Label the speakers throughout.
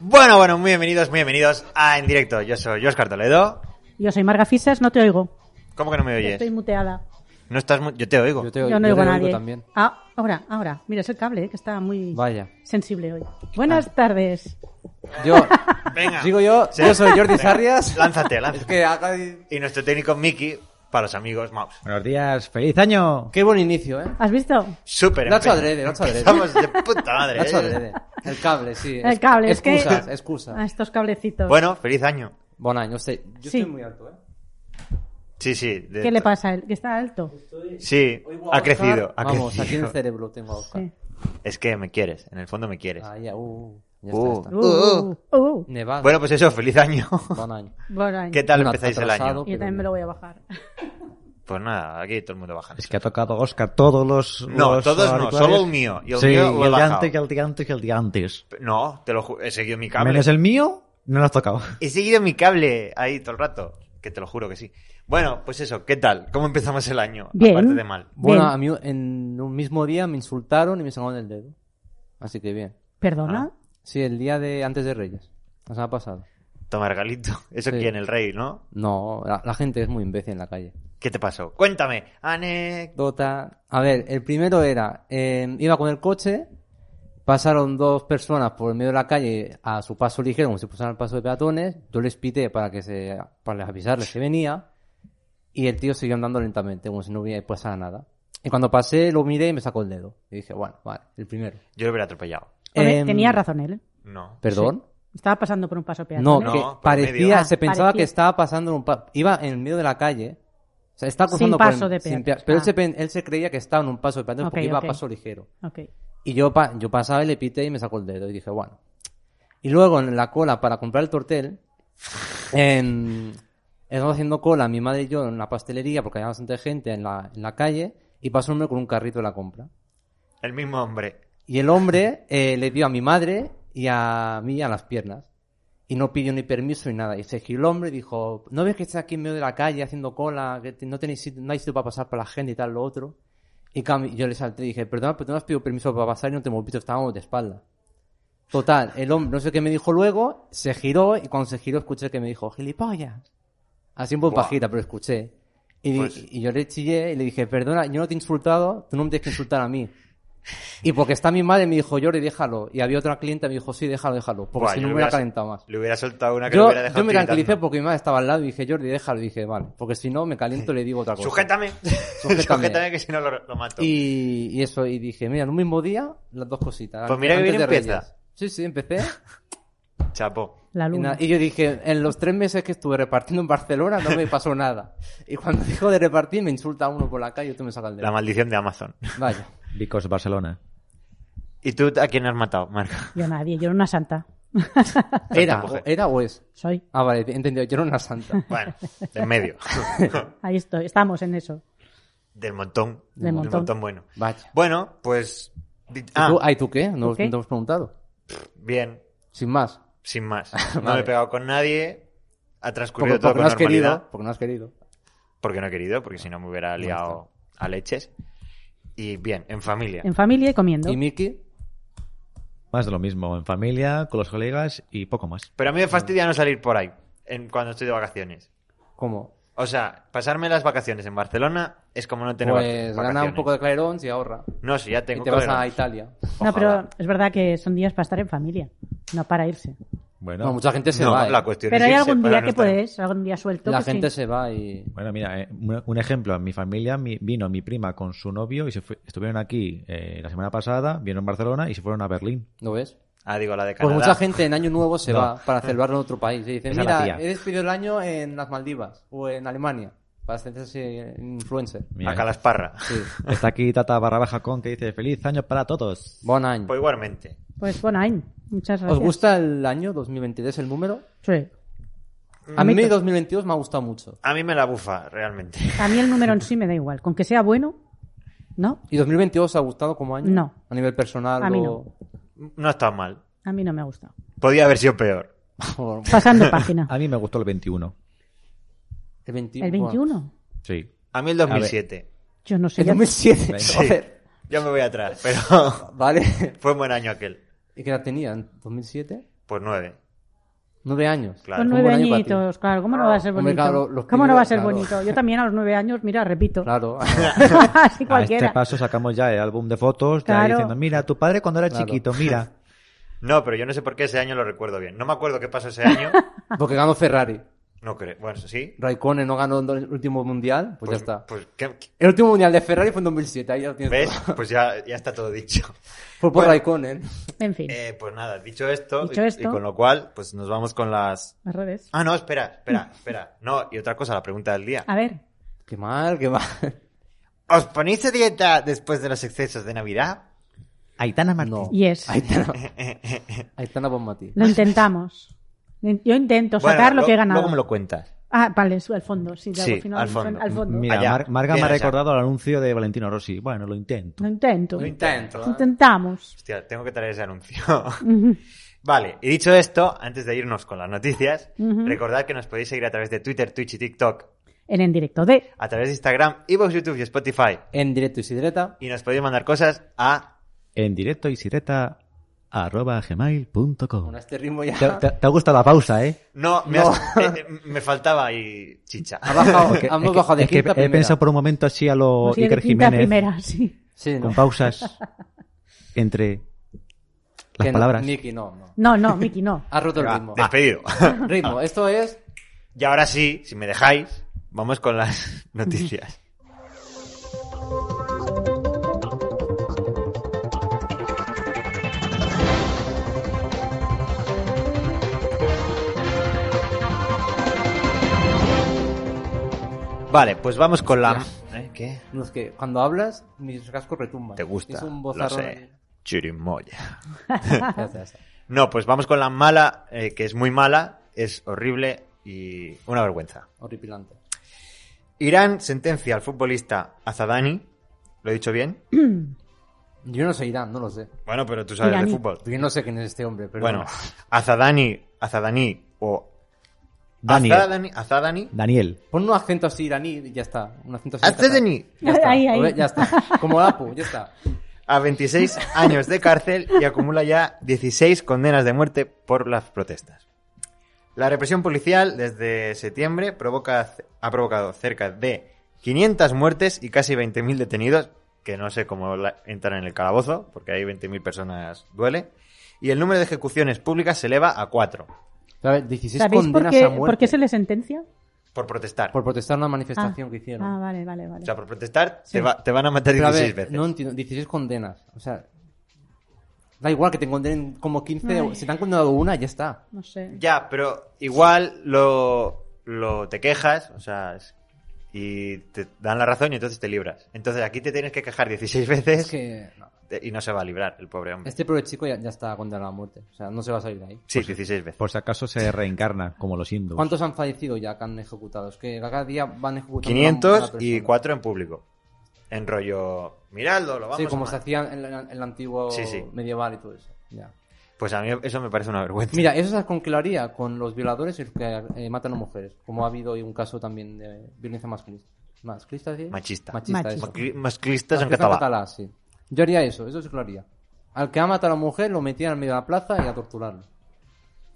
Speaker 1: Bueno, bueno, muy bienvenidos, muy bienvenidos a En Directo. Yo soy Oscar Toledo.
Speaker 2: Yo soy Marga Fises, no te oigo.
Speaker 1: ¿Cómo que no me oyes?
Speaker 2: Estoy muteada.
Speaker 1: No estás mu- Yo te oigo.
Speaker 3: Yo te
Speaker 2: Yo
Speaker 3: oigo,
Speaker 2: no
Speaker 3: yo
Speaker 2: oigo a
Speaker 3: te
Speaker 2: nadie.
Speaker 3: oigo también.
Speaker 2: Ah, ahora, ahora. Mira, es el cable, eh, que está muy
Speaker 3: Vaya. Ah.
Speaker 2: sensible hoy. Buenas tardes.
Speaker 3: Yo,
Speaker 1: Venga.
Speaker 3: sigo yo,
Speaker 1: Sí.
Speaker 3: yo soy Jordi
Speaker 1: Venga,
Speaker 3: Sarrias.
Speaker 1: Lánzate, lánzate.
Speaker 3: Es que acá hay-
Speaker 1: Y nuestro técnico Mickey para los amigos Mouse.
Speaker 4: Buenos días, feliz año.
Speaker 3: Qué buen inicio, ¿eh?
Speaker 2: ¿Has visto?
Speaker 1: Súper.
Speaker 3: Lo ha hecho
Speaker 1: empe-
Speaker 3: adrede, lo ha hecho adrede.
Speaker 1: Empezamos de puta madre.
Speaker 3: Lo ha hecho
Speaker 1: ¿eh?
Speaker 3: adrede. El cable, sí.
Speaker 2: El cable, es que-
Speaker 3: excusas,
Speaker 2: A
Speaker 3: Excusas,
Speaker 2: estos cablecitos.
Speaker 1: Bueno, feliz año.
Speaker 3: Buen año. usted- Yo
Speaker 2: Sí.
Speaker 3: estoy muy alto, ¿eh?
Speaker 1: Sí, sí. de-
Speaker 2: ¿Qué le pasa a él? Que está alto.
Speaker 1: Sí,
Speaker 3: Oigo a
Speaker 1: ha
Speaker 3: Oscar.
Speaker 1: crecido. Ha
Speaker 3: Vamos, aquí en
Speaker 1: crecido.
Speaker 3: el cerebro tengo a Oscar.
Speaker 2: Sí.
Speaker 1: Es que me quieres, en el fondo me quieres.
Speaker 3: Ah, ya, uh, ya
Speaker 1: Uh.
Speaker 3: está, ya
Speaker 2: Uh,
Speaker 3: está.
Speaker 1: Uh,
Speaker 2: uh.
Speaker 3: Nevada.
Speaker 1: Bueno, pues eso, feliz año.
Speaker 3: Buen año.
Speaker 2: Bueno,
Speaker 1: ¿Qué tal
Speaker 3: Un
Speaker 1: empezáis el año?
Speaker 3: atrasado.
Speaker 2: Yo también me lo voy a bajar.
Speaker 1: Pues nada, aquí todo el mundo baja.
Speaker 4: Es que ha tocado Oscar todos los.
Speaker 1: No,
Speaker 4: los
Speaker 1: todos no,
Speaker 4: auriculares.
Speaker 1: solo el mío, y el
Speaker 4: sí,
Speaker 1: mío lo he
Speaker 4: y el de
Speaker 1: bajado.
Speaker 4: antes, y el de antes, y el de antes.
Speaker 1: No, te lo ju- he seguido mi cable.
Speaker 4: Menos el mío, no lo has tocado.
Speaker 1: He seguido mi cable ahí todo el rato, que te lo juro que sí. Bueno, pues eso, ¿qué tal? ¿Cómo empezamos el año?
Speaker 2: Bien.
Speaker 1: Aparte de mal.
Speaker 3: Bueno,
Speaker 2: Bien.
Speaker 3: a mí en un mismo día me insultaron y me sacaron el dedo. Así que bien. Ah.
Speaker 2: ¿Perdona?
Speaker 3: Sí, el día de antes de Reyes. La semana pasada.
Speaker 1: Toma, regalito. Eso
Speaker 3: Sí.
Speaker 1: aquí en el rey, ¿no?
Speaker 3: No, la, la gente es muy imbécil en la calle.
Speaker 1: ¿Qué te pasó? Cuéntame. Ane...
Speaker 3: Dota. A ver, el primero era, eh, iba con el coche, pasaron dos personas por el medio de la calle a su paso ligero, como si pasaran al paso de peatones, yo les pité para que se, para les avisarles que venía, y el tío siguió andando lentamente, como si no hubiera pasado nada. Y cuando pasé, lo miré y me sacó el dedo. Y dije, bueno, vale, el primero.
Speaker 1: Yo lo hubiera atropellado.
Speaker 2: Hombre,
Speaker 3: Em,
Speaker 2: Tenía razón él. ¿eh?
Speaker 1: No.
Speaker 3: ¿Perdón?
Speaker 2: Estaba pasando por un paso peatonal.
Speaker 3: No,
Speaker 1: No,
Speaker 3: que
Speaker 1: por medio.
Speaker 3: parecía,
Speaker 1: Ah,
Speaker 3: se pensaba
Speaker 2: parecía.
Speaker 3: que estaba pasando en un pa- iba en medio de la calle. O sea, estaba
Speaker 2: Sin
Speaker 3: cruzando por
Speaker 2: paso
Speaker 3: el-
Speaker 2: de
Speaker 3: sin
Speaker 2: peatones.
Speaker 3: pia- Pero
Speaker 2: Ah.
Speaker 3: él, se, pen- él se creía que estaba en un paso de peatones
Speaker 2: Ok,
Speaker 3: porque iba
Speaker 2: ok.
Speaker 3: a paso ligero.
Speaker 2: Ok.
Speaker 3: Y yo, pa- yo pasaba y le pité y me sacó el dedo. Y dije, bueno. Y luego en la cola para comprar el tortel, em, estábamos haciendo cola mi madre y yo en la pastelería porque había bastante gente en la, en la calle y pasó un hombre con un carrito de la compra.
Speaker 1: El mismo hombre.
Speaker 3: Y el hombre eh, le dio a mi madre y a mí a las piernas. Y no pidió ni permiso ni nada. Y se giró el hombre y dijo, ¿no ves que está aquí en medio de la calle haciendo cola? Que te- no, tenéis sitio, no hay sitio para pasar para la gente y tal, lo otro. Y cam- yo le salté y dije, perdona, pero tú no has pedido permiso para pasar y no te hemos visto, estábamos de espalda. Total, el hombre, no sé qué me dijo luego, se giró y cuando se giró escuché que me dijo, gilipollas. Así un poco
Speaker 1: Buah.
Speaker 3: bajita, pero escuché. Y, di-
Speaker 1: Pues-
Speaker 3: y yo le chillé y le dije, perdona, yo no te he insultado, tú no me tienes que insultar a mí. Y porque está mi madre, me dijo, Jordi, déjalo. Y había otra clienta, me dijo, sí, déjalo, déjalo. Porque
Speaker 1: Buah,
Speaker 3: si
Speaker 1: yo
Speaker 3: no
Speaker 1: le
Speaker 3: me hubiera
Speaker 1: hubiera-
Speaker 3: calentado más.
Speaker 1: Le hubiera soltado una que lo
Speaker 3: Yo,
Speaker 1: hubiera dejado
Speaker 3: yo me tranquilicé
Speaker 1: tiritando.
Speaker 3: porque mi madre estaba al lado y dije, Jordi, déjalo. Y dije, vale, porque si no me caliento y le digo otra cosa.
Speaker 1: Sujétame. Sujétame.
Speaker 3: Sujétame.
Speaker 1: que si no lo, lo mato.
Speaker 3: Y, y eso, y dije, mira, en un mismo día, las dos cositas.
Speaker 1: Pues mira que
Speaker 3: Antes
Speaker 1: bien
Speaker 3: de
Speaker 1: empieza.
Speaker 3: Reyes. Sí, sí, empecé.
Speaker 1: Chapo.
Speaker 2: La
Speaker 3: Y,
Speaker 2: luna.
Speaker 3: nada, y yo dije, en los tres meses que estuve repartiendo en Barcelona no me pasó nada. Y cuando dijo de repartir, me insulta uno por la calle y tú me sacas el dedo.
Speaker 1: La maldición de Amazon.
Speaker 3: Vaya.
Speaker 4: Vicos Barcelona.
Speaker 1: ¿Y tú a quién has matado, Marca?
Speaker 2: Yo nadie, yo era una santa.
Speaker 3: Era,
Speaker 1: mujer.
Speaker 3: o- era o es.
Speaker 2: Soy.
Speaker 3: Ah, vale, he entendido. Yo era una santa.
Speaker 1: Bueno, en medio.
Speaker 2: Ahí estoy. Estamos en eso.
Speaker 1: Del montón.
Speaker 2: Del montón.
Speaker 1: bueno.
Speaker 3: Vaya.
Speaker 1: Bueno, pues. di-
Speaker 3: ¿Y
Speaker 1: Ah,
Speaker 3: tú, ay, ¿tú qué? No,
Speaker 2: ¿Tú qué?
Speaker 3: no te hemos preguntado.
Speaker 1: bien.
Speaker 3: Sin más.
Speaker 1: Sin más. No
Speaker 3: Vale.
Speaker 1: me he pegado con nadie. Ha
Speaker 3: Porque,
Speaker 1: transcurrido
Speaker 3: porque
Speaker 1: todo con
Speaker 3: no has
Speaker 1: normalidad.
Speaker 3: querido. Porque no has querido.
Speaker 1: Porque no he querido, porque si no me hubiera liado a leches. Y bien, en familia.
Speaker 2: En familia y comiendo.
Speaker 3: ¿Y Miki?
Speaker 4: Más de lo mismo, en familia, con los colegas y poco más.
Speaker 1: Pero a mí me fastidia no salir por ahí en, cuando estoy de vacaciones.
Speaker 3: ¿Cómo?
Speaker 1: O sea, pasarme las vacaciones en Barcelona es como no tener vac-
Speaker 3: Pues gana un
Speaker 1: vacaciones.
Speaker 3: poco de clarón y ahorra.
Speaker 1: No, si ya tengo
Speaker 3: y te vas
Speaker 1: colegas.
Speaker 3: a Italia.
Speaker 2: No, pero
Speaker 1: Ojalá.
Speaker 2: es verdad que son días para estar en familia, no para irse.
Speaker 4: Bueno,
Speaker 3: No, mucha gente se
Speaker 1: No,
Speaker 3: va. ¿eh?
Speaker 1: la cuestión
Speaker 2: Pero
Speaker 1: es
Speaker 2: hay
Speaker 1: irse
Speaker 2: algún
Speaker 1: para
Speaker 2: día
Speaker 1: no
Speaker 2: que
Speaker 1: estar-
Speaker 2: puedes, algún día suelto.
Speaker 3: La
Speaker 2: que sí.
Speaker 3: gente se va y...
Speaker 4: bueno mira, eh, un, un ejemplo, en mi familia, mi- vino mi prima con su novio y se fue- estuvieron aquí eh, la semana pasada, vieron Barcelona y se fueron a Berlín.
Speaker 3: ¿No ves?
Speaker 1: Ah, digo, la de
Speaker 3: Pues
Speaker 1: Canadá.
Speaker 3: mucha gente en Año Nuevo se
Speaker 4: No.
Speaker 3: va para celebrarlo en otro país. Y dicen,
Speaker 4: Esa es la
Speaker 3: mira,
Speaker 4: tía".
Speaker 3: he despedido el año en las Maldivas o en Alemania para hacerse influencer.
Speaker 4: Mira,
Speaker 1: A Calasparra.
Speaker 3: Sí.
Speaker 4: Está aquí Tata Barra Baja Con que dice, feliz año para todos.
Speaker 3: Buen año.
Speaker 1: Pues igualmente.
Speaker 2: Pues bueno, Ain, muchas gracias.
Speaker 3: ¿Os gusta el año 2023 el número?
Speaker 2: Sí.
Speaker 3: A mí
Speaker 2: to-
Speaker 3: 2022 me ha gustado mucho.
Speaker 1: A mí me la bufa, realmente.
Speaker 2: A mí el número en sí me da igual, con que sea bueno, ¿no?
Speaker 3: ¿Y 2022 os ha gustado como año?
Speaker 2: No.
Speaker 3: A nivel personal
Speaker 2: A mí
Speaker 3: o-
Speaker 1: No ha estado mal.
Speaker 2: A mí no me ha gustado.
Speaker 1: Podía haber sido peor.
Speaker 3: o-
Speaker 2: Pasando página.
Speaker 4: A mí me gustó el 21.
Speaker 3: El 21.
Speaker 2: El 21.
Speaker 4: Sí.
Speaker 1: A mí el 2007.
Speaker 2: Yo no sé.
Speaker 3: El
Speaker 2: ya-
Speaker 3: 2007.
Speaker 1: Sí.
Speaker 3: Joder.
Speaker 1: Yo me voy atrás, pero
Speaker 3: Vale.
Speaker 1: fue un buen año aquel.
Speaker 3: ¿Y qué edad tenía? ¿En 2007?
Speaker 1: pues nueve.
Speaker 3: Nueve años.
Speaker 1: Claro.
Speaker 2: Con
Speaker 3: Un
Speaker 2: nueve
Speaker 3: buen año para ti.
Speaker 2: añitos, claro. ¿Cómo no va a ser
Speaker 3: Hombre,
Speaker 2: bonito?
Speaker 3: claro, los
Speaker 2: ¿Cómo no va a
Speaker 3: primeros,
Speaker 2: ser
Speaker 3: claro.
Speaker 2: bonito? Yo también a los nueve años, mira, repito.
Speaker 3: Claro.
Speaker 2: Así
Speaker 4: A este
Speaker 2: cualquiera.
Speaker 4: paso sacamos ya el álbum de fotos, ya
Speaker 2: Claro.
Speaker 4: diciendo, mira, tu padre cuando era
Speaker 3: Claro.
Speaker 4: chiquito, mira.
Speaker 1: No, pero yo no sé por qué ese año lo recuerdo bien. No me acuerdo qué pasó ese año.
Speaker 3: Porque ganó Ferrari.
Speaker 1: No creo. Bueno, sí.
Speaker 3: Raikkonen no ganó en el último mundial. Pues, ya está.
Speaker 1: Pues, ¿qué- qué-
Speaker 3: El último mundial de Ferrari fue en 2007. Ahí ya lo tienes.
Speaker 1: ¿Ves?
Speaker 3: todo.
Speaker 1: Pues ya, ya está todo dicho.
Speaker 3: Fue por
Speaker 1: Bueno.
Speaker 3: Raikkonen.
Speaker 2: En fin,
Speaker 1: Eh, pues nada, dicho esto,
Speaker 2: Dicho
Speaker 1: y- y
Speaker 2: esto.
Speaker 1: con lo cual, pues nos vamos con las...
Speaker 2: al revés.
Speaker 1: Ah, no, espera, espera, espera. No, y otra cosa, la pregunta del día.
Speaker 2: A ver,
Speaker 3: Qué mal, qué mal.
Speaker 1: ¿Os ponéis a dieta después de los excesos de Navidad?
Speaker 4: Aitana
Speaker 3: No.
Speaker 4: Martín.
Speaker 2: yes.
Speaker 3: Aitana. Aitana Bonmatí.
Speaker 2: Lo intentamos. Yo intento
Speaker 1: Bueno,
Speaker 2: sacar lo, que he
Speaker 1: luego-
Speaker 2: ganado.
Speaker 1: Luego me lo cuentas.
Speaker 2: Ah, vale, su- al fondo. Sí, ya,
Speaker 1: Sí,
Speaker 2: al, final,
Speaker 1: al fondo.
Speaker 2: al fondo.
Speaker 4: Mira,
Speaker 1: Allá.
Speaker 4: Mar- Marga me ha
Speaker 1: Bien allá.
Speaker 4: recordado el anuncio de Valentino Rossi. Bueno, lo intento.
Speaker 2: Lo intento. ¿eh?
Speaker 3: Lo intento.
Speaker 2: Lo intentamos.
Speaker 1: Hostia, tengo que traer ese anuncio. vale, y dicho esto, antes de irnos con las noticias,
Speaker 2: Ujú.
Speaker 1: recordad que nos podéis seguir a través de Twitter, Twitch y TikTok,
Speaker 2: En en directo de
Speaker 1: a través de Instagram, Evox, YouTube y Spotify.
Speaker 3: En directo y sidreta.
Speaker 1: Y nos podéis mandar cosas a...
Speaker 4: En directo y sireta arroba gmail.com.
Speaker 3: Con este ritmo ya.
Speaker 4: Te, te- te ha gustado la pausa, ¿eh?
Speaker 1: No, me,
Speaker 3: No.
Speaker 1: has- eh, eh, me faltaba ahí chicha.
Speaker 3: Ha bajado,
Speaker 4: Que-
Speaker 3: hemos
Speaker 4: es que-
Speaker 3: bajado de
Speaker 4: es que
Speaker 3: quinta a
Speaker 4: He
Speaker 3: primera.
Speaker 4: pensado por un momento así a
Speaker 3: Oh,
Speaker 4: lo
Speaker 2: Así de
Speaker 4: Iker
Speaker 2: quinta a
Speaker 4: Jiménez,
Speaker 2: primera, sí.
Speaker 3: Sí, no.
Speaker 4: con pausas entre las
Speaker 3: Que no,
Speaker 4: palabras.
Speaker 3: Miki, no, no.
Speaker 2: No, no, Miki, no.
Speaker 3: Ha roto el
Speaker 1: Venga,
Speaker 3: ritmo.
Speaker 1: Ah,
Speaker 3: Ah.
Speaker 1: Despedido.
Speaker 3: Ritmo. Esto es.
Speaker 1: Y ahora sí, si me dejáis, vamos con las noticias. Vale, pues vamos con la... ¿Eh? ¿Qué?
Speaker 3: No es que cuando hablas, mis cascos retumban.
Speaker 1: ¿Te gusta?
Speaker 3: Es un
Speaker 1: Lo
Speaker 3: bozarrón.
Speaker 1: sé. Chirimoya.
Speaker 3: Gracias.
Speaker 1: No, pues vamos con la mala, eh, que es muy mala, es horrible y una vergüenza.
Speaker 3: Horripilante.
Speaker 1: Irán sentencia al futbolista Azadani. ¿Lo he dicho bien?
Speaker 3: Yo no sé Irán, no lo sé.
Speaker 1: Bueno, pero tú sabes
Speaker 2: Iraní.
Speaker 1: de fútbol.
Speaker 3: Yo no sé quién es este hombre, pero.
Speaker 1: Bueno, Azadani, Azadani o
Speaker 4: Daniel.
Speaker 1: Azadani, Azadani,
Speaker 4: Daniel.
Speaker 3: Pon un acento así iraní y ya está. Un acento así.
Speaker 1: Azadani,
Speaker 3: Ya está.
Speaker 2: Ahí, ahí.
Speaker 3: Oye, Ya está. Como Apu, ya está.
Speaker 1: a 26 años de cárcel y acumula ya 16 condenas de muerte por las protestas. La represión policial desde septiembre provoca, ha provocado cerca de 500 muertes y casi 20.000 detenidos, que no sé cómo la- entran en el calabozo, porque hay 20.000 personas duele. Y el número de ejecuciones públicas se eleva a 4
Speaker 3: A ver, 16
Speaker 2: ¿Sabéis por
Speaker 3: condenas
Speaker 2: qué,
Speaker 3: a muerte.
Speaker 2: por qué se le sentencia?
Speaker 1: por protestar.
Speaker 3: Por protestar una
Speaker 2: Ah,
Speaker 3: manifestación que hicieron.
Speaker 2: ah, vale, vale, vale.
Speaker 1: O sea, por protestar
Speaker 2: Sí.
Speaker 1: te, va- te van a matar
Speaker 3: Pero a
Speaker 1: 16
Speaker 3: ver,
Speaker 1: veces.
Speaker 3: no entiendo. 16 condenas. O sea. Da igual que te condenen como 15. o-
Speaker 2: Ay.
Speaker 3: Si te han condenado una, ya está.
Speaker 2: No sé.
Speaker 1: Ya, pero igual lo, lo te quejas, o sea, es- y te dan la razón y entonces te libras. Entonces aquí te tienes que quejar 16 veces
Speaker 3: Es que. no.
Speaker 1: te- y no se va a librar el pobre hombre.
Speaker 3: Este pobre chico ya, ya está condenado a muerte. O sea, no se va a salir de ahí.
Speaker 1: Sí, 16 veces.
Speaker 4: Por si acaso se reencarna, como los hindus.
Speaker 3: ¿Cuántos han fallecido ya que han ejecutado? Es que cada día van ejecutando. a una
Speaker 1: 500 y
Speaker 3: persona.
Speaker 1: 4 en público. En rollo, miradlo, lo vamos
Speaker 3: Sí,
Speaker 1: a
Speaker 3: como se
Speaker 1: matar".
Speaker 3: hacía en el, en el antiguo
Speaker 1: Sí, sí.
Speaker 3: medieval y todo eso. Ya.
Speaker 1: Pues a mí eso me parece una vergüenza.
Speaker 3: Mira, eso es con que lo haría con los violadores y los que eh, matan a mujeres. Como ha habido hoy un caso también de violencia masculista. ¿Masculista? Sí?
Speaker 1: Machista.
Speaker 3: Machista,
Speaker 2: Machista.
Speaker 3: eso.
Speaker 1: Mascli- masclistas en
Speaker 3: Masclista
Speaker 1: catalán.
Speaker 3: catalá, sí. Yo haría eso, eso sí que lo haría. Al que ha matado a la mujer lo metían en medio de la plaza y a torturarlo.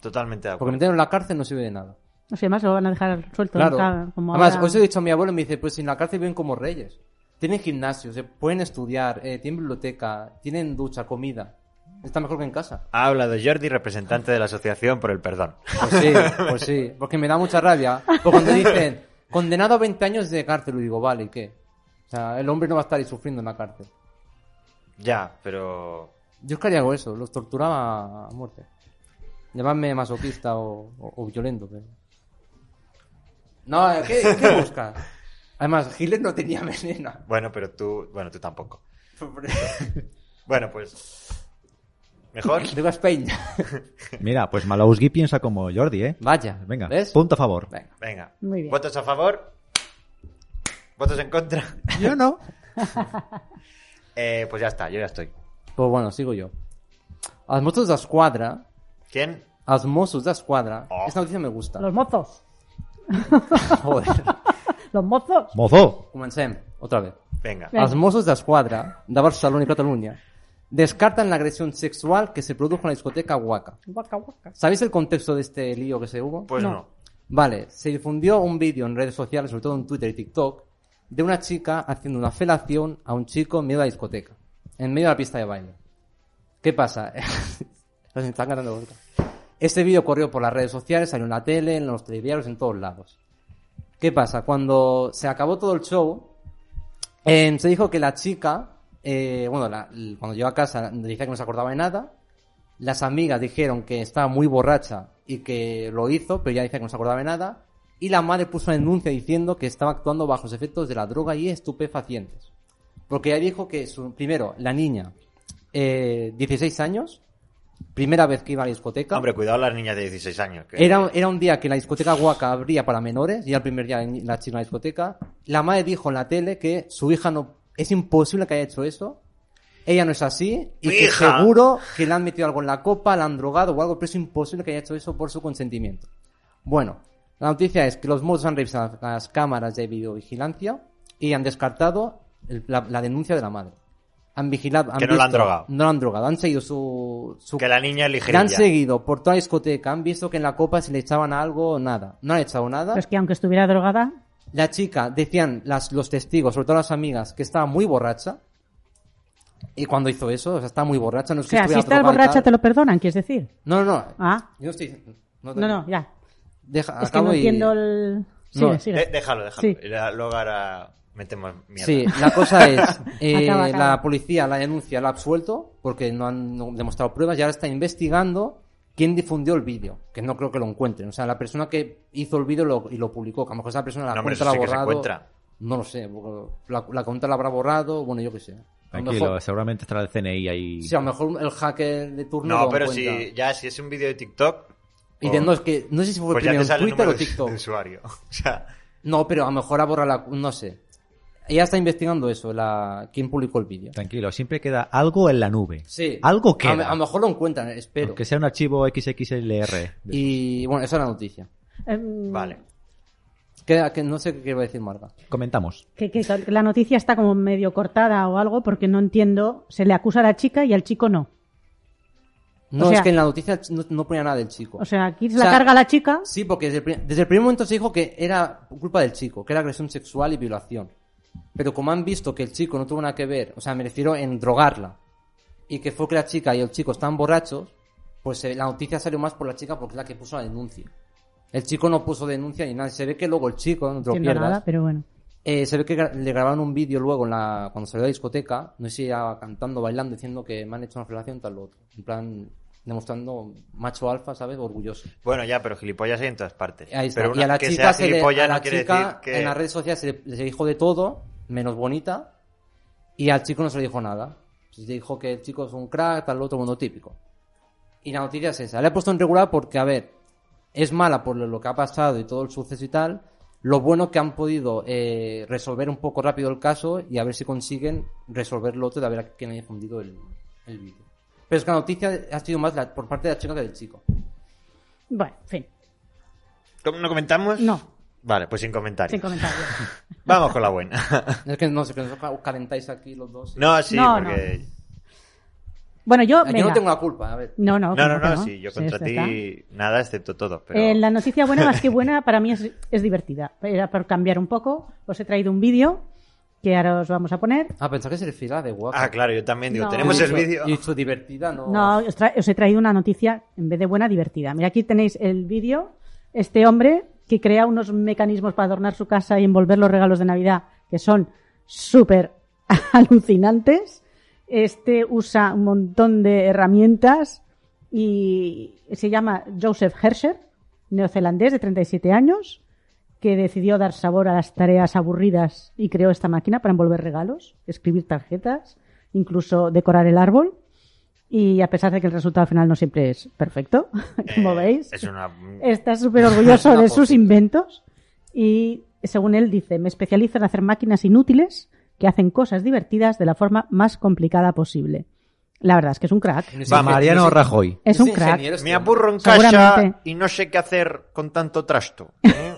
Speaker 1: Totalmente de
Speaker 3: Porque
Speaker 1: acuerdo.
Speaker 3: meterlo en la cárcel no sirve de nada.
Speaker 2: No sé, además lo van a dejar suelto.
Speaker 3: Claro.
Speaker 2: claro, como
Speaker 3: Además,
Speaker 2: ahora-
Speaker 3: hoy se lo he dicho a mi abuelo y me dice, pues en la cárcel viven como reyes. Tienen gimnasio, se pueden estudiar, eh, tienen biblioteca, tienen ducha, comida. Está mejor que en casa.
Speaker 1: Ha hablado Jordi, representante de la Asociación por el Perdón.
Speaker 3: Pues sí, pues sí. Porque me da mucha rabia. Porque cuando dicen, condenado a 20 años de cárcel, y digo, vale, ¿y qué? O sea, el hombre no va a estar ahí sufriendo en la cárcel.
Speaker 1: Ya, pero
Speaker 3: Yo es que haría algo eso, los torturaba a muerte. Llamadme masoquista o, o- o violento, pero... No, ¿qué, qué buscas? Además, Hitler no tenía veneno.
Speaker 1: Bueno, pero tú, bueno, tú tampoco. Bueno, pues mejor.
Speaker 3: Digo Spain.
Speaker 4: Mira, pues Malowski piensa como Jordi, ¿eh?
Speaker 3: Vaya.
Speaker 4: Venga,
Speaker 3: ¿Ves?
Speaker 4: punto a favor.
Speaker 3: Venga.
Speaker 1: Venga.
Speaker 2: Muy bien.
Speaker 1: Votos a favor. Votos en contra.
Speaker 4: Yo no.
Speaker 1: Eh, pues ya está, yo ya estoy.
Speaker 3: Pues bueno, sigo yo. Als Mossos d'Esquadra,
Speaker 1: ¿Quién?
Speaker 3: als Mossos d'Esquadra,
Speaker 1: Oh.
Speaker 3: esta noticia me gusta.
Speaker 2: Los mozos.
Speaker 3: Joder.
Speaker 2: Los mozos.
Speaker 4: Mozo.
Speaker 3: Comencem, otra vez.
Speaker 1: Venga.
Speaker 2: Venga.
Speaker 3: Els Mossos d'Esquadra de Barcelona i Catalunya Descartan la agresión sexual que se produjo en la discoteca Huaca.
Speaker 2: Guaca, guaca.
Speaker 3: ¿Sabéis el contexto de este lío que se hubo?
Speaker 1: Pues
Speaker 2: No.
Speaker 1: no.
Speaker 3: Vale, se difundió un vídeo en redes sociales, sobre todo en Twitter y TikTok, de una chica haciendo una felación a un chico en medio de la discoteca, en medio de la pista de baile. ¿Qué pasa? Nos están ganando vueltas. Este vídeo corrió por las redes sociales, salió en la tele, en los telediarios, en todos lados. ¿Qué pasa? Cuando se acabó todo el show, eh, se dijo que la chica, eh, bueno, la- l- cuando llegó a casa decía que no se acordaba de nada. Las amigas dijeron que estaba muy borracha y que lo hizo, pero ya decía que no se acordaba de nada. Y la madre puso una denuncia diciendo que estaba actuando bajo los efectos de la droga y estupefacientes. Porque ella dijo que, su, primero, la niña, eh, 16 años, primera vez que iba a la discoteca.
Speaker 1: Hombre, cuidado las niñas de 16 años. que-
Speaker 3: Era, era un día que la discoteca Huaca abría para menores, y era el primer día en la china discoteca. La madre dijo en la tele que su hija no. Es imposible que haya hecho eso. Ella no es así. Y
Speaker 1: ¡Mi
Speaker 3: que
Speaker 1: hija!
Speaker 3: seguro que le han metido algo en la copa, la han drogado o algo, pero es imposible que haya hecho eso por su consentimiento. Bueno, la noticia es que los modos han revisado las cámaras de videovigilancia y han descartado el- la, la denuncia de la madre. Han vigilado. han
Speaker 1: Que no la han
Speaker 3: visto-
Speaker 1: drogado.
Speaker 3: No la han drogado. Han seguido su, su
Speaker 1: Que la niña es
Speaker 3: le
Speaker 1: ligerilla.
Speaker 3: han seguido por toda la discoteca, han visto que en la copa se le echaban algo o nada. No le han echado nada.
Speaker 2: Pero es que aunque estuviera drogada,
Speaker 3: La chica, decían las, los testigos, sobre todo las amigas, que estaba muy borracha. Y cuando hizo eso, o sea, estaba muy borracha. No es
Speaker 2: o
Speaker 3: que
Speaker 2: sea, si
Speaker 3: estuviera
Speaker 2: estás
Speaker 3: drogada y
Speaker 2: borracha
Speaker 3: tal.
Speaker 2: te lo perdonan, ¿quieres decir?
Speaker 3: No, no, no.
Speaker 2: Ah,
Speaker 3: Yo no estoy... No,
Speaker 2: no, no, ya.
Speaker 3: Deja,
Speaker 2: Es que
Speaker 3: acabo
Speaker 2: no
Speaker 3: y-
Speaker 2: entiendo el... Sigue,
Speaker 3: No, eh,
Speaker 1: De-
Speaker 2: sigue.
Speaker 1: déjalo, déjalo.
Speaker 2: Sí.
Speaker 1: Y la- luego ahora metemos mierda.
Speaker 3: Sí, la cosa es, eh,
Speaker 2: Acaba, acaba.
Speaker 3: la policía la denuncia, la ha absuelto porque no han no han demostrado pruebas y ahora está investigando quién difundió el vídeo, que no creo que lo encuentren. O sea, la persona que hizo el vídeo lo- y lo publicó, que a lo mejor esa persona la
Speaker 1: No, hombre,
Speaker 3: cuenta
Speaker 1: eso
Speaker 3: la ha
Speaker 1: sí que se
Speaker 3: borrado.
Speaker 1: encuentra.
Speaker 3: No lo sé, porque la, la cuenta la habrá borrado, bueno, yo qué sé. A lo
Speaker 4: Tranquilo,
Speaker 3: mejor,
Speaker 4: seguramente estará el CNI ahí.
Speaker 3: sí, a lo mejor el hacker de turno
Speaker 1: No,
Speaker 3: lo
Speaker 1: pero
Speaker 3: encuentra.
Speaker 1: si ya si es un vídeo de TikTok.
Speaker 3: Y
Speaker 1: o-
Speaker 3: de- no, es que, no sé si fue
Speaker 1: pues ya
Speaker 3: primero
Speaker 1: te
Speaker 3: en
Speaker 1: sale el
Speaker 3: Twitter
Speaker 1: número
Speaker 3: o
Speaker 1: de-
Speaker 3: TikTok.
Speaker 1: de usuario. O sea,
Speaker 3: No, pero a lo mejor ha borrado la... cu- no sé. Ella está investigando eso, la, quién publicó el vídeo.
Speaker 4: Tranquilo, siempre queda algo en la nube.
Speaker 3: Sí.
Speaker 4: Algo
Speaker 3: que A,
Speaker 4: queda.
Speaker 3: a lo mejor lo encuentran, espero.
Speaker 4: Aunque sea un archivo XXLR.
Speaker 3: Y bueno, esa es la noticia.
Speaker 2: Em,
Speaker 1: vale.
Speaker 3: Que, que no sé qué iba a decir Marta.
Speaker 4: Comentamos.
Speaker 2: Que, que la noticia está como medio cortada o algo porque no entiendo. Se le acusa a la chica y al chico no.
Speaker 3: No,
Speaker 2: O sea-
Speaker 3: es que en la noticia no, no ponía nada del chico.
Speaker 2: O sea, aquí se
Speaker 3: O
Speaker 2: la
Speaker 3: sea,
Speaker 2: carga a la chica.
Speaker 3: sí, porque desde el, pri- desde el primer momento se dijo que era culpa del chico, que era agresión sexual y violación. Pero como han visto que el chico no tuvo nada que ver, o sea, me refiero en drogarla, y que fue que la chica y el chico estaban borrachos, pues eh, la noticia salió más por la chica porque es la que puso la denuncia. El chico no puso denuncia ni nada. Se ve que luego el chico, no te lo
Speaker 2: No entiendo
Speaker 3: pierdas,
Speaker 2: nada, pero bueno.
Speaker 3: Eh, se ve que gra- le grabaron un vídeo luego en la, cuando salió de la discoteca, no sé si ya cantando, bailando, diciendo que me han hecho una relación tal o otro. En plan, demostrando macho alfa, ¿sabes? Orgulloso.
Speaker 1: Bueno, ya, pero gilipollas hay en todas partes.
Speaker 3: Ahí está.
Speaker 1: Pero
Speaker 3: y
Speaker 1: una-
Speaker 3: a la
Speaker 1: que
Speaker 3: chica,
Speaker 1: sea
Speaker 3: se le-
Speaker 1: gilipollas
Speaker 3: a la
Speaker 1: no quiere
Speaker 3: chica
Speaker 1: decir que.
Speaker 3: en las redes sociales se le, se dijo de todo, menos bonita, y al chico no se le dijo nada. Se le dijo que el chico es un crack, tal, lo otro, mundo típico. Y la noticia es esa. Le he puesto en regular porque, a ver, es mala por lo- lo que ha pasado y todo el suceso y tal. Lo bueno que han podido eh, resolver un poco rápido el caso y a ver si consiguen resolver lo otro de a ver a quién ha difundido el, el vídeo. Pero es que la noticia ha sido más la- por parte de la chica que del chico.
Speaker 2: Bueno, en fin.
Speaker 1: ¿Cómo no comentamos?
Speaker 2: No.
Speaker 1: Vale, pues sin comentarios.
Speaker 2: Sin comentarios.
Speaker 1: Vamos con la buena.
Speaker 3: Es que no sé, que os calentáis aquí los dos.
Speaker 1: no, sí,
Speaker 2: No,
Speaker 1: porque.
Speaker 2: Bueno, yo.
Speaker 3: Yo no
Speaker 2: Ah, venga.
Speaker 3: tengo la culpa, a ver.
Speaker 2: No,
Speaker 1: No,
Speaker 2: no,
Speaker 1: no,
Speaker 2: Ah, ¿cómo
Speaker 1: no,
Speaker 2: que
Speaker 1: sí, yo
Speaker 2: Sí,
Speaker 1: contra
Speaker 2: esto está.
Speaker 1: ti nada excepto todo. Pero...
Speaker 2: Eh, la noticia buena, más que buena, para mí es, es divertida. Era por cambiar un poco. Os he traído un vídeo que ahora os vamos a poner.
Speaker 3: Ah, pensaba que se refiere a de guapo.
Speaker 1: Ah, claro, yo también digo,
Speaker 2: No.
Speaker 1: tenemos
Speaker 2: Yo
Speaker 1: el vídeo.
Speaker 3: Y su divertida, no.
Speaker 2: No, os, tra- os he traído una noticia, en vez de buena, divertida. Mira, aquí tenéis el vídeo. Este hombre que crea unos mecanismos para adornar su casa y envolver los regalos de Navidad, que son súper alucinantes. Este usa un montón de herramientas y se llama Joseph Hersher, neozelandés de 37 años, que decidió dar sabor a las tareas aburridas y creó esta máquina para envolver regalos, escribir tarjetas, incluso decorar el árbol. Y a pesar de que el resultado final no siempre es perfecto, como
Speaker 1: Eh,
Speaker 2: veis, Eh,
Speaker 1: Es una.
Speaker 2: está súper orgulloso
Speaker 3: Una
Speaker 2: de sus
Speaker 3: posible.
Speaker 2: inventos. Y según él dice, me especializo en hacer máquinas inútiles que hacen cosas divertidas de la forma más complicada posible. La verdad es que es un crack.
Speaker 3: No es
Speaker 4: Va,
Speaker 3: ingen-
Speaker 4: Mariano
Speaker 3: no es-
Speaker 4: Rajoy.
Speaker 2: Es
Speaker 3: no
Speaker 2: un crack.
Speaker 3: ingeniero este
Speaker 1: Me
Speaker 3: hombre.
Speaker 1: aburro en casa
Speaker 2: Seguramente.
Speaker 1: y no sé qué hacer con tanto trasto. ¿eh?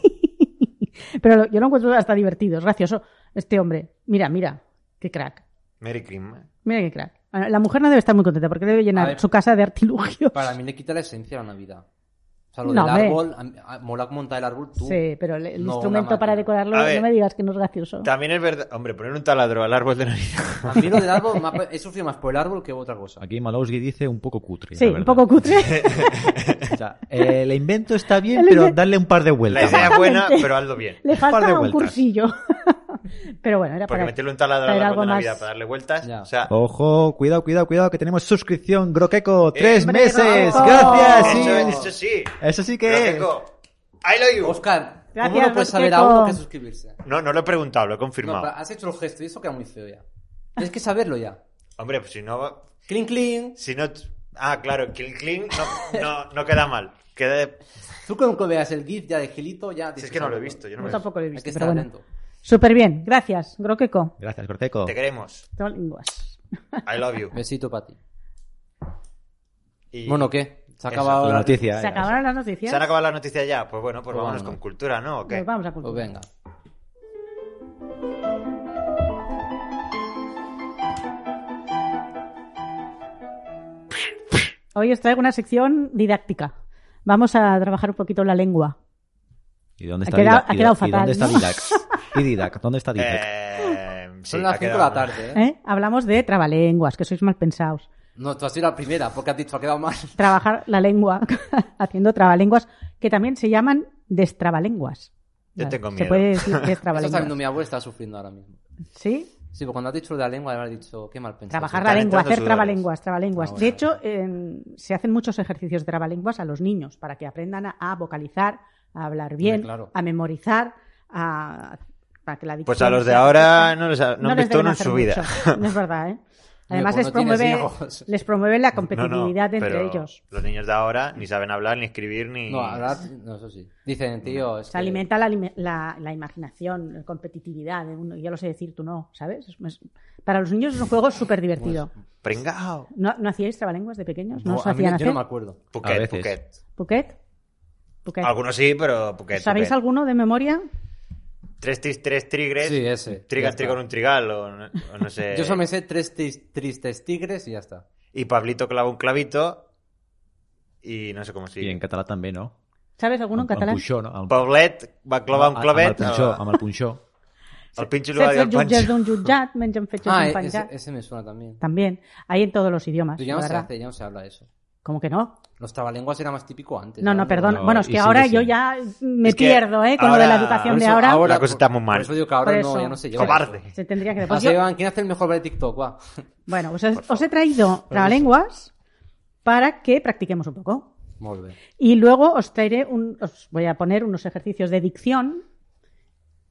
Speaker 2: Pero lo- yo lo encuentro hasta divertido, es gracioso. Este hombre, mira, mira, qué crack.
Speaker 1: Merry Christmas.
Speaker 2: Mira qué crack. Ah, La mujer no debe estar muy contenta porque debe llenar
Speaker 3: A ver.
Speaker 2: su casa de artilugios.
Speaker 3: Para mí le quita la esencia a la Navidad. O sea, lo
Speaker 2: No,
Speaker 3: del
Speaker 2: hombre.
Speaker 3: árbol, a- a- mola montar el árbol tú.
Speaker 2: Sí, pero el, el
Speaker 3: No, una
Speaker 2: instrumento para
Speaker 3: máquina.
Speaker 2: decorarlo,
Speaker 1: A
Speaker 2: no
Speaker 1: ver.
Speaker 2: me digas que no es gracioso.
Speaker 1: También es verdad. Hombre, poner un taladro al árbol de Navidad.
Speaker 3: A mí lo del árbol me ha- he sufrido más por el árbol que otra cosa.
Speaker 4: Aquí Malowski dice un poco cutre.
Speaker 2: Sí,
Speaker 4: la
Speaker 2: un
Speaker 4: verdad.
Speaker 2: poco cutre.
Speaker 4: O sea, el invento está bien,
Speaker 2: El
Speaker 4: pero
Speaker 2: invento-
Speaker 4: darle un par de
Speaker 1: La
Speaker 4: vueltas.
Speaker 1: idea es buena,
Speaker 2: Exactamente.
Speaker 1: pero hazlo bien.
Speaker 2: Le
Speaker 4: par de
Speaker 2: falta un
Speaker 4: vueltas.
Speaker 2: cursillo. pero bueno, era
Speaker 1: Porque
Speaker 2: para...
Speaker 1: meterle un taladro al
Speaker 2: traer
Speaker 1: árbol de
Speaker 2: algo más-
Speaker 1: Navidad para darle vueltas.
Speaker 3: Ya. Oh.
Speaker 1: O sea,
Speaker 4: Ojo, cuidado, cuidado, cuidado, que tenemos suscripción, Groqueco, tres
Speaker 2: hombre,
Speaker 4: meses.
Speaker 2: Groqueco.
Speaker 4: Gracias. sí.
Speaker 1: eso,
Speaker 4: Eso,
Speaker 1: eso sí.
Speaker 4: sí que es.
Speaker 1: Groteco. I love you.
Speaker 3: Oscar, ¿cómo
Speaker 2: Gracias,
Speaker 3: no puedes saber
Speaker 2: Rosqueco.
Speaker 3: a uno que suscribirse?
Speaker 1: No, no lo he preguntado, lo he
Speaker 3: No,
Speaker 1: confirmado.
Speaker 3: pero has hecho el gesto y eso queda muy feo ya. Tienes que saberlo ya.
Speaker 1: Hombre, pues si no.
Speaker 3: Clean, clean.
Speaker 1: Si no. Ah, claro, Kill Clean no, no, no queda mal. Queda de-
Speaker 3: Tú con que veas el GIF ya de Gilito, ya...
Speaker 1: Si
Speaker 3: tienes
Speaker 1: es que no lo he
Speaker 3: saberlo.
Speaker 1: visto, yo no
Speaker 2: Yo
Speaker 1: me
Speaker 2: tampoco lo he
Speaker 3: Hay
Speaker 2: visto,
Speaker 3: que
Speaker 2: pero
Speaker 3: estar
Speaker 2: bueno.
Speaker 3: atento.
Speaker 2: Súper bien, gracias, Groqueco.
Speaker 4: Gracias, Groqueco.
Speaker 1: Te queremos.
Speaker 2: Linguas.
Speaker 1: I love you.
Speaker 3: Besito para ti.
Speaker 1: Y-
Speaker 3: Bueno, ¿qué?
Speaker 1: Eso,
Speaker 3: Se acaba
Speaker 4: La noticia.
Speaker 2: ¿Se
Speaker 4: eh.
Speaker 2: acabaron las noticias?
Speaker 1: ¿Se han acabado las noticias ya? Pues bueno, pues
Speaker 3: Pues
Speaker 1: vámonos
Speaker 3: vámonos.
Speaker 1: con cultura, ¿no? ¿O qué?
Speaker 2: Pues vamos a
Speaker 3: Pues
Speaker 2: cultura.
Speaker 3: venga.
Speaker 2: Hoy os traigo una sección didáctica. Vamos a trabajar un poquito la lengua.
Speaker 4: ¿Y dónde
Speaker 2: Ha
Speaker 4: está
Speaker 2: quedado-
Speaker 4: Didac?
Speaker 2: ha quedado
Speaker 4: ¿Y dónde está
Speaker 2: fatal, ¿no?
Speaker 4: Didac? ¿Y Didac? ¿Dónde está Didac?
Speaker 1: Eh, sí,
Speaker 3: Son las
Speaker 1: ha
Speaker 3: 5
Speaker 1: quedado
Speaker 3: de la
Speaker 1: mal.
Speaker 3: tarde, ¿eh?
Speaker 2: ¿Eh? Hablamos de trabalenguas, que sois mal pensados.
Speaker 3: No, tú has sido la primera, porque has dicho, ha quedado mal.
Speaker 2: Trabajar la lengua haciendo trabalenguas, que también se llaman destrabalenguas.
Speaker 1: Yo tengo
Speaker 2: Se
Speaker 1: miedo.
Speaker 2: puede decir
Speaker 3: Eso está viendo
Speaker 2: destrabalenguas.
Speaker 3: mi abuela, está sufriendo ahora mismo.
Speaker 2: ¿Sí?
Speaker 3: Sí, porque cuando has dicho lo de la lengua, habrás dicho, qué mal pensado.
Speaker 2: Trabajar
Speaker 1: Están
Speaker 2: la lengua,
Speaker 1: entrando
Speaker 2: hacer
Speaker 1: sudores.
Speaker 2: trabalenguas, trabalenguas.
Speaker 3: Ah, bueno.
Speaker 2: De hecho, eh, se hacen muchos ejercicios de trabalenguas a los niños para que aprendan a, a vocalizar, a hablar bien,
Speaker 3: claro.
Speaker 2: a memorizar, a, para que la
Speaker 1: Pues
Speaker 2: dicción
Speaker 1: a los de
Speaker 2: sea
Speaker 1: ahora
Speaker 2: perfecta.
Speaker 1: no les ha, no han
Speaker 2: les
Speaker 1: visto
Speaker 2: deben
Speaker 1: uno en
Speaker 2: hacer
Speaker 1: su vida.
Speaker 2: mucho. No es verdad, ¿eh? Además
Speaker 3: pues
Speaker 2: les,
Speaker 3: no tienes
Speaker 2: promueve,
Speaker 3: hijos.
Speaker 2: les promueve la
Speaker 1: No, no,
Speaker 2: competitividad entre
Speaker 1: pero
Speaker 2: ellos.
Speaker 1: Los niños de ahora ni saben hablar, ni escribir, ni.
Speaker 3: No, ahora, no, eso sí. Dicen, tío, es
Speaker 2: Se
Speaker 3: que-
Speaker 2: alimenta la, alime- la- la imaginación, la competitividad. de uno, yo lo sé decir, tú no, ¿sabes? Es- es- para los niños es un juego súper divertido.
Speaker 1: Pringao.
Speaker 2: ¿No, no hacíais trabalenguas de pequeños? ¿No,
Speaker 3: Pues, No,
Speaker 2: os
Speaker 3: a mí,
Speaker 2: hacían
Speaker 3: yo
Speaker 2: hacer?
Speaker 3: no me acuerdo.
Speaker 1: Puquet,
Speaker 4: A veces.
Speaker 1: Puquet.
Speaker 2: ¿Puquet? ¿Puquet?
Speaker 1: Algunos sí, pero Puquet.
Speaker 2: ¿Sabéis
Speaker 1: Puquet.
Speaker 2: alguno de memoria?
Speaker 1: Tres, tris, tres trigres.
Speaker 3: Sí, ese. Ya
Speaker 1: Trigas,
Speaker 3: está.
Speaker 1: trigo en un trigal, o no, o no sé.
Speaker 3: Yo solo me sé tres tis- tristes tigres y ya está.
Speaker 1: Y Pablito clava un clavito. Y no sé cómo
Speaker 4: Y en
Speaker 1: sigue.
Speaker 4: catalán también, ¿no?
Speaker 2: ¿Sabes alguno en
Speaker 4: Am-
Speaker 2: catalán?
Speaker 4: ampuixó, ¿no? Am-
Speaker 1: Poblet va clavar un clavet.
Speaker 4: Amb el punxó, amb el punxó.
Speaker 1: El pinche lo va
Speaker 2: Sets
Speaker 1: a
Speaker 2: dels jutges
Speaker 1: pancho.
Speaker 2: d'un jutjat, mengen fetges
Speaker 3: Ah,
Speaker 2: d'un
Speaker 3: e- ese,
Speaker 2: penjat.
Speaker 3: ese me suena también.
Speaker 2: También. Hay en todos los idiomas,
Speaker 3: Pero ya
Speaker 2: Ah, la
Speaker 3: no se
Speaker 2: verdad.
Speaker 3: hace, ya no se habla eso.
Speaker 2: ¿Cómo que no?
Speaker 3: Los trabalenguas era más típico antes. Ah,
Speaker 2: No, no, perdón.
Speaker 4: No,
Speaker 2: bueno, es
Speaker 4: y
Speaker 2: que
Speaker 4: sigue
Speaker 2: ahora yo
Speaker 4: siendo.
Speaker 2: ya me
Speaker 1: Es que
Speaker 2: pierdo, ¿eh? Con lo de la
Speaker 1: ahora-
Speaker 2: educación
Speaker 1: por
Speaker 2: de
Speaker 1: eso
Speaker 2: ahora,
Speaker 1: La cosa está muy mal.
Speaker 3: Por eso digo que ahora
Speaker 2: Por
Speaker 3: no,
Speaker 2: eso.
Speaker 3: ya no se lleva.
Speaker 1: Cobarde.
Speaker 2: se tendría que...
Speaker 3: eso.
Speaker 2: Pues
Speaker 3: Ah, se
Speaker 2: yo-
Speaker 3: llevan- ¿Quién hace el mejor baile de TikTok? Va.
Speaker 2: Bueno, pues os, os he traído trabalenguas para que practiquemos un poco.
Speaker 3: Muy bien.
Speaker 2: Y luego os traeré un... Os voy a poner unos ejercicios de dicción.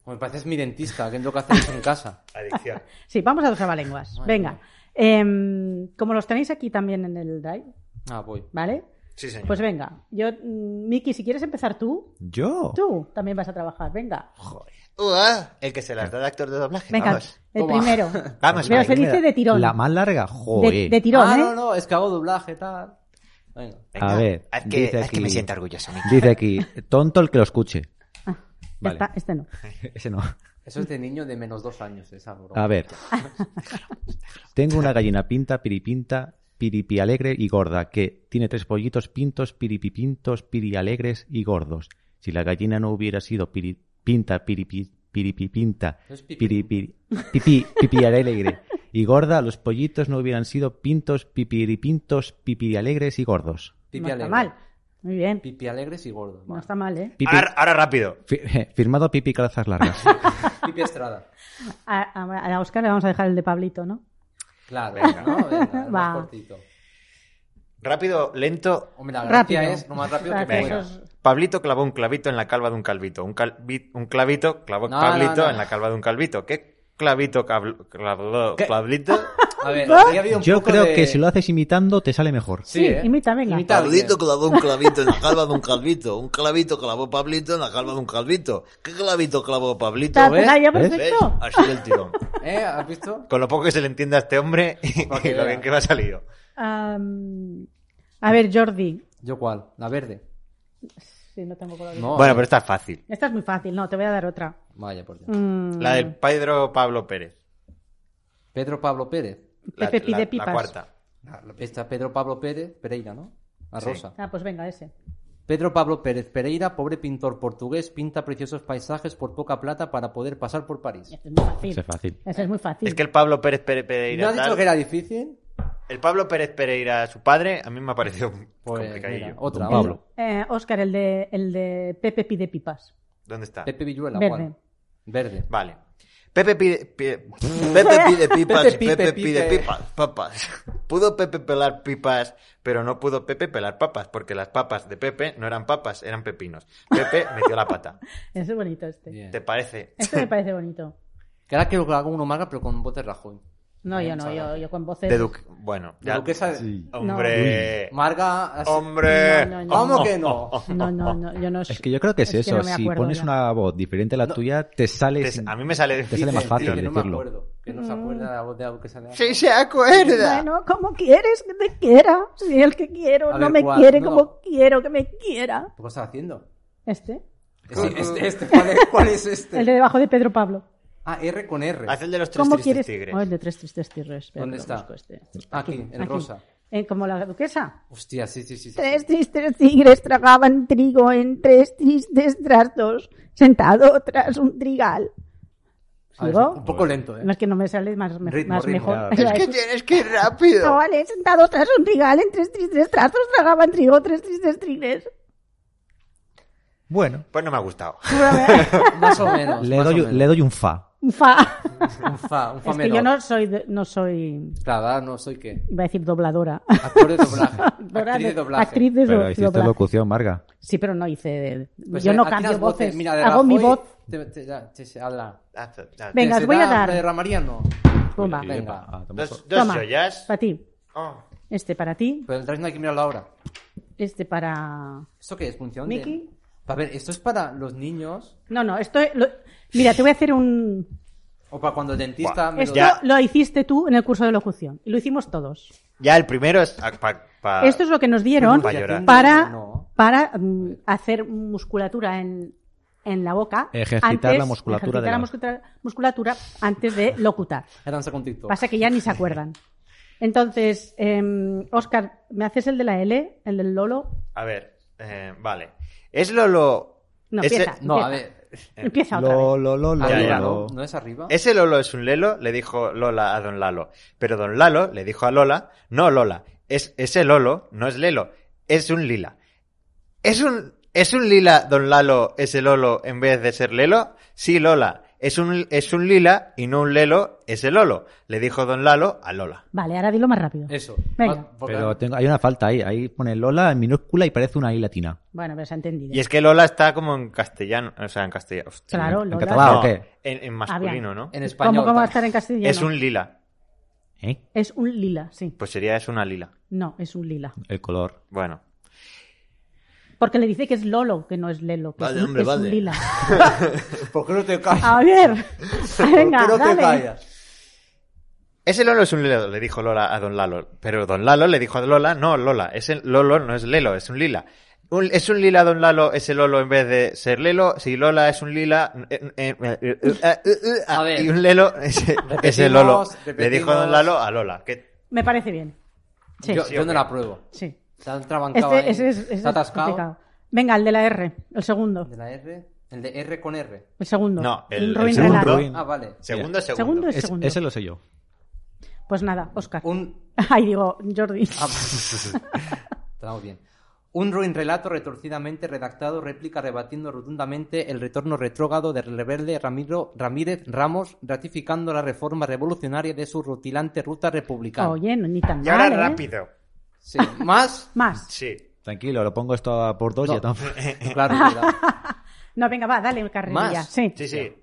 Speaker 3: Pues Me pareces mi dentista, que es lo que hacemos en casa.
Speaker 1: Adicción.
Speaker 2: Sí, vamos a los trabalenguas.
Speaker 3: Madre
Speaker 2: Venga.
Speaker 3: mía.
Speaker 2: Em, como los tenéis aquí también en el drive,
Speaker 3: Ah, voy.
Speaker 2: ¿vale?
Speaker 1: Sí, señor.
Speaker 2: Pues venga, yo, mm, Miki, si quieres empezar tú,
Speaker 4: ¿Yo?
Speaker 2: tú también vas a trabajar, venga.
Speaker 1: Uah, el que se las da de actor de doblaje.
Speaker 2: Venga,
Speaker 1: Vamos.
Speaker 2: el
Speaker 3: Toma.
Speaker 2: primero.
Speaker 4: Ah,
Speaker 1: Vamos,
Speaker 2: Pero se
Speaker 1: Mike.
Speaker 2: dice de tirón.
Speaker 4: ¿La más larga?
Speaker 2: de,
Speaker 4: Joder.
Speaker 2: de tirón,
Speaker 3: ah,
Speaker 2: ¿eh?
Speaker 3: no, no, es que hago doblaje, tal. Venga.
Speaker 4: A ver,
Speaker 1: haz que,
Speaker 4: dice
Speaker 1: haz que
Speaker 4: aquí-
Speaker 1: me sienta orgulloso. Miki.
Speaker 4: Dice aquí, tonto el que lo escuche.
Speaker 2: Ah, ya
Speaker 4: Vale.
Speaker 2: está, este no.
Speaker 4: Ese no.
Speaker 3: Eso es de niño de menos dos años, esa broma.
Speaker 4: A ver. Tengo una gallina pinta, piripinta, piripi alegre y gorda, que tiene tres pollitos pintos, piripipintos, pirialegres y gordos. Si la gallina no hubiera sido piri- pinta, piripi, piripipinta,
Speaker 3: Eso es pipí.
Speaker 4: piripi, pipi, pipi alegre y gorda, los pollitos no hubieran sido pintos, pipiripintos, pipirialegres y gordos.
Speaker 3: Pipi
Speaker 2: no está
Speaker 3: alegre.
Speaker 2: mal. Muy bien.
Speaker 3: Pipi alegres y gordos.
Speaker 2: No
Speaker 3: vale.
Speaker 2: está mal, ¿eh?
Speaker 4: Pipi-
Speaker 1: Ahora, ahora rápido.
Speaker 4: fi- firmado Pipi Calzas Largas.
Speaker 3: Pipi Estrada.
Speaker 2: A, a- a Oscar le vamos a dejar el de Pablito, ¿no?
Speaker 3: Claro,
Speaker 1: Venga.
Speaker 3: ¿no? Venga, es
Speaker 2: Va.
Speaker 3: más cortito.
Speaker 1: Rápido, lento.
Speaker 3: Hombre, la
Speaker 2: Rápido.
Speaker 3: gracia es lo más rápido que
Speaker 2: Para que
Speaker 1: Venga.
Speaker 3: puedas.
Speaker 2: esos-
Speaker 1: Pablito clavó un clavito en la calva de un calvito. Un, calvi- un clavito clavó
Speaker 3: No,
Speaker 1: Pablito
Speaker 3: no, no.
Speaker 1: en la calva de un calvito. ¿Qué clavito cabl- clavó
Speaker 3: ¿Qué?
Speaker 1: Pablito?
Speaker 3: A ver, aquí ha habido un
Speaker 4: Yo
Speaker 3: poco
Speaker 4: creo
Speaker 3: de- ¿eh?
Speaker 4: que si lo haces imitando te sale mejor.
Speaker 2: Sí, imita, venga.
Speaker 3: Imita bien.
Speaker 5: clavó un clavito en la calva de un calvito. Un clavito clavó Pablito en la calva de un calvito. ¿Qué clavito clavó Pablito?
Speaker 2: Ta- ta-
Speaker 3: ¿ves?
Speaker 2: ta- ya
Speaker 4: ¿Ves?
Speaker 1: ¿Ves?
Speaker 2: perfecto.
Speaker 1: ¿Eh? Así del tirón.
Speaker 3: ¿Eh? ¿Has visto?
Speaker 1: Con lo poco que se le entiende a este hombre y,
Speaker 3: Para que
Speaker 1: y lo
Speaker 3: vea.
Speaker 1: bien que me ha salido.
Speaker 2: Am, a ver, Jordi.
Speaker 3: ¿Yo cuál? La verde.
Speaker 2: Sí, no tengo color.
Speaker 3: No.
Speaker 1: Bueno, pero esta es fácil.
Speaker 2: Esta es muy fácil, no, te voy a dar otra.
Speaker 3: Vaya, por Dios.
Speaker 2: Mm,
Speaker 1: La del Pedro Pablo Pérez.
Speaker 3: Pedro Pablo Pérez.
Speaker 1: La,
Speaker 2: Pepe pide
Speaker 1: la- la
Speaker 2: pipas.
Speaker 1: cuarta.
Speaker 3: Está Pedro Pablo Pérez Pereira, ¿no? A
Speaker 1: Sí.
Speaker 3: Rosa.
Speaker 2: Ah, pues venga, ese.
Speaker 3: Pedro Pablo Pérez Pereira, pobre pintor portugués, pinta preciosos paisajes por poca plata para poder pasar por París.
Speaker 2: Este es muy fácil.
Speaker 4: Ese es fácil.
Speaker 2: Ese es muy fácil.
Speaker 1: Es que el Pablo Pérez Pérez
Speaker 3: ¿No
Speaker 1: Pereira.
Speaker 3: ha dicho
Speaker 1: tal-
Speaker 3: que era difícil?
Speaker 1: El Pablo Pérez Pereira, su padre, a mí me ha parecido
Speaker 3: Pues
Speaker 1: complicadillo.
Speaker 3: mira, otra,
Speaker 4: Don Pablo.
Speaker 3: otra.
Speaker 2: Eh, Oscar, el de, el de Pepe pide pipas.
Speaker 1: ¿Dónde está?
Speaker 3: Pepe Villuela,
Speaker 2: Verde.
Speaker 3: Juan. Verde.
Speaker 1: Vale. Pepe pide. pide-
Speaker 5: Pepe pide pipas,
Speaker 3: Pepe
Speaker 5: Pepe,
Speaker 3: pipe,
Speaker 5: pide
Speaker 3: pipe.
Speaker 5: pipas, papas.
Speaker 1: Pudo Pepe pelar pipas, pero no pudo Pepe pelar papas, porque las papas de Pepe no eran papas, eran pepinos. Pepe metió la pata.
Speaker 2: Ese es bonito este.
Speaker 3: Bien.
Speaker 1: ¿Te parece?
Speaker 2: Este me parece bonito.
Speaker 3: Que ahora quiero que haga uno maga, pero con voz de Rajoy.
Speaker 2: No, yo no,
Speaker 1: Muchas
Speaker 2: yo,
Speaker 1: gracias.
Speaker 2: yo con voces.
Speaker 1: De Duque. Bueno,
Speaker 3: La
Speaker 1: ya.
Speaker 3: duquesa de-
Speaker 4: Sí.
Speaker 1: Hombre.
Speaker 3: Marga... así-
Speaker 1: Hombre.
Speaker 2: No, no, no.
Speaker 3: ¿Cómo que no?
Speaker 2: No, no, no, yo no
Speaker 4: Es que yo creo que es, eso.
Speaker 2: no me
Speaker 4: si
Speaker 2: acuerdo
Speaker 4: pones
Speaker 2: ya.
Speaker 4: una voz diferente a la
Speaker 3: No.
Speaker 4: tuya, te sale.
Speaker 1: Te-
Speaker 4: sin-
Speaker 1: A mí me sale difícil.
Speaker 4: sale más
Speaker 3: Dice-
Speaker 4: fácil
Speaker 3: dice que no me
Speaker 4: decirlo.
Speaker 3: acuerdo, que no se acuerda de la voz de la duquesa de
Speaker 1: Sí, se acuerda.
Speaker 2: Bueno, como quieres que te quiera. Si el que quiero
Speaker 3: A
Speaker 2: no
Speaker 3: ver,
Speaker 2: me
Speaker 3: ¿cuál?
Speaker 2: quiere
Speaker 3: No.
Speaker 2: como quiero que me quiera.
Speaker 3: ¿Qué estás haciendo?
Speaker 2: Este.
Speaker 3: Ese- Este, este, ¿cuál, es, cuál es este?
Speaker 2: El de debajo de Pedro Pablo.
Speaker 3: Ah, R con R.
Speaker 1: Haz el de los tres
Speaker 2: ¿Cómo
Speaker 1: tristes
Speaker 2: quieres?
Speaker 1: tigres.
Speaker 2: Oh, el de tres tristes tigres. Espera,
Speaker 3: ¿Dónde
Speaker 2: que lo
Speaker 3: está?
Speaker 2: busco este.
Speaker 3: Aquí, en
Speaker 2: Aquí.
Speaker 3: rosa.
Speaker 2: Eh, como la duquesa.
Speaker 3: Hostia, sí, sí, sí. sí.
Speaker 2: Tres tristes tigres tragaban trigo en tres tristes trastos, sentado tras un trigal.
Speaker 3: A ver,
Speaker 2: ¿Sigo?
Speaker 3: un poco lento, Ah, ¿eh?
Speaker 2: No es que no me sale más, me-
Speaker 3: Ritmo,
Speaker 2: más
Speaker 3: ritmo.
Speaker 2: mejor.
Speaker 4: Claro.
Speaker 2: Es que-
Speaker 1: tienes que ir rápido.
Speaker 2: Chavales, sentados eh, tras un trigal en tres tristes trastos, tragaban trigo, tres tristes tigres.
Speaker 4: Bueno,
Speaker 1: Pues no me ha gustado.
Speaker 3: Más o menos.
Speaker 4: le
Speaker 3: más o
Speaker 4: doy,
Speaker 3: menos.
Speaker 4: le doy un fa.
Speaker 2: Fa.
Speaker 3: Un fa, un fa
Speaker 2: Es que
Speaker 3: menor.
Speaker 2: yo no soy, de- no soy,
Speaker 3: Claro, ahora no soy qué.
Speaker 2: iba a decir dobladora.
Speaker 3: Actor de doblaje. actriz de doblaje.
Speaker 2: Actriz de do-
Speaker 4: Pero hiciste
Speaker 2: doblaje.
Speaker 4: locución, Marga.
Speaker 2: Sí, pero no hice. de-
Speaker 3: Pues,
Speaker 2: yo
Speaker 3: eh,
Speaker 2: no
Speaker 3: aquí
Speaker 2: cambio
Speaker 3: las voces,
Speaker 2: voces.
Speaker 3: Mira, de
Speaker 2: Hago mi
Speaker 3: Rajoy,
Speaker 2: voz.
Speaker 3: Te, te, da- te, se- hazla.
Speaker 1: Haz- haz-
Speaker 2: Venga,
Speaker 3: Te
Speaker 2: os voy a
Speaker 3: será
Speaker 2: dar.
Speaker 3: De Ramariano.
Speaker 2: Pumba.
Speaker 3: Venga.
Speaker 4: Ah, toma
Speaker 1: Dos,
Speaker 4: eso.
Speaker 1: dos
Speaker 2: Toma.
Speaker 1: joyas.
Speaker 2: Para ti.
Speaker 1: Oh.
Speaker 2: Este para ti.
Speaker 3: Pero el traje no hay que mirarlo ahora.
Speaker 2: Este para.
Speaker 3: ¿Esto qué es? ¿Función
Speaker 2: Miki.
Speaker 3: de...? A ver, ¿esto es para los niños
Speaker 2: No, no, esto. lo- Mira, te voy a hacer un.
Speaker 3: o para cuando el dentista me
Speaker 2: Esto
Speaker 3: lo
Speaker 1: Ya.
Speaker 3: da?
Speaker 2: lo hiciste tú en el curso de locución. Y lo hicimos todos.
Speaker 1: Ya el primero es. ah, pa- pa-
Speaker 2: Esto es lo que nos dieron
Speaker 1: Para llorar.
Speaker 2: para,
Speaker 3: No.
Speaker 2: para mm, hacer musculatura en, en la boca.
Speaker 4: Ejercitar la musculatura
Speaker 2: ejercitar
Speaker 4: de
Speaker 2: la
Speaker 4: la-
Speaker 2: musculatura- musculatura antes de locutar.
Speaker 3: Ya danza con TikTok.
Speaker 2: Pasa que ya ni se acuerdan. Entonces, Oscar, ¿me haces el de la L? ¿El del Lolo?
Speaker 1: A ver, eh, vale. Es Lolo.
Speaker 2: No,
Speaker 1: Ese-
Speaker 2: empieza.
Speaker 3: No, a
Speaker 2: empieza.
Speaker 3: ver.
Speaker 2: Empieza otra
Speaker 4: Lo,
Speaker 2: vez.
Speaker 4: lo, lo, lo,
Speaker 1: Ya,
Speaker 3: Arriba,
Speaker 1: ya.
Speaker 3: ¿no?
Speaker 4: lo.
Speaker 3: ¿No es arriba?
Speaker 1: Ese Lolo es un Lelo, le dijo Lola a don Lalo. Pero don Lalo le dijo a Lola, no Lola, es ese Lolo, no es Lelo, es un lila. ¿Es un, ¿Es un lila don Lalo ese Lolo en vez de ser Lelo? Sí, Lola, es un, es un lila y no un Lelo, ese Lolo, le dijo don Lalo a Lola.
Speaker 2: Vale, ahora dilo más rápido.
Speaker 3: Eso.
Speaker 2: Venga.
Speaker 3: Ah, porque-
Speaker 4: Pero tengo, hay una falta ahí. Ahí pone Lola en minúscula y parece una I latina.
Speaker 2: Bueno, pero se ha entendido.
Speaker 1: Y es que Lola está como en castellano, o sea, en castellano. hostia.
Speaker 2: Claro,
Speaker 4: en
Speaker 2: Lola.
Speaker 4: catalán. Ah,
Speaker 1: No,
Speaker 4: ¿o qué?
Speaker 1: En, en masculino, ¿no?
Speaker 3: En
Speaker 2: ¿Cómo,
Speaker 3: español.
Speaker 2: ¿Cómo va a
Speaker 3: tal.
Speaker 2: estar en castellano?
Speaker 1: Es un lila,
Speaker 4: ¿Eh?
Speaker 2: Es un lila, sí.
Speaker 1: pues sería es una lila.
Speaker 2: No, es un lila.
Speaker 4: El color.
Speaker 1: Bueno.
Speaker 2: Porque le dice que es Lolo, que no es Lelo. Que
Speaker 5: Vale,
Speaker 2: es un,
Speaker 5: hombre,
Speaker 2: es un
Speaker 5: vale.
Speaker 2: lila.
Speaker 3: ¿Por qué no te callas?
Speaker 2: A ver. Ah, Venga,
Speaker 3: ¿Por qué no
Speaker 2: dale.
Speaker 3: te callas?
Speaker 1: Ese Lolo es un Lelo, le dijo Lola a Don Lalo. Pero Don Lalo le dijo a Lola, no, Lola, ese Lolo no es Lelo, es un Lila. Un- es un Lila Don Lalo ese Lolo en vez de ser Lelo. Si Lola es un Lila... eh, eh, eh, eh, eh, eh, eh, eh,
Speaker 3: A ver.
Speaker 1: Y un Lelo ese, ese
Speaker 3: Repetimos,
Speaker 1: Lolo. Le
Speaker 3: repetimos.
Speaker 1: dijo Don Lalo a Lola. Que,
Speaker 2: Me parece bien. Sí,
Speaker 3: Yo,
Speaker 1: Sí,
Speaker 3: yo no
Speaker 1: ok.
Speaker 3: la apruebo.
Speaker 2: sí.
Speaker 3: Se han trabancado
Speaker 2: Este,
Speaker 3: ahí.
Speaker 2: ese es, ese es
Speaker 3: Está atascado.
Speaker 2: complicado. Venga, el de la R, el segundo.
Speaker 3: De la R. El de R con R.
Speaker 2: El segundo.
Speaker 1: No, el-
Speaker 2: Ruin
Speaker 1: el
Speaker 4: segundo.
Speaker 2: Renato.
Speaker 4: Ruin.
Speaker 3: Ah, vale.
Speaker 1: segundo, segundo.
Speaker 2: Segundo es
Speaker 4: Es-
Speaker 2: segundo.
Speaker 4: ese lo sé yo.
Speaker 2: Pues nada, Oscar.
Speaker 3: Un.
Speaker 2: Ay, digo, Jordi.
Speaker 3: ah, estamos bien. Un ruin relato retorcidamente redactado, réplica rebatiendo rotundamente el retorno retrógrado del rebelde Ramiro Ramírez Ramos, ratificando la reforma revolucionaria de su rutilante ruta republicana.
Speaker 2: Oye, no, ni tan
Speaker 1: Y ahora
Speaker 2: mal, ¿eh?
Speaker 1: rápido.
Speaker 3: Sí. ¿Más?
Speaker 2: Más.
Speaker 1: Sí.
Speaker 4: Tranquilo, lo pongo esto a por dos
Speaker 3: No.
Speaker 4: y ya estamos.
Speaker 3: Claro, cuidado.
Speaker 2: No, venga, va, dale carrerilla.
Speaker 3: Más.
Speaker 2: Sí.
Speaker 1: Sí, sí.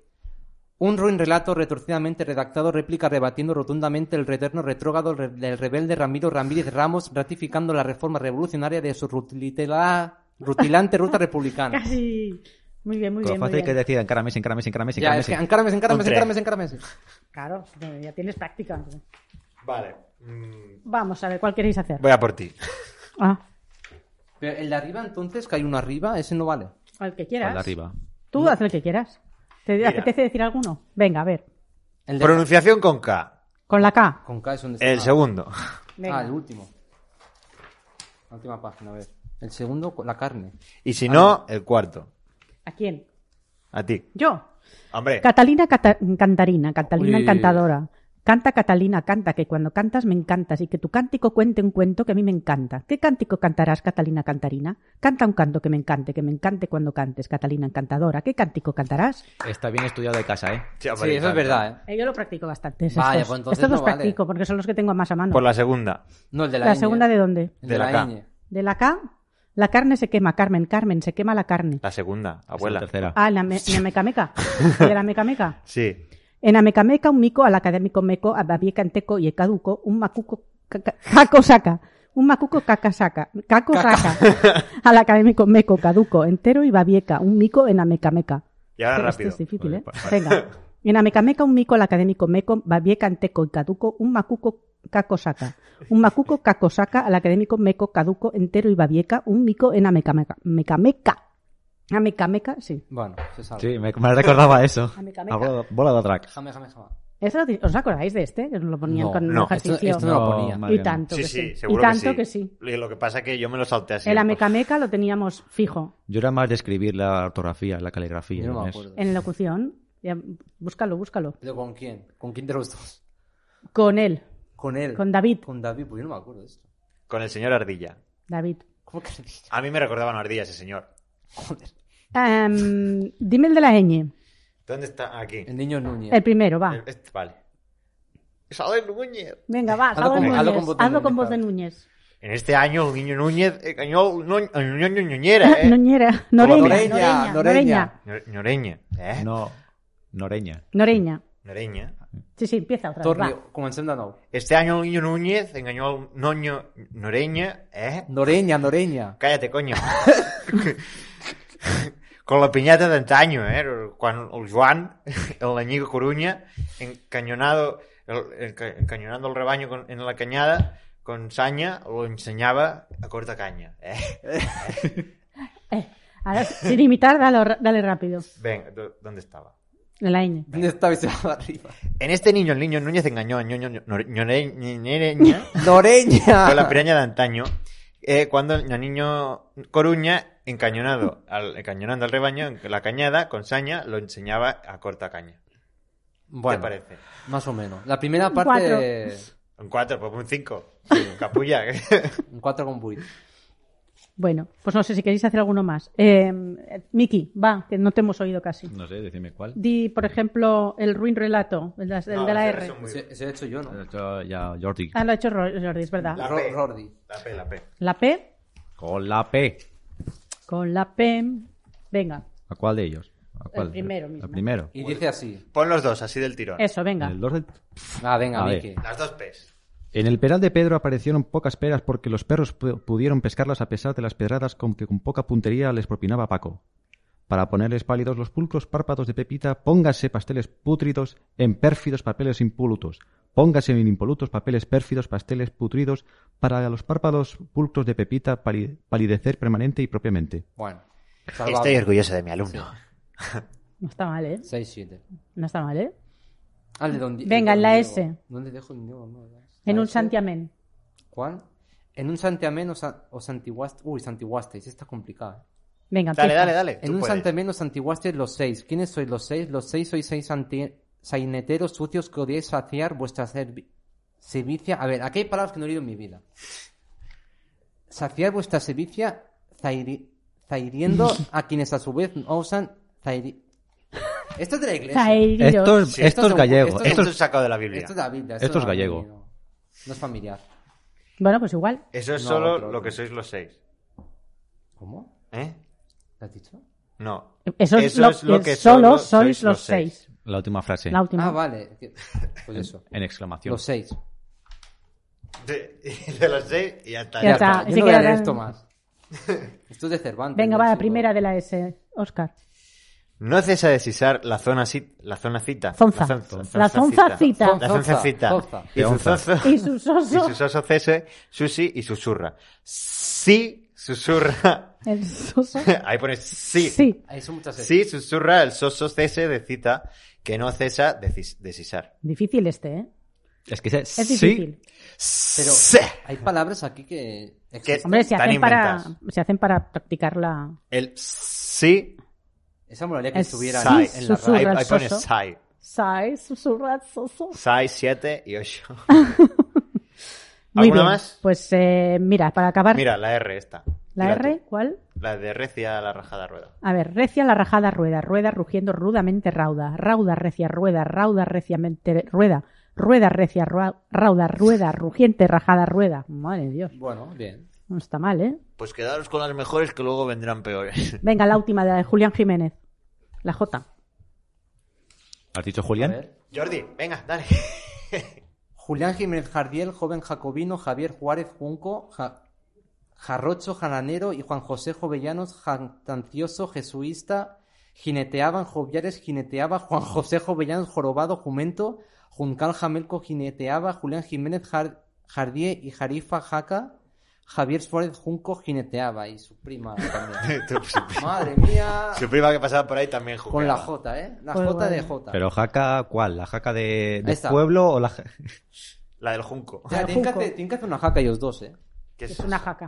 Speaker 3: Un ruin relato retorcidamente redactado, réplica rebatiendo rotundamente el retorno retrógrado re- del rebelde Ramiro Ramírez Ramos, ratificando la reforma revolucionaria de su rutilitela- rutilante ruta republicana.
Speaker 2: Casi. Muy bien, muy
Speaker 4: Con lo
Speaker 2: bien. muy
Speaker 4: fácil que
Speaker 2: bien.
Speaker 4: decir encárame, encárame, encárame,
Speaker 3: Ya, es que encárame, encárame,
Speaker 1: Un tres.
Speaker 3: encárame, encárame.
Speaker 2: Claro, ya tienes práctica.
Speaker 1: Vale. Mm,
Speaker 2: Vamos a ver, ¿cuál queréis hacer?
Speaker 1: Voy a por ti.
Speaker 2: Ah,
Speaker 3: Pero el de arriba, entonces, que hay uno arriba, ese no vale.
Speaker 2: el que quieras.
Speaker 4: arriba.
Speaker 2: Tú haz el que quieras. ¿Te
Speaker 1: Mira.
Speaker 2: apetece decir alguno? Venga, a ver.
Speaker 3: El de-
Speaker 1: Pronunciación con K.
Speaker 2: Con la K.
Speaker 3: Con K es un
Speaker 1: El
Speaker 3: ah,
Speaker 1: segundo.
Speaker 2: Venga.
Speaker 3: Ah, el último. La última página, a ver. El segundo, la carne.
Speaker 1: Y si no, el cuarto.
Speaker 2: ¿A quién?
Speaker 1: A ti.
Speaker 2: Yo.
Speaker 1: Hombre,
Speaker 2: Catalina Cata- Cantarina, Catalina
Speaker 3: Uy.
Speaker 2: Encantadora. Canta Catalina, canta, que cuando cantas me encantas y que tu cántico cuente un cuento que a mí me encanta. ¿Qué cántico cantarás, Catalina Cantarina? Canta un canto que me encante, que me encante cuando cantes, Catalina Encantadora. ¿Qué cántico cantarás?
Speaker 4: Está bien estudiado de casa, ¿eh?
Speaker 1: Sí,
Speaker 3: Sí, eso es verdad, ¿eh?
Speaker 2: Eh, yo lo practico bastante. es
Speaker 3: Vaya,
Speaker 2: estos.
Speaker 3: pues entonces
Speaker 2: Estos los
Speaker 3: no vale.
Speaker 2: practico porque son los que tengo más
Speaker 3: ¿eh?
Speaker 2: a mano.
Speaker 1: por la segunda.
Speaker 3: No, el de la, ¿eh?
Speaker 2: ¿La segunda de dónde?
Speaker 1: de la K.
Speaker 2: ¿De la K? La carne se quema, Carmen, Carmen, se quema la carne.
Speaker 3: Ah.
Speaker 1: La segunda,
Speaker 4: Abuela.
Speaker 1: abuela.
Speaker 4: tercera.
Speaker 2: Ah, la, me- la mecameca. ¿De la mecameca?
Speaker 1: Sí.
Speaker 2: En Amecameca, un mico al académico meco, a babieca enteco y ecaduco, un macuco caca- caco saca. Un macuco caca saca. Caco saca. Al académico meco, caduco, entero y babieca, un mico en Amecameca.
Speaker 1: Y ahora
Speaker 2: Pero
Speaker 1: rápido.
Speaker 2: Esto es difícil, ¿eh?
Speaker 1: Vale, vale.
Speaker 2: Venga. En Amecameca, un mico al académico meco, babieca enteco y caduco, un macuco caco saca. Un macuco caco saca al académico meco, caduco, entero y babieca, un mico en Amecameca. Amecameca. Amecameca, sí.
Speaker 3: Bueno, se salva.
Speaker 4: Sí, me, me recordaba eso.
Speaker 2: Amecameca.
Speaker 4: A bola, bola de track.
Speaker 3: Déjame, déjame, déjame.
Speaker 2: ¿Eso lo ti- ¿Os acordáis de este? Que nos lo ponían
Speaker 3: No,
Speaker 2: con un
Speaker 1: no,
Speaker 2: ejercicio.
Speaker 3: esto- esto no lo ponía.
Speaker 4: madre
Speaker 2: Y
Speaker 4: mía.
Speaker 2: tanto
Speaker 1: Sí,
Speaker 2: que
Speaker 1: sí,
Speaker 2: sí.
Speaker 1: seguro
Speaker 2: y tanto
Speaker 1: que, sí.
Speaker 2: sí.
Speaker 1: Y Lo que pasa es que yo me lo salté así.
Speaker 2: El amecameca lo teníamos fijo
Speaker 4: Yo era más de escribir la ortografía, la caligrafía.
Speaker 3: Yo no me
Speaker 4: ¿ves?
Speaker 3: acuerdo.
Speaker 2: en locución. Ya, búscalo, búscalo.
Speaker 3: ¿Pero con quién? ¿Con quién de los dos?
Speaker 2: Con él,
Speaker 3: Con él.
Speaker 2: con David.
Speaker 3: Con David, pues yo no me acuerdo de esto.
Speaker 1: Con el señor Ardilla.
Speaker 2: David.
Speaker 3: ¿Cómo que le dije?
Speaker 1: A mí me recordaban a Ardilla ese señor.
Speaker 3: Joder.
Speaker 2: Em, dime el de la ñ.
Speaker 1: ¿Dónde está? Aquí.
Speaker 3: El niño Núñez.
Speaker 2: El primero, va.
Speaker 1: El- este, vale. ¡Sale Núñez!
Speaker 2: Venga, va.
Speaker 3: Hazlo
Speaker 2: Hazlo,
Speaker 3: con-
Speaker 2: Núñez.
Speaker 3: hazlo con voz de
Speaker 2: hazlo con
Speaker 3: Núñez,
Speaker 2: voz de
Speaker 3: claro.
Speaker 2: Núñez.
Speaker 1: En este año, el niño Núñez eh, ganó Nú- Ño- Ño-
Speaker 2: Ah,
Speaker 1: Ñoñera, ¿eh?
Speaker 2: Noñera. Noreña, Noreña.
Speaker 3: Noreña, Noreña.
Speaker 2: Noreña.
Speaker 1: Ño- Ñoreña. ¿Eh?
Speaker 4: No, Noreña.
Speaker 2: Noreña.
Speaker 1: Ñoreña.
Speaker 2: Sí, sí, empieza otra vez. va.
Speaker 3: Torrio, comenzando a no.
Speaker 1: Este año el niño Núñez engañó al noño Noreña, ¿eh?
Speaker 3: Noreña, Noreña.
Speaker 1: Cállate, coño. Con la piñata de antaño, ¿eh? Cuando el Juan, el añigo Coruña, encañonado, el- enca- encañonando el rebaño con- en la cañada, con saña, lo enseñaba a corta caña, ¿eh?
Speaker 2: Eh, ahora, sin imitar, dalo- dale, rápido.
Speaker 1: Venga, ¿dó- ¿dónde estaba?
Speaker 2: De la ñ.
Speaker 3: ¿Dónde estaba ese lado arriba?
Speaker 1: En este niño, el niño Núñez engañó a Ñoño Ño- Ñore- Ñore- Ñoreña.
Speaker 3: ¡Noreña!
Speaker 1: con la piraña de antaño, eh, cuando el niño Coruña, encañonado, al, encañonando al rebaño, en la cañada, con saña, lo enseñaba a corta caña.
Speaker 3: Bueno,
Speaker 1: ¿Qué parece?
Speaker 3: más o menos. La primera
Speaker 2: Un cuatro.
Speaker 3: parte...
Speaker 1: Un 4, pues un 5. Capulla. ¿eh?
Speaker 3: Un 4 con Buit.
Speaker 2: Bueno, pues no sé si queréis hacer alguno más. Eh, Miki, va, que no te hemos oído casi.
Speaker 4: No sé, decime cuál.
Speaker 2: Di, por ejemplo, el ruin relato, el de, el
Speaker 1: No,
Speaker 2: de la
Speaker 1: ese
Speaker 2: R.
Speaker 1: es un muy-
Speaker 3: Ese, ese he hecho yo, ¿no?
Speaker 4: Yo- ya, Jordi.
Speaker 2: Ah, lo ha hecho Ro- Jordi, es verdad.
Speaker 1: La
Speaker 3: Ro-
Speaker 1: P.
Speaker 3: Rordi.
Speaker 1: La P, la P.
Speaker 2: La P
Speaker 4: Con la P.
Speaker 2: con la P. Venga,
Speaker 4: ¿A cuál de ellos? ¿A cuál?
Speaker 2: primero
Speaker 4: El
Speaker 2: mismo.
Speaker 4: primero.
Speaker 3: Y dice así.
Speaker 1: Pon los dos, así del tirón.
Speaker 2: eso, venga.
Speaker 4: El dos del-
Speaker 3: Ah, venga,
Speaker 4: A ver.
Speaker 3: Miki.
Speaker 1: Las dos P's.
Speaker 4: En el peral de Pedro aparecieron pocas peras porque los perros pu- pudieron pescarlas a pesar de las pedradas con que con poca puntería les propinaba Paco. Para ponerles pálidos los pulcros párpados de Pepita, póngase pasteles pútridos en pérfidos papeles impolutos. Póngase en impolutos papeles pérfidos pasteles putridos para los párpados pulcros de Pepita pali- palidecer permanente y propiamente.
Speaker 3: Bueno.
Speaker 4: Este
Speaker 1: Estoy orgulloso de mi alumno.
Speaker 2: No está mal, ¿eh?
Speaker 3: 6, 7.
Speaker 2: No está mal, ¿eh?
Speaker 3: Ah, el de donde,
Speaker 2: Venga,
Speaker 3: el
Speaker 2: en
Speaker 3: de
Speaker 2: la
Speaker 3: Diego.
Speaker 2: S.
Speaker 3: ¿Dónde dejo el Diego? No, la-
Speaker 2: En
Speaker 3: la
Speaker 2: un
Speaker 3: S.
Speaker 2: santiamén.
Speaker 3: ¿Cuál? En un santiamén o, san- o santiguaste. Uy, santiguasteis. Esta es complicada.
Speaker 2: Venga,
Speaker 1: Dale,
Speaker 2: empieza.
Speaker 1: dale, dale.
Speaker 3: ¿eh? En
Speaker 1: tú
Speaker 3: un
Speaker 1: puedes.
Speaker 3: santiamén os santiguasteis los seis. ¿Quiénes sois los seis? Los seis sois seis santi- saineteros sucios que odiáis saciar vuestra servi- sevicia. A ver, aquí hay palabras que no he oído en mi vida. Saciar vuestra sevicia zairi- zairiendo a quienes a su vez no osan zairi- Esto es de la iglesia.
Speaker 2: Zairillos.
Speaker 4: Esto es,
Speaker 1: Sí,
Speaker 4: esto
Speaker 3: esto
Speaker 4: es
Speaker 3: es-
Speaker 4: gallego.
Speaker 3: esto es-
Speaker 1: Esto
Speaker 4: Esto
Speaker 1: es sacado de la Biblia.
Speaker 3: Esto es de la Biblia.
Speaker 4: Esto es
Speaker 3: no
Speaker 4: gallego.
Speaker 3: mío. No es familiar.
Speaker 2: Bueno, pues igual.
Speaker 1: Eso es
Speaker 3: No,
Speaker 1: solo
Speaker 3: otro,
Speaker 1: lo
Speaker 3: otro.
Speaker 1: que sois los seis.
Speaker 3: ¿Cómo?
Speaker 1: ¿Eh?
Speaker 3: ¿Lo has dicho?
Speaker 1: No.
Speaker 2: Eso, es, lo, que solo sois los seis.
Speaker 4: es la última frase.
Speaker 2: La última.
Speaker 3: Ah, vale. que- Pues eso.
Speaker 4: En exclamación.
Speaker 3: Los seis.
Speaker 1: De, de los seis y ya está.
Speaker 2: Ya está.
Speaker 3: Yo
Speaker 2: se
Speaker 3: no voy a
Speaker 2: queda
Speaker 3: leer
Speaker 2: la-
Speaker 3: esto más. Esto es de Cervantes.
Speaker 2: Venga,
Speaker 3: del
Speaker 2: va, la
Speaker 3: siglo-
Speaker 2: primera de la S, Oscar.
Speaker 1: No cesa de cisar la zona, ci- la zona cita.
Speaker 2: Zonza.
Speaker 1: La zon-
Speaker 2: La zonza cita.
Speaker 1: La
Speaker 3: Zonza,
Speaker 1: zonza cita.
Speaker 3: zonza.
Speaker 1: Y su
Speaker 4: Zonza.
Speaker 1: zonzo-
Speaker 2: Y sus
Speaker 1: y
Speaker 2: osos.
Speaker 1: su soso cese, sushi y susurra. Sí, susurra.
Speaker 2: El soso.
Speaker 1: Ahí pones sí.
Speaker 2: Sí.
Speaker 3: Ahí son Ah, muchas
Speaker 1: Sí, susurra el soso cese de cita que no cesa de, cis- de cisar.
Speaker 2: Difícil este, ¿eh?
Speaker 4: Es que se-
Speaker 2: Es
Speaker 4: sí.
Speaker 2: difícil.
Speaker 3: Pero
Speaker 1: Sí.
Speaker 3: hay palabras aquí que...
Speaker 1: Que-
Speaker 2: Hombre, se
Speaker 1: Están
Speaker 2: hacen, para,
Speaker 1: inventadas.
Speaker 2: se hacen para practicar la...
Speaker 1: El sí.
Speaker 3: Esa molaría que
Speaker 2: Es-
Speaker 3: estuviera
Speaker 1: sí,
Speaker 3: en la
Speaker 1: Ahí,
Speaker 2: susurra.
Speaker 3: radio.
Speaker 2: Surreal
Speaker 1: ahí pone
Speaker 2: soso.
Speaker 1: sai.
Speaker 2: Sai, susurra, soso.
Speaker 1: Sai 7 y 8.
Speaker 2: Muy
Speaker 1: ¿Alguna
Speaker 2: bien.
Speaker 1: más?
Speaker 2: Pues eh, mira, para acabar,
Speaker 1: Mira, la R esta.
Speaker 2: la
Speaker 1: Mira
Speaker 2: R,
Speaker 1: tú.
Speaker 2: ¿cuál?
Speaker 1: La de recia la rajada rueda.
Speaker 2: A ver, recia la rajada rueda, rueda rugiendo rudamente rauda, rauda recia rueda, rauda reciamente rueda, rueda recia rua- rauda, rueda rugiente rajada rueda. Madre de Dios,
Speaker 3: Bueno, bien.
Speaker 2: no está mal, ¿eh?
Speaker 5: Pues quedaros con las mejores que luego vendrán peores.
Speaker 2: Venga, la última de la de Julián Jiménez, la J.
Speaker 4: ¿Has dicho
Speaker 3: A
Speaker 4: Julián?
Speaker 3: ver.
Speaker 1: Jordi, venga, dale.
Speaker 3: Julián Jiménez Jardiel, joven jacobino, Javier Juárez Junco, Ja- Jarrocho Jananero y Juan José Jovellanos, jactancioso jesuista, jineteaban Joviares, jineteaba Juan José Jovellanos, jorobado Jumento, Juncal Jamelco, jineteaba Julián Jiménez Jar- Jardiel y Jarifa Jaca, Javier Suárez Junco, jineteaba y su prima también. Madre mía,
Speaker 1: Su prima que pasaba por ahí también jugaba.
Speaker 3: con la J, ¿eh? La
Speaker 2: Pues
Speaker 3: J de
Speaker 2: bueno.
Speaker 3: J.
Speaker 4: Pero jaca, ¿cuál? ¿La jaca de,
Speaker 3: Ahí
Speaker 4: de
Speaker 3: está.
Speaker 4: pueblo o la ja-
Speaker 1: La del junco.
Speaker 3: O sea, tienen que, hacer, tienen que hacer una jaca ellos dos, ¿eh?
Speaker 1: Que
Speaker 2: Es una jaca.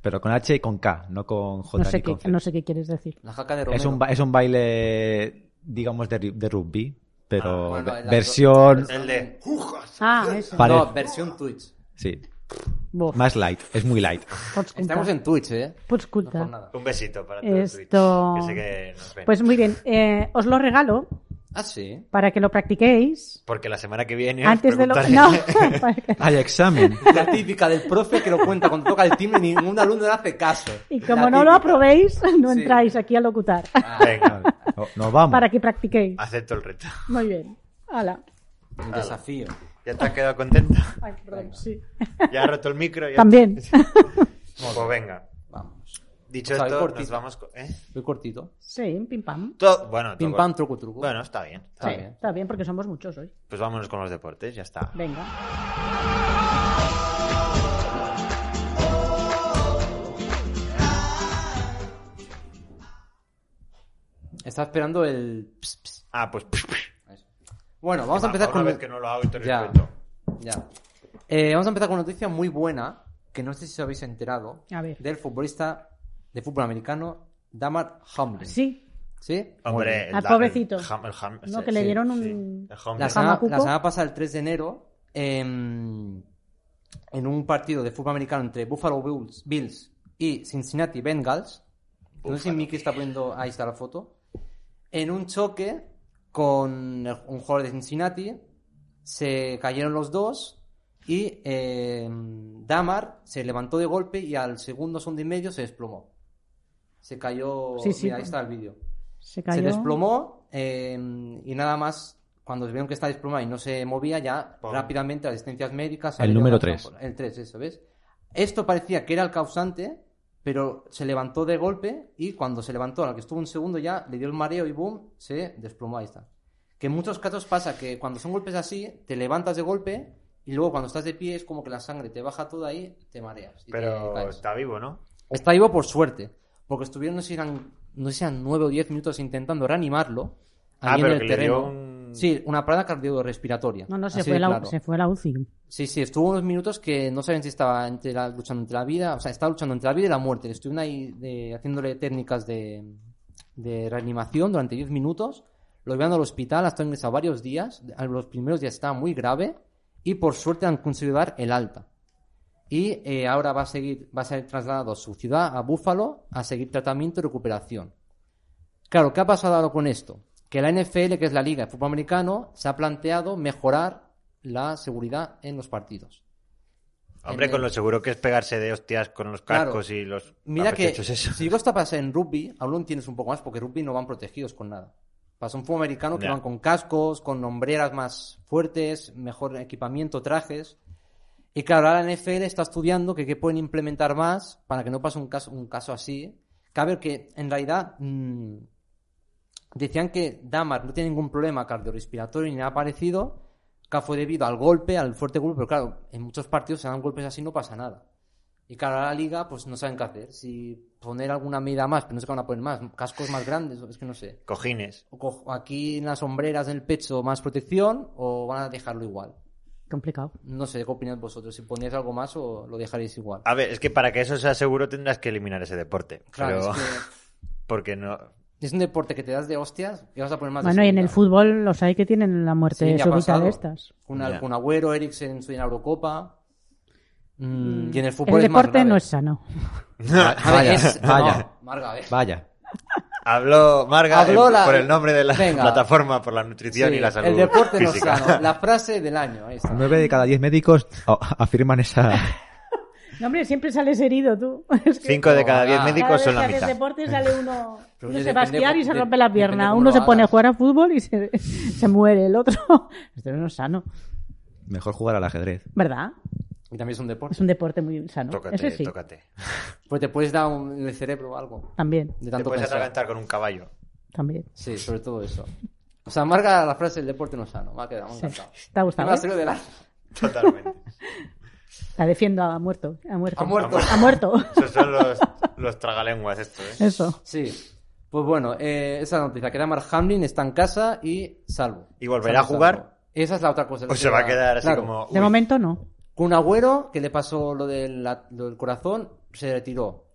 Speaker 4: Pero con H y con K, no con J
Speaker 2: No sé,
Speaker 4: ni
Speaker 2: qué,
Speaker 4: con C.
Speaker 2: no sé qué quieres decir.
Speaker 3: La jaca de Romero.
Speaker 4: es, un, ba- es un baile, digamos, de, ri- de rugby, pero
Speaker 1: Ah,
Speaker 3: bueno, el-
Speaker 4: versión...
Speaker 1: El de jujas.
Speaker 2: Ah, eso.
Speaker 4: Pare-
Speaker 3: No, versión Twitch.
Speaker 4: Sí,
Speaker 2: Buf,
Speaker 4: más light, es muy light.
Speaker 2: pots culta,
Speaker 3: Estamos en Twitch, ¿eh?
Speaker 2: pots
Speaker 3: No
Speaker 2: culta.
Speaker 3: por nada.
Speaker 1: Un besito para todo
Speaker 2: Esto-
Speaker 1: Twitch. Que sé que nos ven.
Speaker 2: Pues muy bien, eh, os lo regalo
Speaker 3: Ah, sí.
Speaker 2: para que lo practiquéis.
Speaker 1: Porque la semana que viene.
Speaker 2: Antes de lo...
Speaker 1: preguntaré-
Speaker 2: No, para que-
Speaker 4: Hay examen.
Speaker 3: La típica del profe que lo cuenta cuando toca el timbre y ningún alumno le hace caso.
Speaker 2: Y
Speaker 3: La
Speaker 2: como no lo
Speaker 3: típica.
Speaker 2: aprobéis, no
Speaker 3: Sí.
Speaker 2: entráis aquí a locutar.
Speaker 3: Ah,
Speaker 1: Venga,
Speaker 4: No- nos vamos.
Speaker 2: Para que practiquéis.
Speaker 1: acepto el reto.
Speaker 2: Muy bien. Hala.
Speaker 3: un desafío.
Speaker 1: ¿Ya te has quedado contenta?
Speaker 2: Ay, perdón, sí.
Speaker 1: ¿Ya has roto el micro? ¿Ya-
Speaker 2: También.
Speaker 1: Pues venga.
Speaker 3: Vamos.
Speaker 1: Dicho
Speaker 3: Está bien
Speaker 1: esto, nos
Speaker 3: cortito.
Speaker 1: vamos. co- ¿eh?
Speaker 3: Muy cortito.
Speaker 2: Sí, pim pam.
Speaker 1: Todo- Bueno,
Speaker 3: Pim
Speaker 1: todo-
Speaker 3: pam, truco, truco.
Speaker 1: Bueno, está bien. está
Speaker 3: Está
Speaker 1: bien.
Speaker 3: bien.
Speaker 2: Está bien porque somos muchos hoy.
Speaker 1: Pues vámonos con los deportes, ya está.
Speaker 2: Venga.
Speaker 3: Está esperando el. ps, ps.
Speaker 1: Ah, pues.
Speaker 3: Eso. Bueno, vamos a empezar
Speaker 1: una
Speaker 3: con.
Speaker 1: vez que no lo hago y te lo
Speaker 3: Ya.
Speaker 1: cuento.
Speaker 3: Ya. Eh, vamos a empezar con una noticia muy buena, que no sé si os habéis enterado,
Speaker 2: A ver.
Speaker 3: del futbolista de fútbol americano, Damar Hamlin.
Speaker 2: Sí.
Speaker 3: ¿Sí? Muy bien.
Speaker 1: Hombre, el
Speaker 2: Al
Speaker 1: da-
Speaker 2: pobrecito.
Speaker 1: el ham- el ham-
Speaker 2: No,
Speaker 1: sí,
Speaker 2: que le
Speaker 1: sí,
Speaker 2: dieron
Speaker 1: sí.
Speaker 2: un-
Speaker 1: El hombre.
Speaker 3: La semana,
Speaker 2: Hamacuco.
Speaker 3: la semana pasada, el 3 de enero, em, en un partido de fútbol americano entre Buffalo Bills, Bills y Cincinnati Bengals, no sé si Miki está poniendo, ahí está la foto, en un choque con el- un jugador de Cincinnati, se cayeron los dos y em, Damar se levantó de golpe y al segundo segundo y medio se desplomó. Se cayó...
Speaker 2: Sí, sí.
Speaker 3: mira, ahí está el vídeo.
Speaker 2: Se cayó.
Speaker 3: Se desplomó eh, y nada más, cuando vieron que estaba desplomada y no se movía, ya
Speaker 1: Pum.
Speaker 3: rápidamente asistencias médicas.
Speaker 4: El
Speaker 3: salieron
Speaker 4: número
Speaker 3: a la
Speaker 4: tres.
Speaker 3: cámara. El 3, eso, ¿ves? Esto parecía que era el causante, pero se levantó de golpe y cuando se levantó, a la que estuvo un segundo ya, le dio el mareo y boom, se desplomó. Ahí está. Que en muchos casos pasa que cuando son golpes así, te levantas de golpe y luego cuando estás de pie es como que la sangre te baja toda y te mareas. y te
Speaker 1: Pero
Speaker 3: caes.
Speaker 1: está vivo, ¿no?
Speaker 3: Está vivo por suerte, porque estuvieron, no sé si eran, no sé si eran 9 o 10 minutos intentando reanimarlo.
Speaker 1: Ah,
Speaker 3: allí
Speaker 1: pero
Speaker 3: en
Speaker 1: que
Speaker 3: el
Speaker 1: le
Speaker 3: terreno.
Speaker 1: dio un-
Speaker 3: Sí, una parada cardiorrespiratoria.
Speaker 2: No, no, se
Speaker 3: así
Speaker 2: fue,
Speaker 3: de
Speaker 2: la,
Speaker 3: Ah, claro.
Speaker 2: se fue la UCI.
Speaker 3: Sí, sí, estuvo unos minutos que no sabían si estaba entre la- luchando entre la vida, o sea, estaba luchando entre la vida y la muerte. Le Estuvieron ahí de- haciéndole técnicas de, de reanimación durante 10 minutos. Lo llevaron al hospital, hasta ingresado varios días. A los primeros días estaba muy grave y por suerte han conseguido dar el alta. Y eh, ahora va a seguir, va a ser trasladado a su ciudad, a Búfalo, a seguir tratamiento y recuperación. Claro, ¿qué ha pasado ahora con esto? Que la NFL, que es la liga de fútbol americano, se ha planteado mejorar la seguridad en los partidos.
Speaker 1: Hombre,
Speaker 3: En
Speaker 1: con
Speaker 3: el-
Speaker 1: lo seguro que es pegarse de hostias con los
Speaker 3: Claro.
Speaker 1: cascos y los.
Speaker 3: Mira que
Speaker 1: apetechos esos.
Speaker 3: si digo esto pasa en rugby, aún lo entiendes un poco más porque rugby no van protegidos con nada. Pasa un fútbol americano que
Speaker 1: Ya.
Speaker 3: van con cascos, con hombreras más fuertes, mejor equipamiento, trajes. Y claro, ahora la NFL está estudiando que qué pueden implementar más para que no pase un caso, un caso así. Cabe que en realidad mm, decían que Damar no tiene ningún problema cardiorrespiratorio ni nada parecido, que fue debido al golpe, al fuerte golpe, pero claro, en muchos partidos se dan golpes así y no pasa nada. Y claro, ahora la liga, pues no saben qué hacer. Si poner alguna medida más, pero no sé qué van a poner más, cascos más grandes, es que no sé.
Speaker 1: Cojines.
Speaker 3: O co- aquí en las sombreras del pecho más protección, o van a dejarlo igual.
Speaker 2: Complicado.
Speaker 3: No sé, ¿qué opináis vosotros? Si ponéis algo más o lo dejaréis igual.
Speaker 1: A ver, es que para que eso sea seguro tendrás que eliminar ese deporte.
Speaker 3: Claro,
Speaker 1: pero-
Speaker 3: es, que
Speaker 1: Porque no.
Speaker 3: es un deporte que te das de hostias y vas a poner más de
Speaker 2: Bueno, y en el
Speaker 3: seguridad.
Speaker 2: fútbol los hay que tienen la muerte
Speaker 3: Sí, ya ha
Speaker 2: súbita
Speaker 3: pasado.
Speaker 2: de estas.
Speaker 3: Una,
Speaker 1: Ya.
Speaker 3: Con Agüero, Eriksen en su en la Eurocopa. Mm, y en el fútbol
Speaker 2: El
Speaker 3: es más
Speaker 2: deporte
Speaker 3: grave.
Speaker 2: no es sano.
Speaker 3: A ver,
Speaker 4: Vaya,
Speaker 3: es- no,
Speaker 4: vaya.
Speaker 3: Marga, a ver.
Speaker 4: Vaya.
Speaker 1: Habló Marga
Speaker 3: Habló
Speaker 1: eh,
Speaker 3: la-
Speaker 1: por el nombre de la
Speaker 3: Venga.
Speaker 1: plataforma por la nutrición
Speaker 3: Sí,
Speaker 1: y la salud.
Speaker 3: el deporte no es
Speaker 1: física.
Speaker 3: sano. La frase del año. Ahí está.
Speaker 4: Nueve de cada diez médicos oh, afirman esa.
Speaker 2: No, hombre, siempre sales herido tú. Es que
Speaker 1: Cinco de cada
Speaker 3: No,
Speaker 1: diez
Speaker 3: nada.
Speaker 2: cada
Speaker 1: médicos son
Speaker 2: vez
Speaker 1: la
Speaker 2: que
Speaker 1: mitad.
Speaker 2: haces deporte sale uno,
Speaker 3: Pero
Speaker 2: uno
Speaker 3: oye,
Speaker 2: se va a
Speaker 3: depende
Speaker 2: esquiar y
Speaker 3: cómo-
Speaker 2: se
Speaker 3: de-
Speaker 2: rompe la
Speaker 3: depende
Speaker 2: pierna.
Speaker 3: cómo
Speaker 2: Uno
Speaker 3: lo
Speaker 2: se pone a
Speaker 3: hagas. Este
Speaker 2: jugar a fútbol y se, se muere el otro. Esto no es sano,
Speaker 4: Mejor jugar al ajedrez.
Speaker 2: ¿verdad?
Speaker 3: Y también es un deporte.
Speaker 2: Es un deporte muy sano.
Speaker 1: Tócate,
Speaker 2: Ese sí,
Speaker 1: tócate.
Speaker 3: Pues te puedes dar un, en el cerebro algo.
Speaker 2: también,
Speaker 3: De
Speaker 1: Te
Speaker 3: tanto
Speaker 1: puedes
Speaker 3: pensar.
Speaker 1: atragantar con un caballo.
Speaker 2: también.
Speaker 3: Sí,
Speaker 1: Pues
Speaker 3: sobre todo eso. O sea, marca la frase del deporte no es sano. Me ha quedado, me ha
Speaker 2: Sí.
Speaker 3: encantado.
Speaker 2: ¿Te ha
Speaker 3: Me
Speaker 2: gustado?
Speaker 3: va a
Speaker 2: eh?
Speaker 3: salir del año.
Speaker 1: Totalmente.
Speaker 2: La defiendo a muerto. A muerto.
Speaker 3: Ha muerto.
Speaker 2: Ha muerto.
Speaker 1: Esos son los, los tragalenguas, esto, ¿eh?
Speaker 2: Eso.
Speaker 3: Sí. Pues bueno, eh, esa noticia. Que Damar Hamlin está en casa y salvo.
Speaker 1: ¿Y volverá a
Speaker 3: Salvo,
Speaker 1: jugar?
Speaker 3: salvo. Esa es la otra cosa.
Speaker 1: O se va a quedar así
Speaker 3: Claro.
Speaker 1: como.
Speaker 2: De
Speaker 1: uy,
Speaker 2: momento no.
Speaker 3: Kun Agüero, que le pasó lo del, la- lo del corazón, se retiró.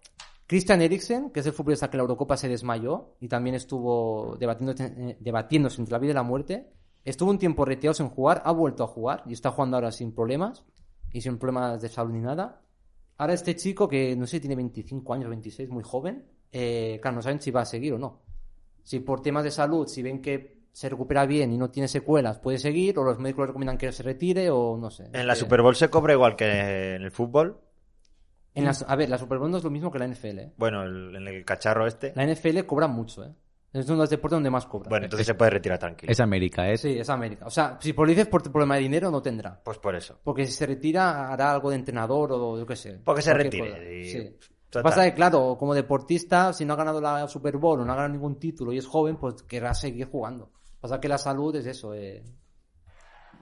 Speaker 3: Christian Eriksen, que es el futbolista que en la Eurocopa se desmayó y también estuvo debatiéndose, eh, debatiéndose entre la vida y la muerte, estuvo un tiempo retirado sin jugar, ha vuelto a jugar y está jugando ahora sin problemas y sin problemas de salud ni nada. Ahora este chico, que no sé, tiene 25 años, 26, muy joven, eh, claro, no saben si va a seguir o no. Si por temas de salud, si ven que se recupera bien y no tiene secuelas, puede seguir o los médicos le recomiendan que se retire o no sé.
Speaker 1: En la
Speaker 3: Eh,
Speaker 1: Super Bowl se cobra igual que en el fútbol.
Speaker 3: en
Speaker 1: Mm.
Speaker 3: las- a ver, la Super Bowl no es lo mismo que la NFL. ¿eh?
Speaker 1: Bueno, el- en el cacharro este.
Speaker 3: La NFL cobra mucho, ¿eh? Es uno de los deportes donde más cobra. Eh,
Speaker 1: Bueno, entonces se puede retirar tranquilo.
Speaker 4: Es América, es.
Speaker 3: Sí, es América. O sea, si por lo dices por problema de dinero, no tendrá.
Speaker 1: Pues por eso.
Speaker 3: Porque si se retira, hará algo de entrenador o yo qué sé.
Speaker 1: Porque se
Speaker 3: cualquier
Speaker 1: retire,
Speaker 3: cosa.
Speaker 1: y-
Speaker 3: Sí. Lo
Speaker 1: Total.
Speaker 3: que pasa es que, claro, como deportista, si no ha ganado la Super Bowl o no ha ganado ningún título y es joven, pues querrá seguir jugando. Lo que Pasa es que la salud es eso. Eh...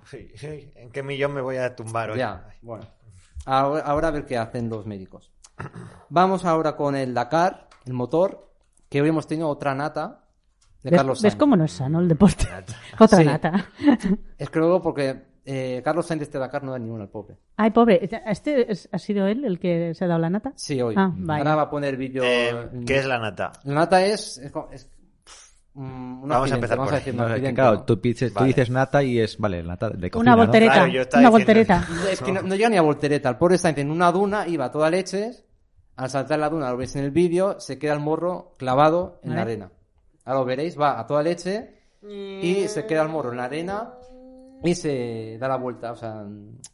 Speaker 1: Sí, sí. ¿En qué millón me voy a tumbar hoy?
Speaker 3: Ya, bueno. Ahora, ahora a ver qué hacen los médicos. Vamos ahora con el Dakar, el motor, que hoy hemos tenido otra nata de
Speaker 2: ¿Ves,
Speaker 3: Carlos
Speaker 2: ves
Speaker 3: Sainz.
Speaker 2: cómo no es sano el deporte? Otra
Speaker 3: Sí.
Speaker 2: nata.
Speaker 3: Es que luego porque eh, Carlos Sainz de este Dakar no da ninguna al pobre.
Speaker 2: Ay, pobre. ¿Este es- ha sido él el que se ha dado la nata?
Speaker 3: Sí, hoy.
Speaker 2: Ah, vaya.
Speaker 3: Ahora va a poner vídeo.
Speaker 1: Eh,
Speaker 3: en-
Speaker 1: ¿Qué es la nata?
Speaker 3: La nata es... es co- es, pff, mm, un
Speaker 1: Vamos a
Speaker 3: accidente,
Speaker 1: empezar
Speaker 3: vamos
Speaker 1: por
Speaker 3: a
Speaker 1: ahí.
Speaker 3: decir un
Speaker 4: No, es que,
Speaker 3: accidente,
Speaker 4: claro,
Speaker 3: ¿no?
Speaker 4: tú, pides- tú
Speaker 1: Vale.
Speaker 4: dices nata y es, vale, nata de cocina,
Speaker 2: una
Speaker 4: ¿no?
Speaker 2: voltereta.
Speaker 1: Claro, yo estaba
Speaker 2: una
Speaker 1: diciendo-
Speaker 2: voltereta.
Speaker 3: Es que no, no llega ni a voltereta. El pobre Sainz en una duna iba a toda leches. Al saltar la duna, lo veis en el vídeo, se queda el morro clavado en la
Speaker 2: Vale.
Speaker 3: arena. Ahora lo veréis, va a toda leche y se queda el morro en la arena y se da la vuelta. O sea,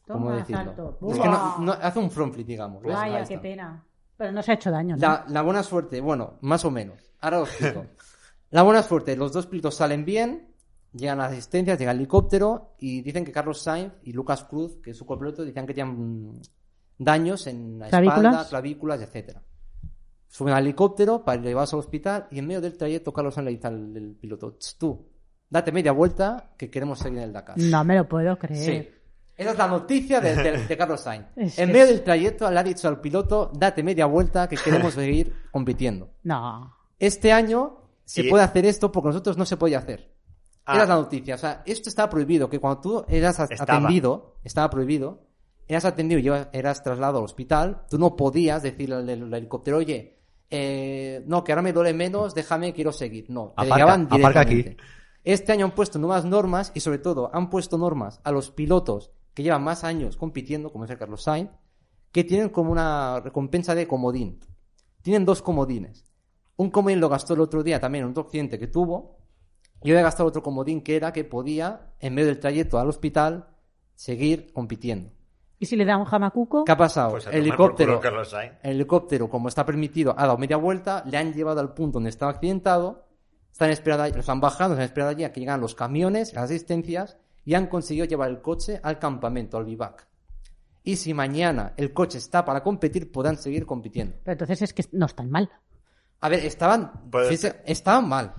Speaker 3: ¿cómo
Speaker 2: Toma,
Speaker 3: decirlo?
Speaker 2: salto.
Speaker 3: Es que no-
Speaker 2: Buah.
Speaker 3: no- hace un front flip, digamos. ¿ves? Pues Ahí
Speaker 2: Vaya,
Speaker 3: está.
Speaker 2: qué pena. Pero no se ha hecho daño, ¿no?
Speaker 3: La, la buena suerte, bueno, más o menos. Ahora lo explico. la buena suerte, los dos pilotos salen bien, llegan a asistencias, llega el helicóptero y dicen que Carlos Sainz y Lucas Cruz, que es su copiloto, dicen que tienen mm, daños en la espalda,
Speaker 2: Clavículas.
Speaker 3: clavículas, etcétera. Suben al helicóptero para llevarse al hospital y en medio del trayecto Carlos Sainz le dice al al piloto, "Ch, tú, date media vuelta que queremos seguir en el Dakar.
Speaker 2: No me lo puedo creer.
Speaker 3: Sí. Eh. Esa es la noticia de, de- de Carlos Sainz.
Speaker 2: Es
Speaker 3: en
Speaker 2: que
Speaker 3: medio
Speaker 2: es-
Speaker 3: del trayecto le ha dicho al piloto, date media vuelta que queremos seguir compitiendo.
Speaker 2: No.
Speaker 3: Este año se
Speaker 1: Y-
Speaker 3: puede hacer esto porque nosotros no se podía hacer.
Speaker 1: Ah.
Speaker 3: Era la noticia. O sea, esto estaba prohibido, que cuando tú eras a-
Speaker 1: Estaba.
Speaker 3: atendido, estaba prohibido, eras atendido y llevas- eras trasladado al hospital, tú no podías decirle al, al helicóptero, oye, eh, no, que ahora me duele menos, déjame, quiero seguir. No, te
Speaker 4: Aparca,
Speaker 3: llevaban
Speaker 4: aparca aquí.
Speaker 3: directamente. Este año han puesto nuevas normas y sobre todo han puesto normas a los pilotos que llevan más años compitiendo, como es el Carlos Sainz, que tienen como una recompensa de comodín. Tienen dos comodines. Un comodín lo gastó el otro día también en otro accidente que tuvo. Yo he gastado otro comodín que era que podía, en medio del trayecto al hospital, seguir compitiendo.
Speaker 2: ¿Y si le da un jamacuco?
Speaker 3: ¿Qué ha pasado?
Speaker 1: Pues a tomar
Speaker 3: el
Speaker 1: por
Speaker 3: helicóptero.
Speaker 1: culo, Carlos Sainz.
Speaker 3: El helicóptero, como está permitido, ha dado media vuelta, le han llevado al punto donde estaba accidentado, están esperando, los han bajado, están esperando allí a que llegan los camiones, las asistencias, y han conseguido llevar el coche al campamento, al vivac. Y si mañana el coche está para competir, podrán seguir compitiendo.
Speaker 2: Pero entonces es que no es tan mal.
Speaker 3: A ver, estaban,
Speaker 1: Pues-
Speaker 3: fíjense, estaban mal.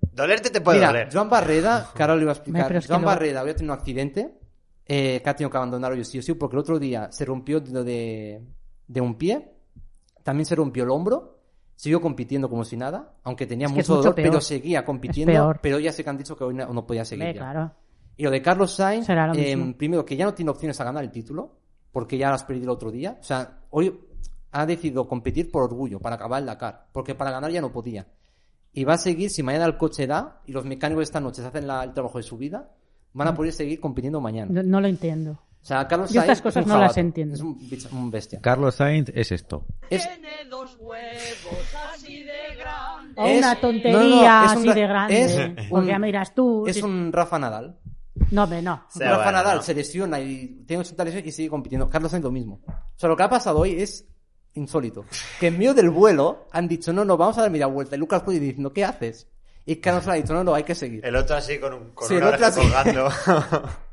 Speaker 1: Dolerte te puede
Speaker 3: Mira,
Speaker 1: doler.
Speaker 3: Joan Barreda, que ahora lo iba a
Speaker 2: Hombre, pero
Speaker 3: explicar.
Speaker 2: es que
Speaker 3: Joan
Speaker 2: no-
Speaker 3: Barreda había tenido un accidente eh, que ha tenido que abandonar hoy sí o sí, porque el otro día se rompió lo de de un pie, también se rompió el hombro, siguió compitiendo como si nada, aunque tenía
Speaker 2: Es que es
Speaker 3: mucho
Speaker 2: mucho
Speaker 3: dolor,
Speaker 2: peor.
Speaker 3: pero seguía
Speaker 2: Es
Speaker 3: compitiendo,
Speaker 2: peor.
Speaker 3: pero ya sé que han dicho que hoy no no podía seguir.
Speaker 2: Hombre,
Speaker 3: ya.
Speaker 2: claro.
Speaker 3: Y lo de Carlos Sainz,
Speaker 2: Será lo
Speaker 3: eh,
Speaker 2: mismo.
Speaker 3: primero que ya no tiene opciones a ganar el título, porque ya lo has perdido el otro día. O sea, hoy ha decidido competir por orgullo, para acabar el Dakar, porque para ganar ya no podía. Y va a seguir, si mañana el coche da y los mecánicos esta noche se hacen la- el trabajo de su vida, van a poder seguir compitiendo mañana.
Speaker 2: No, no lo entiendo.
Speaker 3: O sea, Carlos
Speaker 2: Yo
Speaker 3: Sainz.
Speaker 2: estas
Speaker 3: es
Speaker 2: cosas
Speaker 3: un
Speaker 2: no las
Speaker 3: jabato,
Speaker 2: entiendo.
Speaker 3: Es un, bicho- un bestia.
Speaker 4: Carlos Sainz es esto.
Speaker 3: Es-
Speaker 2: O
Speaker 3: Es-
Speaker 2: una tontería
Speaker 3: no, no, es un
Speaker 2: así
Speaker 3: ra-
Speaker 2: de grande.
Speaker 3: es un-
Speaker 2: porque ya me dirás tú.
Speaker 3: es
Speaker 2: si-
Speaker 3: un Rafa Nadal.
Speaker 2: No, hombre, no.
Speaker 1: Sí,
Speaker 3: Rafa
Speaker 1: bueno,
Speaker 3: Nadal
Speaker 1: no.
Speaker 3: se lesiona y tiene su lesión y sigue compitiendo. Carlos Sainz lo mismo. O sea, lo que ha pasado hoy es insólito. Que en medio del vuelo han dicho, no, no, vamos a dar media vuelta. Y Lucas Pudi diciendo, ¿qué haces? Y Carlos Sainz ha dicho, no, no, hay que seguir.
Speaker 1: El otro así con un con
Speaker 3: Sí,
Speaker 1: un
Speaker 3: el
Speaker 1: oreja
Speaker 3: otro así.
Speaker 1: colgando.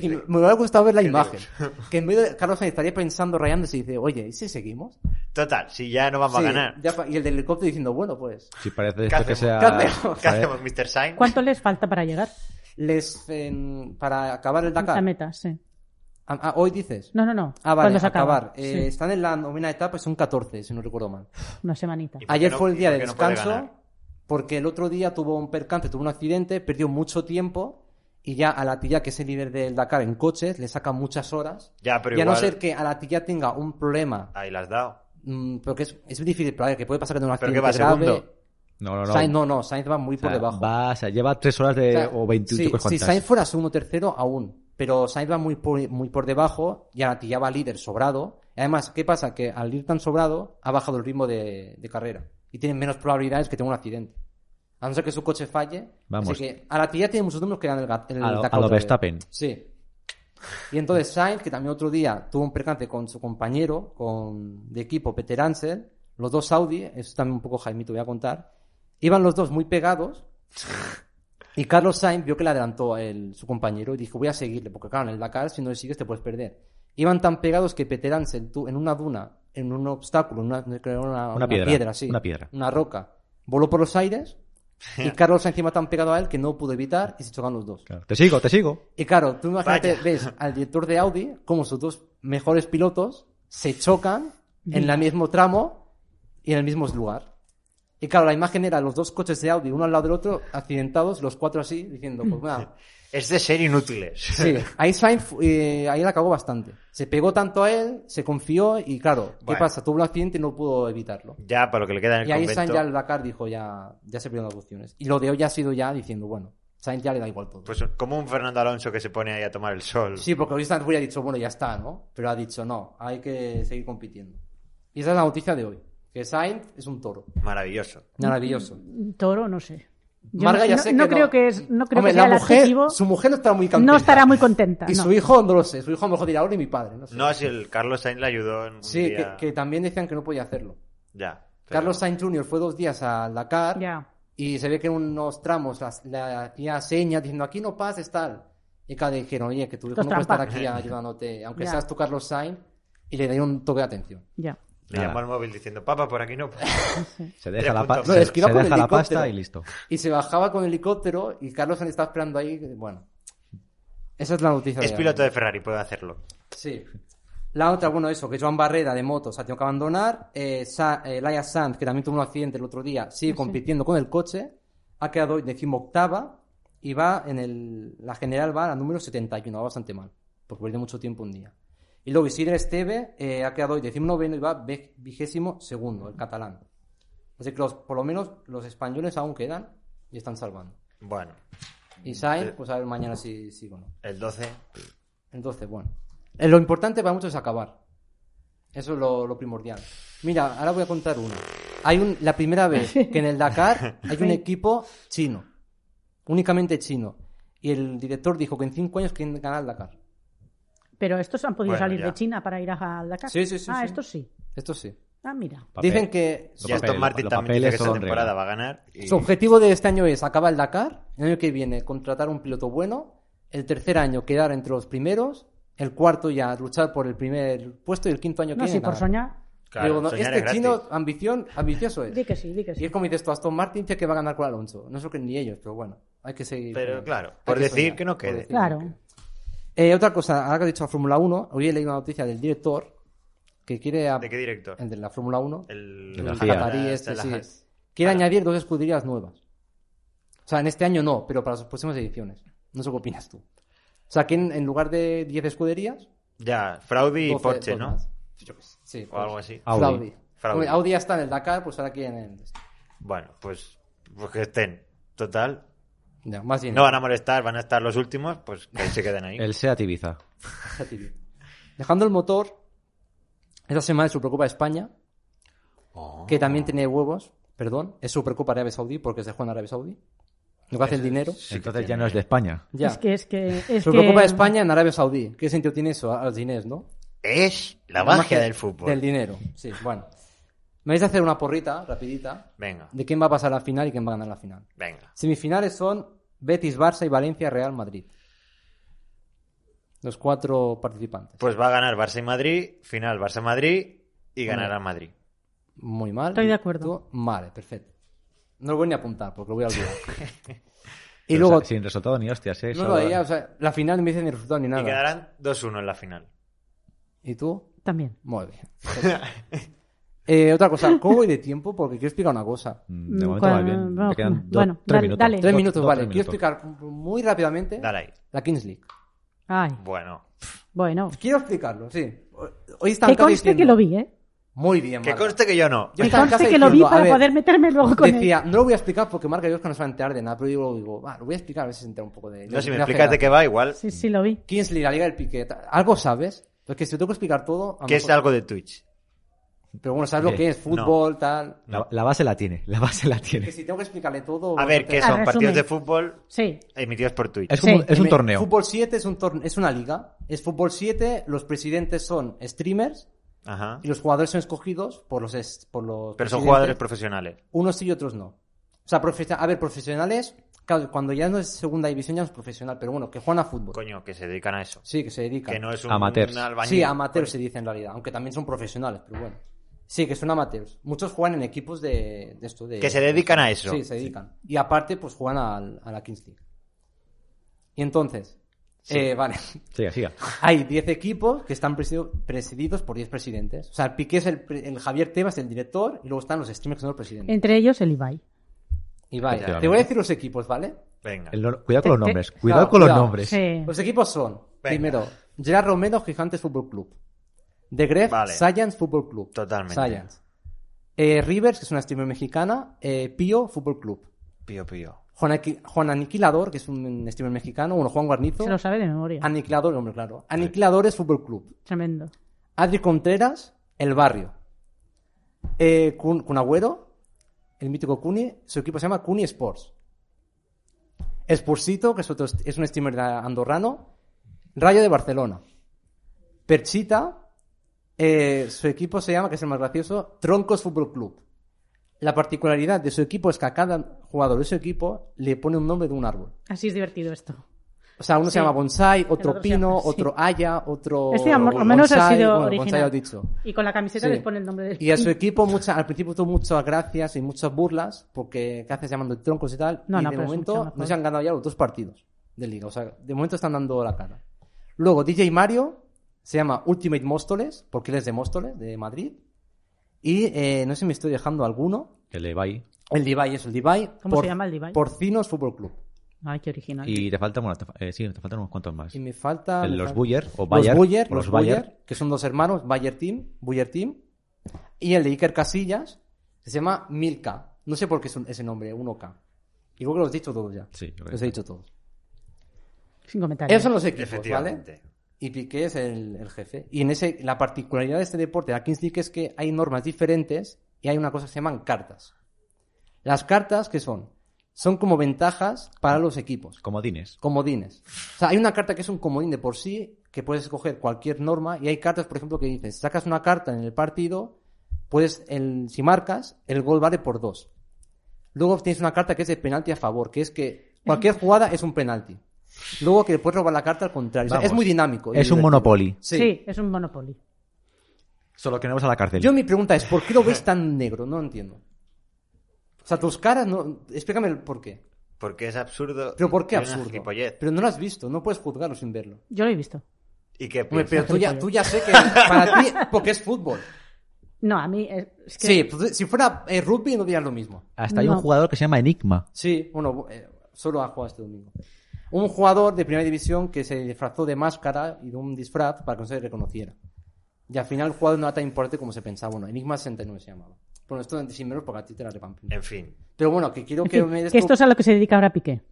Speaker 3: Y me me hubiera gustado ver la imagen. Que en medio de Carlos Sainz estaría pensando, rayándose y dice, oye, ¿y si seguimos?
Speaker 1: Total, si ya no vamos
Speaker 3: Sí,
Speaker 1: a ganar.
Speaker 3: ya pa- y el del helicóptero diciendo, bueno, pues.
Speaker 4: Si
Speaker 1: ¿Qué
Speaker 4: parece esto que
Speaker 1: hacemos?
Speaker 4: sea.
Speaker 3: ¿Qué hacemos?
Speaker 1: ¿Qué hacemos, Mr. Sainz?
Speaker 2: ¿Cuánto les falta para llegar?
Speaker 3: Les, em, para acabar el
Speaker 2: La
Speaker 3: Dakar.
Speaker 2: meta, sí.
Speaker 3: Ah, ah, hoy dices.
Speaker 2: No, no, no.
Speaker 3: Ah, vale,
Speaker 2: ¿Cuándo se acaba?
Speaker 3: acabar. Eh,
Speaker 2: Sí,
Speaker 3: Están en la novena etapa, y son 14, si no recuerdo mal.
Speaker 2: Una semanita.
Speaker 1: ¿Y por qué
Speaker 3: Ayer
Speaker 1: no-
Speaker 3: fue el
Speaker 1: y
Speaker 3: día de
Speaker 1: por qué no puede
Speaker 3: descanso
Speaker 1: ganar?
Speaker 3: porque el otro día tuvo un percance, tuvo un accidente, perdió mucho tiempo y ya a la tía que es el líder del Dakar en coches le saca muchas horas.
Speaker 1: Ya, pero
Speaker 3: y a no
Speaker 1: igual-
Speaker 3: ser que a la tía tenga un problema,
Speaker 1: Ahí las has dado.
Speaker 3: mm, porque es, es difícil, pero a ver, que puede pasar que tenga un
Speaker 1: ¿Pero
Speaker 3: accidente
Speaker 1: qué va,
Speaker 3: grave.
Speaker 1: segundo?
Speaker 4: No, no, no.
Speaker 3: Sainz, no, no, Sainz va muy
Speaker 4: O sea,
Speaker 3: por debajo.
Speaker 4: va, o sea, lleva tres horas de,
Speaker 3: O sea,
Speaker 4: o 28
Speaker 3: sí,
Speaker 4: cosas
Speaker 3: si
Speaker 4: cuantas.
Speaker 3: Sainz fuera segundo o tercero, aún. Pero Sainz va muy por, muy por debajo y a ya va líder sobrado. Y Además, ¿qué pasa? Que al ir tan sobrado, ha bajado el ritmo de, de carrera. Y tiene menos probabilidades que tenga un accidente. A no ser que su coche falle.
Speaker 4: Vamos.
Speaker 3: Así que a la tía tiene muchos números que dan el, ga- el
Speaker 4: A lo-
Speaker 3: Dakar
Speaker 4: a lo
Speaker 3: otra vez.
Speaker 4: Verstappen.
Speaker 3: Sí. Y entonces Sainz, que también otro día tuvo un percance con su compañero con, de equipo, Peter Ansel, los dos Audi, eso también un poco Jaimito voy a contar, iban los dos muy pegados y Carlos Sainz vio que le adelantó a él, su compañero y dijo, voy a seguirle, porque claro, en el Dakar si no le sigues te puedes perder. Iban tan pegados que Peter Ansel tú, en una duna, en un obstáculo, en una, creo que era una, una
Speaker 4: piedra,
Speaker 3: sí,
Speaker 4: una piedra.
Speaker 3: una roca, voló por los aires y Carlos Sainz encima tan pegado a él que no pudo evitar y se chocan los dos.
Speaker 4: Claro. Te sigo, te sigo.
Speaker 3: Y claro, tú imagínate,
Speaker 1: Vaya.
Speaker 3: ves al director de Audi como sus dos mejores pilotos se chocan en el mismo tramo y en el mismo lugar. Y claro, la imagen era los dos coches de Audi, uno al lado del otro, accidentados, los cuatro así, diciendo, pues nada.
Speaker 1: Es de ser inútiles.
Speaker 3: Sí, ahí Sainz, fu- eh, ahí la cagó bastante. Se pegó tanto a él, se confió y claro, ¿qué
Speaker 1: Bueno.
Speaker 3: pasa? Tuvo un accidente y no pudo evitarlo.
Speaker 1: Ya, para lo que le queda en el
Speaker 3: Y ahí
Speaker 1: convento.
Speaker 3: Sainz ya el Dakar dijo, ya, ya se perdieron las opciones. Y lo de hoy ya ha sido ya diciendo, bueno, Sainz ya le da igual todo.
Speaker 1: Pues como un Fernando Alonso que se pone ahí a tomar el sol.
Speaker 3: Sí, porque hoy Stanford ha dicho, bueno, ya está, ¿no? Pero ha dicho, no, hay que seguir compitiendo. Y esa es la noticia de hoy, que Sainz es un toro.
Speaker 1: Maravilloso.
Speaker 3: Maravilloso.
Speaker 2: Toro, no sé. Yo
Speaker 3: Marga
Speaker 2: no,
Speaker 3: ya
Speaker 2: no-
Speaker 3: sé
Speaker 2: no
Speaker 3: que no.
Speaker 2: creo que es, no creo
Speaker 3: Hombre,
Speaker 2: que sea
Speaker 3: la
Speaker 2: el
Speaker 3: mujer,
Speaker 2: adjetivo.
Speaker 3: su mujer no estará muy contenta.
Speaker 2: No estará muy contenta.
Speaker 3: Y
Speaker 2: no.
Speaker 3: su hijo, no lo sé, su hijo a lo mejor dirá, ahora y mi padre, no sé.
Speaker 1: No, si el Carlos Sainz le ayudó en un
Speaker 3: sí, que-
Speaker 1: día.
Speaker 3: que, también decían que no podía hacerlo.
Speaker 1: Ya. pero-
Speaker 3: Carlos Sainz Jr. fue dos días al Dakar
Speaker 2: Ya. y
Speaker 3: y se ve que en unos tramos las- le hacía señas diciendo, aquí no pases, tal. Y cada vez dijeron, oye, que tu hijo
Speaker 2: Esto es
Speaker 3: no puede estar
Speaker 2: trampa.
Speaker 3: aquí ayudándote, aunque
Speaker 2: Ya.
Speaker 3: seas tú Carlos Sainz, y le dieron un toque de atención.
Speaker 2: Ya.
Speaker 1: Le llamó al móvil diciendo, papá, por aquí no.
Speaker 4: Se deja la, pa-
Speaker 1: 3.0.
Speaker 4: se-
Speaker 1: No,
Speaker 3: es que iba
Speaker 4: se
Speaker 3: con
Speaker 4: deja la
Speaker 3: helicóptero.
Speaker 4: pasta y listo.
Speaker 3: Y se bajaba con helicóptero y Carlos le está esperando ahí. Bueno, esa es la noticia.
Speaker 1: es
Speaker 3: hoy.
Speaker 1: piloto de Ferrari, puede hacerlo.
Speaker 3: Sí. La otra, bueno, eso, que Joan Barrera de motos ha tenido que abandonar. Eh, Sa- eh, Laia Sanz, que también tuvo un accidente el otro día, sigue compitiendo con el coche. Ha quedado hoy decimoctava y va en el. La general va a la número 71, va bastante mal, porque pierde mucho tiempo un día. Y luego Isidre Esteve eh, ha quedado hoy decimonoveno y va ve- vigésimo segundo, el catalán. Así que los, por lo menos los españoles aún quedan y están salvando.
Speaker 1: Bueno,
Speaker 3: Y Sainz, pues a ver mañana si sigo o no.
Speaker 1: el 12.
Speaker 3: Entonces, bueno. Eh, Lo importante para muchos es acabar. Eso es lo, lo primordial. Mira, ahora voy a contar uno. Hay un, la primera vez que en el Dakar hay un equipo chino. Únicamente chino. Y el director dijo que en cinco años quieren ganar el Dakar.
Speaker 2: Pero estos han podido
Speaker 1: Bueno,
Speaker 2: salir
Speaker 1: ya.
Speaker 2: de China para ir a, al Dakar.
Speaker 3: Sí, sí, sí,
Speaker 2: Ah,
Speaker 3: sí.
Speaker 2: estos sí.
Speaker 3: Esto sí.
Speaker 2: Ah, mira.
Speaker 4: Papel.
Speaker 3: Dicen que
Speaker 4: Los
Speaker 1: Y Aston
Speaker 4: papeles,
Speaker 1: Martin
Speaker 4: los
Speaker 1: también dice
Speaker 4: papeles
Speaker 1: que esta
Speaker 4: son
Speaker 1: temporada
Speaker 4: reales.
Speaker 1: va a ganar. y-
Speaker 3: su objetivo de este año es acabar el Dakar. El año que viene contratar un piloto bueno. El tercer año quedar entre los primeros. El cuarto ya luchar por el primer puesto. Y el quinto año
Speaker 2: No,
Speaker 3: quieren
Speaker 2: sí, por
Speaker 3: ganar.
Speaker 2: soñar.
Speaker 1: Claro,
Speaker 3: Digo, no,
Speaker 1: soñar
Speaker 3: este
Speaker 1: es gratis.
Speaker 3: chino ambición, ambicioso es.
Speaker 2: Di que sí, di que
Speaker 3: Y
Speaker 2: sí.
Speaker 3: es como dices tú, Aston Martin dice que va a ganar con Alonso. No sé que ni ellos, pero bueno, hay que seguir.
Speaker 1: Pero claro,
Speaker 3: Hay
Speaker 1: por
Speaker 3: que
Speaker 1: decir
Speaker 3: soñar,
Speaker 1: que no
Speaker 3: por
Speaker 1: quede.
Speaker 3: decir.
Speaker 2: Claro.
Speaker 3: Eh, otra cosa, ahora que has dicho la Fórmula 1, hoy he leído una noticia del director que quiere... a-
Speaker 1: ¿De qué director?
Speaker 3: El de la Fórmula 1.
Speaker 1: El, Ah,
Speaker 4: El
Speaker 1: Hassan-
Speaker 3: catarí este,
Speaker 1: Hassan-
Speaker 3: sí.
Speaker 1: Hassan-
Speaker 3: Quiere
Speaker 1: Ahora.
Speaker 3: añadir dos escuderías nuevas. O sea, en este año no, pero para sus próximas ediciones. No sé qué opinas tú. O sea, que en, en lugar de 10 escuderías...
Speaker 1: Ya, Fraudi y
Speaker 3: 12
Speaker 1: Porsche,
Speaker 3: dos
Speaker 1: ¿no?
Speaker 3: más. Ah. Yo qué sé, Sí,
Speaker 1: O algo así.
Speaker 4: Audi.
Speaker 3: Audi.
Speaker 1: Fraudi.
Speaker 3: Hombre, Audi ya está en el Dakar, pues ahora quieren... en el-
Speaker 1: Bueno, pues, pues que estén. Total.
Speaker 3: Ya, más bien.
Speaker 1: No van a molestar, van a estar los últimos, pues que se queden ahí.
Speaker 4: El SEAT Ibiza.
Speaker 3: Fíjate bien. Dejando el motor, esta semana es Supercopa de España,
Speaker 1: Oh,
Speaker 3: que también tiene huevos, perdón, es Supercopa Arabia Saudí porque se juega en Arabia Saudí. Lo que hace el dinero.
Speaker 4: Entonces ya no es de España.
Speaker 3: Ya.
Speaker 2: Es que es que es
Speaker 3: Supercopa
Speaker 2: que-
Speaker 3: de España en Arabia Saudí. ¿Qué sentido tiene eso a los dinés, no?
Speaker 1: Es la magia del fútbol.
Speaker 3: Del dinero, sí, bueno. Me vais a hacer una porrita, rapidita,
Speaker 1: Venga,
Speaker 3: de quién va a pasar a la final y quién va a ganar la final.
Speaker 1: venga.
Speaker 3: Semifinales son Betis, Barça y Valencia, Real Madrid. Los cuatro participantes.
Speaker 1: Pues va a ganar Barça y Madrid, final Barça-Madrid y ganará Madrid.
Speaker 3: Muy mal.
Speaker 2: Estoy de acuerdo.
Speaker 3: Tú- Vale, perfecto. No lo voy ni a apuntar porque lo voy a olvidar. y
Speaker 4: Pero
Speaker 3: luego,
Speaker 4: sa- sin resultado ni hostias, ¿eh?
Speaker 3: no
Speaker 4: Solo-
Speaker 3: lo veía, o sea, la final no me dicen ni resultado ni
Speaker 1: Y
Speaker 3: nada.
Speaker 1: quedarán 2-1 en la final.
Speaker 3: ¿Y tú?
Speaker 2: También.
Speaker 3: Muy bien. Eh, otra cosa, ¿cómo voy de tiempo? Porque quiero explicar una cosa.
Speaker 4: Mm, De
Speaker 2: Mm,
Speaker 4: momento va
Speaker 2: cua-
Speaker 4: bien.
Speaker 2: vamos,
Speaker 4: Te quedan dos,
Speaker 2: bueno,
Speaker 4: tres
Speaker 2: dale,
Speaker 4: minutos.
Speaker 2: dale.
Speaker 3: Tres
Speaker 4: Dos-
Speaker 3: minutos,
Speaker 4: dos,
Speaker 3: vale.
Speaker 4: tres
Speaker 3: Quiero
Speaker 4: minutos.
Speaker 3: explicar muy rápidamente
Speaker 1: Dale ahí.
Speaker 3: la Kings League.
Speaker 2: Ay,
Speaker 1: Bueno.
Speaker 2: bueno.
Speaker 3: Quiero explicarlo, sí. Hoy está
Speaker 2: Que conste que lo vi, ¿eh?
Speaker 3: Muy bien,
Speaker 1: Que
Speaker 3: Marta.
Speaker 1: conste que yo no.
Speaker 3: Yo
Speaker 2: Que
Speaker 3: estaba en
Speaker 2: conste
Speaker 3: casa
Speaker 2: que lo vi
Speaker 3: diciendo, a
Speaker 2: para
Speaker 3: ver,
Speaker 2: poder meterme luego con él.
Speaker 3: Decía, no lo voy a explicar porque Marca Dios que no se va a enterar de nada, pero yo digo, va, lo voy a explicar a ver si se entera un poco de.
Speaker 1: No, si me
Speaker 3: de la
Speaker 1: explicas de
Speaker 3: federación.
Speaker 1: qué va, igual.
Speaker 2: Sí, sí, lo vi.
Speaker 3: Kingsley, la Liga del Piquet, algo sabes, porque si te tengo que explicar todo. a lo
Speaker 1: Que es
Speaker 3: mejor-
Speaker 1: algo de Twitch.
Speaker 3: Pero bueno, sabes lo que es, fútbol, tal.
Speaker 4: La, la base la tiene, la base la tiene.
Speaker 3: Que si tengo que explicarle todo.
Speaker 1: A ver, que
Speaker 3: que
Speaker 2: Ah,
Speaker 1: son
Speaker 2: resumen.
Speaker 1: partidos de fútbol
Speaker 2: Sí.
Speaker 1: emitidos por Twitch.
Speaker 4: Es, como-
Speaker 2: Sí.
Speaker 4: es un torneo.
Speaker 3: Fútbol 7 es, un torne- es una liga. Es fútbol 7, los presidentes son streamers
Speaker 1: Ajá.
Speaker 3: y los jugadores son escogidos por los. es- por los
Speaker 1: Pero son
Speaker 3: presidentes.
Speaker 1: jugadores profesionales.
Speaker 3: Unos sí y otros no. O sea, profe- a ver, profesionales, claro, cuando ya no es segunda división ya no es profesional, pero bueno, que juegan a fútbol.
Speaker 1: Coño, que se dedican a eso.
Speaker 3: Sí, que se dedican.
Speaker 1: Que no es un
Speaker 4: Amateurs.
Speaker 1: albañil. Pues
Speaker 3: Sí, amateurs se dice en realidad, aunque también son profesionales, pero bueno. Sí, que son amateurs. Muchos juegan en equipos de, de esto. De,
Speaker 1: Que se dedican a eso.
Speaker 3: Sí, se dedican. Y aparte, pues juegan al- a la Kings League. Y entonces, eh, vale,
Speaker 4: Siga, siga.
Speaker 3: hay 10 equipos que están presidio- presididos por 10 presidentes. O sea, el Piqué es el, pre- el Javier Tebas, el director, y luego están los streamers que son los presidentes.
Speaker 2: Entre ellos el Ibai.
Speaker 3: Y vaya,
Speaker 4: Efectivamente.
Speaker 3: te voy a decir los equipos, ¿vale?
Speaker 1: Venga.
Speaker 4: El no- Cuidado con
Speaker 2: Te-
Speaker 4: los
Speaker 2: te-
Speaker 4: nombres. Cuidado
Speaker 3: Claro,
Speaker 4: con los
Speaker 3: cuidado.
Speaker 4: nombres.
Speaker 2: Sí.
Speaker 3: Los equipos son,
Speaker 1: Venga.
Speaker 3: primero, Gerard Romero, Gigantes Fútbol Club. De Gref,
Speaker 1: Vale.
Speaker 3: Science Fútbol Club.
Speaker 1: Totalmente.
Speaker 3: Science. Eh, Rivers, que es una streamer mexicana. Eh, Pío Fútbol Club.
Speaker 1: Pío, pío.
Speaker 3: Juan, Aqui- Juan Aniquilador, que es un streamer mexicano. Bueno, Juan Guarnizo.
Speaker 2: Se lo sabe de memoria.
Speaker 3: Aniquilador, hombre, claro. Aniquiladores Fútbol Club.
Speaker 2: Tremendo.
Speaker 3: Adri Contreras, El Barrio. Eh, Kun, Kun Agüero, el mítico Cuni. Su equipo se llama Cuni Sports. Spursito, que es, otro- es un streamer de andorrano. Rayo de Barcelona. Perchita, eh, su equipo se llama, que es el más gracioso, Troncos Fútbol Club. La particularidad de su equipo es que a cada jugador de su equipo le pone un nombre de un árbol.
Speaker 2: Así es divertido esto.
Speaker 3: O sea, uno
Speaker 2: Sí.
Speaker 3: se llama bonsai, otro,
Speaker 2: otro se
Speaker 3: pino,
Speaker 2: llama- sí.
Speaker 3: otro haya, otro...
Speaker 2: Este, al
Speaker 3: bonsai,
Speaker 2: menos, ha sido
Speaker 3: bueno,
Speaker 2: original.
Speaker 3: bonsai ya lo he dicho.
Speaker 2: Y con la camiseta
Speaker 3: Sí.
Speaker 2: les pone el nombre del
Speaker 3: Y a su equipo mucha, al principio tuvo muchas gracias y muchas burlas porque ¿qué haces llamando troncos y tal?
Speaker 2: No,
Speaker 3: y
Speaker 2: no,
Speaker 3: de
Speaker 2: pero es ¿eh? mucho
Speaker 3: momento
Speaker 2: mejor.
Speaker 3: no se han ganado ya los dos partidos de liga. O sea, de momento están dando la cara. Luego DJ Mario se llama Ultimate Móstoles porque él es de Móstoles, de Madrid. Y eh, no sé si me estoy dejando alguno.
Speaker 4: El Ibai.
Speaker 3: El Divay es el Divay.
Speaker 2: ¿Cómo se llama el Ibai?
Speaker 3: Porcinos Fútbol Club.
Speaker 2: Ay, qué original.
Speaker 4: Y te faltan, bueno, te fa- eh, sí, te faltan unos cuantos más.
Speaker 3: Y me falta...
Speaker 4: El-
Speaker 3: me
Speaker 4: Los
Speaker 3: falta-
Speaker 4: Buyer o
Speaker 3: los
Speaker 4: Bayer.
Speaker 3: Buyer,
Speaker 4: o
Speaker 3: los Buyer, que son dos hermanos, Bayer Team, Buyer Team, y el de Iker Casillas, que se llama Milka. No sé por qué es un- ese nombre, 1K. Y creo que los he dicho todos ya.
Speaker 4: Sí, yo creo que
Speaker 3: los he
Speaker 4: sí.
Speaker 3: dicho todos.
Speaker 2: Sin comentarios.
Speaker 3: Esos son los equipos, ¿vale?
Speaker 1: Efectivamente.
Speaker 3: Y Piqué es el, el jefe. Y en ese, la particularidad de este deporte, la Kings League, es que hay normas diferentes y hay una cosa que se llaman cartas. Las cartas, ¿qué son? Son como ventajas para los equipos.
Speaker 4: Comodines.
Speaker 3: Comodines. O sea, hay una carta que es un comodín de por sí, que puedes escoger cualquier norma, y hay cartas, por ejemplo, que dicen, si sacas una carta en el partido, puedes, el, si marcas, el gol vale por dos. Luego tienes una carta que es de penalti a favor, que es que cualquier jugada es un penalti. Luego que le puedes robar la carta al contrario. O sea,
Speaker 4: Vamos.
Speaker 3: es muy dinámico. y
Speaker 4: Es un
Speaker 3: divertido.
Speaker 4: Monopoly.
Speaker 2: Sí. es un Monopoly.
Speaker 4: Solo que no vas a la cárcel.
Speaker 3: Yo mi pregunta es, ¿por qué lo ves tan negro? No lo entiendo. O sea, tus caras no... Explícame el por qué.
Speaker 1: Porque es absurdo.
Speaker 3: Pero ¿por qué
Speaker 1: y una
Speaker 3: absurdo?
Speaker 1: gilipollez.
Speaker 3: Pero no lo has visto, no puedes juzgarlo sin verlo.
Speaker 2: Yo lo he visto.
Speaker 1: ¿Y qué
Speaker 3: Hombre, pero
Speaker 1: piensas?
Speaker 3: tú ya, tú ya sé que para ti, porque es fútbol.
Speaker 2: No, a mí es, es que
Speaker 3: Sí, pues, si fuera eh, rugby no dirías lo mismo.
Speaker 4: Hasta hay un
Speaker 2: No.
Speaker 4: jugador que se llama Enigma.
Speaker 3: Sí, bueno, eh, solo ha jugado este domingo. Un jugador de primera división que se disfrazó de máscara y de un disfraz para que no se le reconociera. Y al final el jugador no era tan importante como se pensaba. Bueno, Enigma 69 se llamaba. Bueno, esto sin menos porque a ti te la repampino.
Speaker 1: En fin.
Speaker 3: Pero bueno, que quiero
Speaker 2: en
Speaker 3: que
Speaker 2: fin,
Speaker 3: me des
Speaker 2: que
Speaker 3: tu-
Speaker 2: esto es a lo que se dedica ahora Piqué.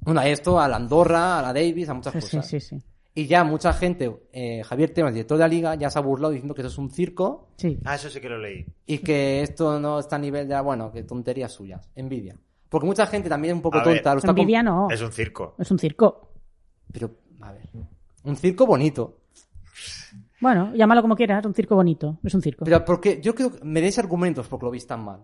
Speaker 3: Bueno, a esto, a la Andorra, a la Davis, a muchas
Speaker 2: Sí, sí,
Speaker 3: cosas.
Speaker 2: sí, sí.
Speaker 3: Y ya mucha gente, eh, Javier Temas, director de la liga, ya se ha burlado diciendo que eso es un circo
Speaker 2: Sí.
Speaker 1: Ah, eso sí que lo leí.
Speaker 3: y que esto no está a nivel de, bueno, que tonterías suyas. Envidia. Porque mucha gente también es un poco
Speaker 1: A ver,
Speaker 3: tonta. lo está con-
Speaker 2: Envidia no,
Speaker 1: Es un circo.
Speaker 2: oh, es un circo.
Speaker 3: Pero, a ver. Un circo bonito.
Speaker 2: Bueno, llámalo como quieras, un circo bonito, es un circo.
Speaker 3: Pero porque yo creo que me des argumentos porque lo veis tan mal.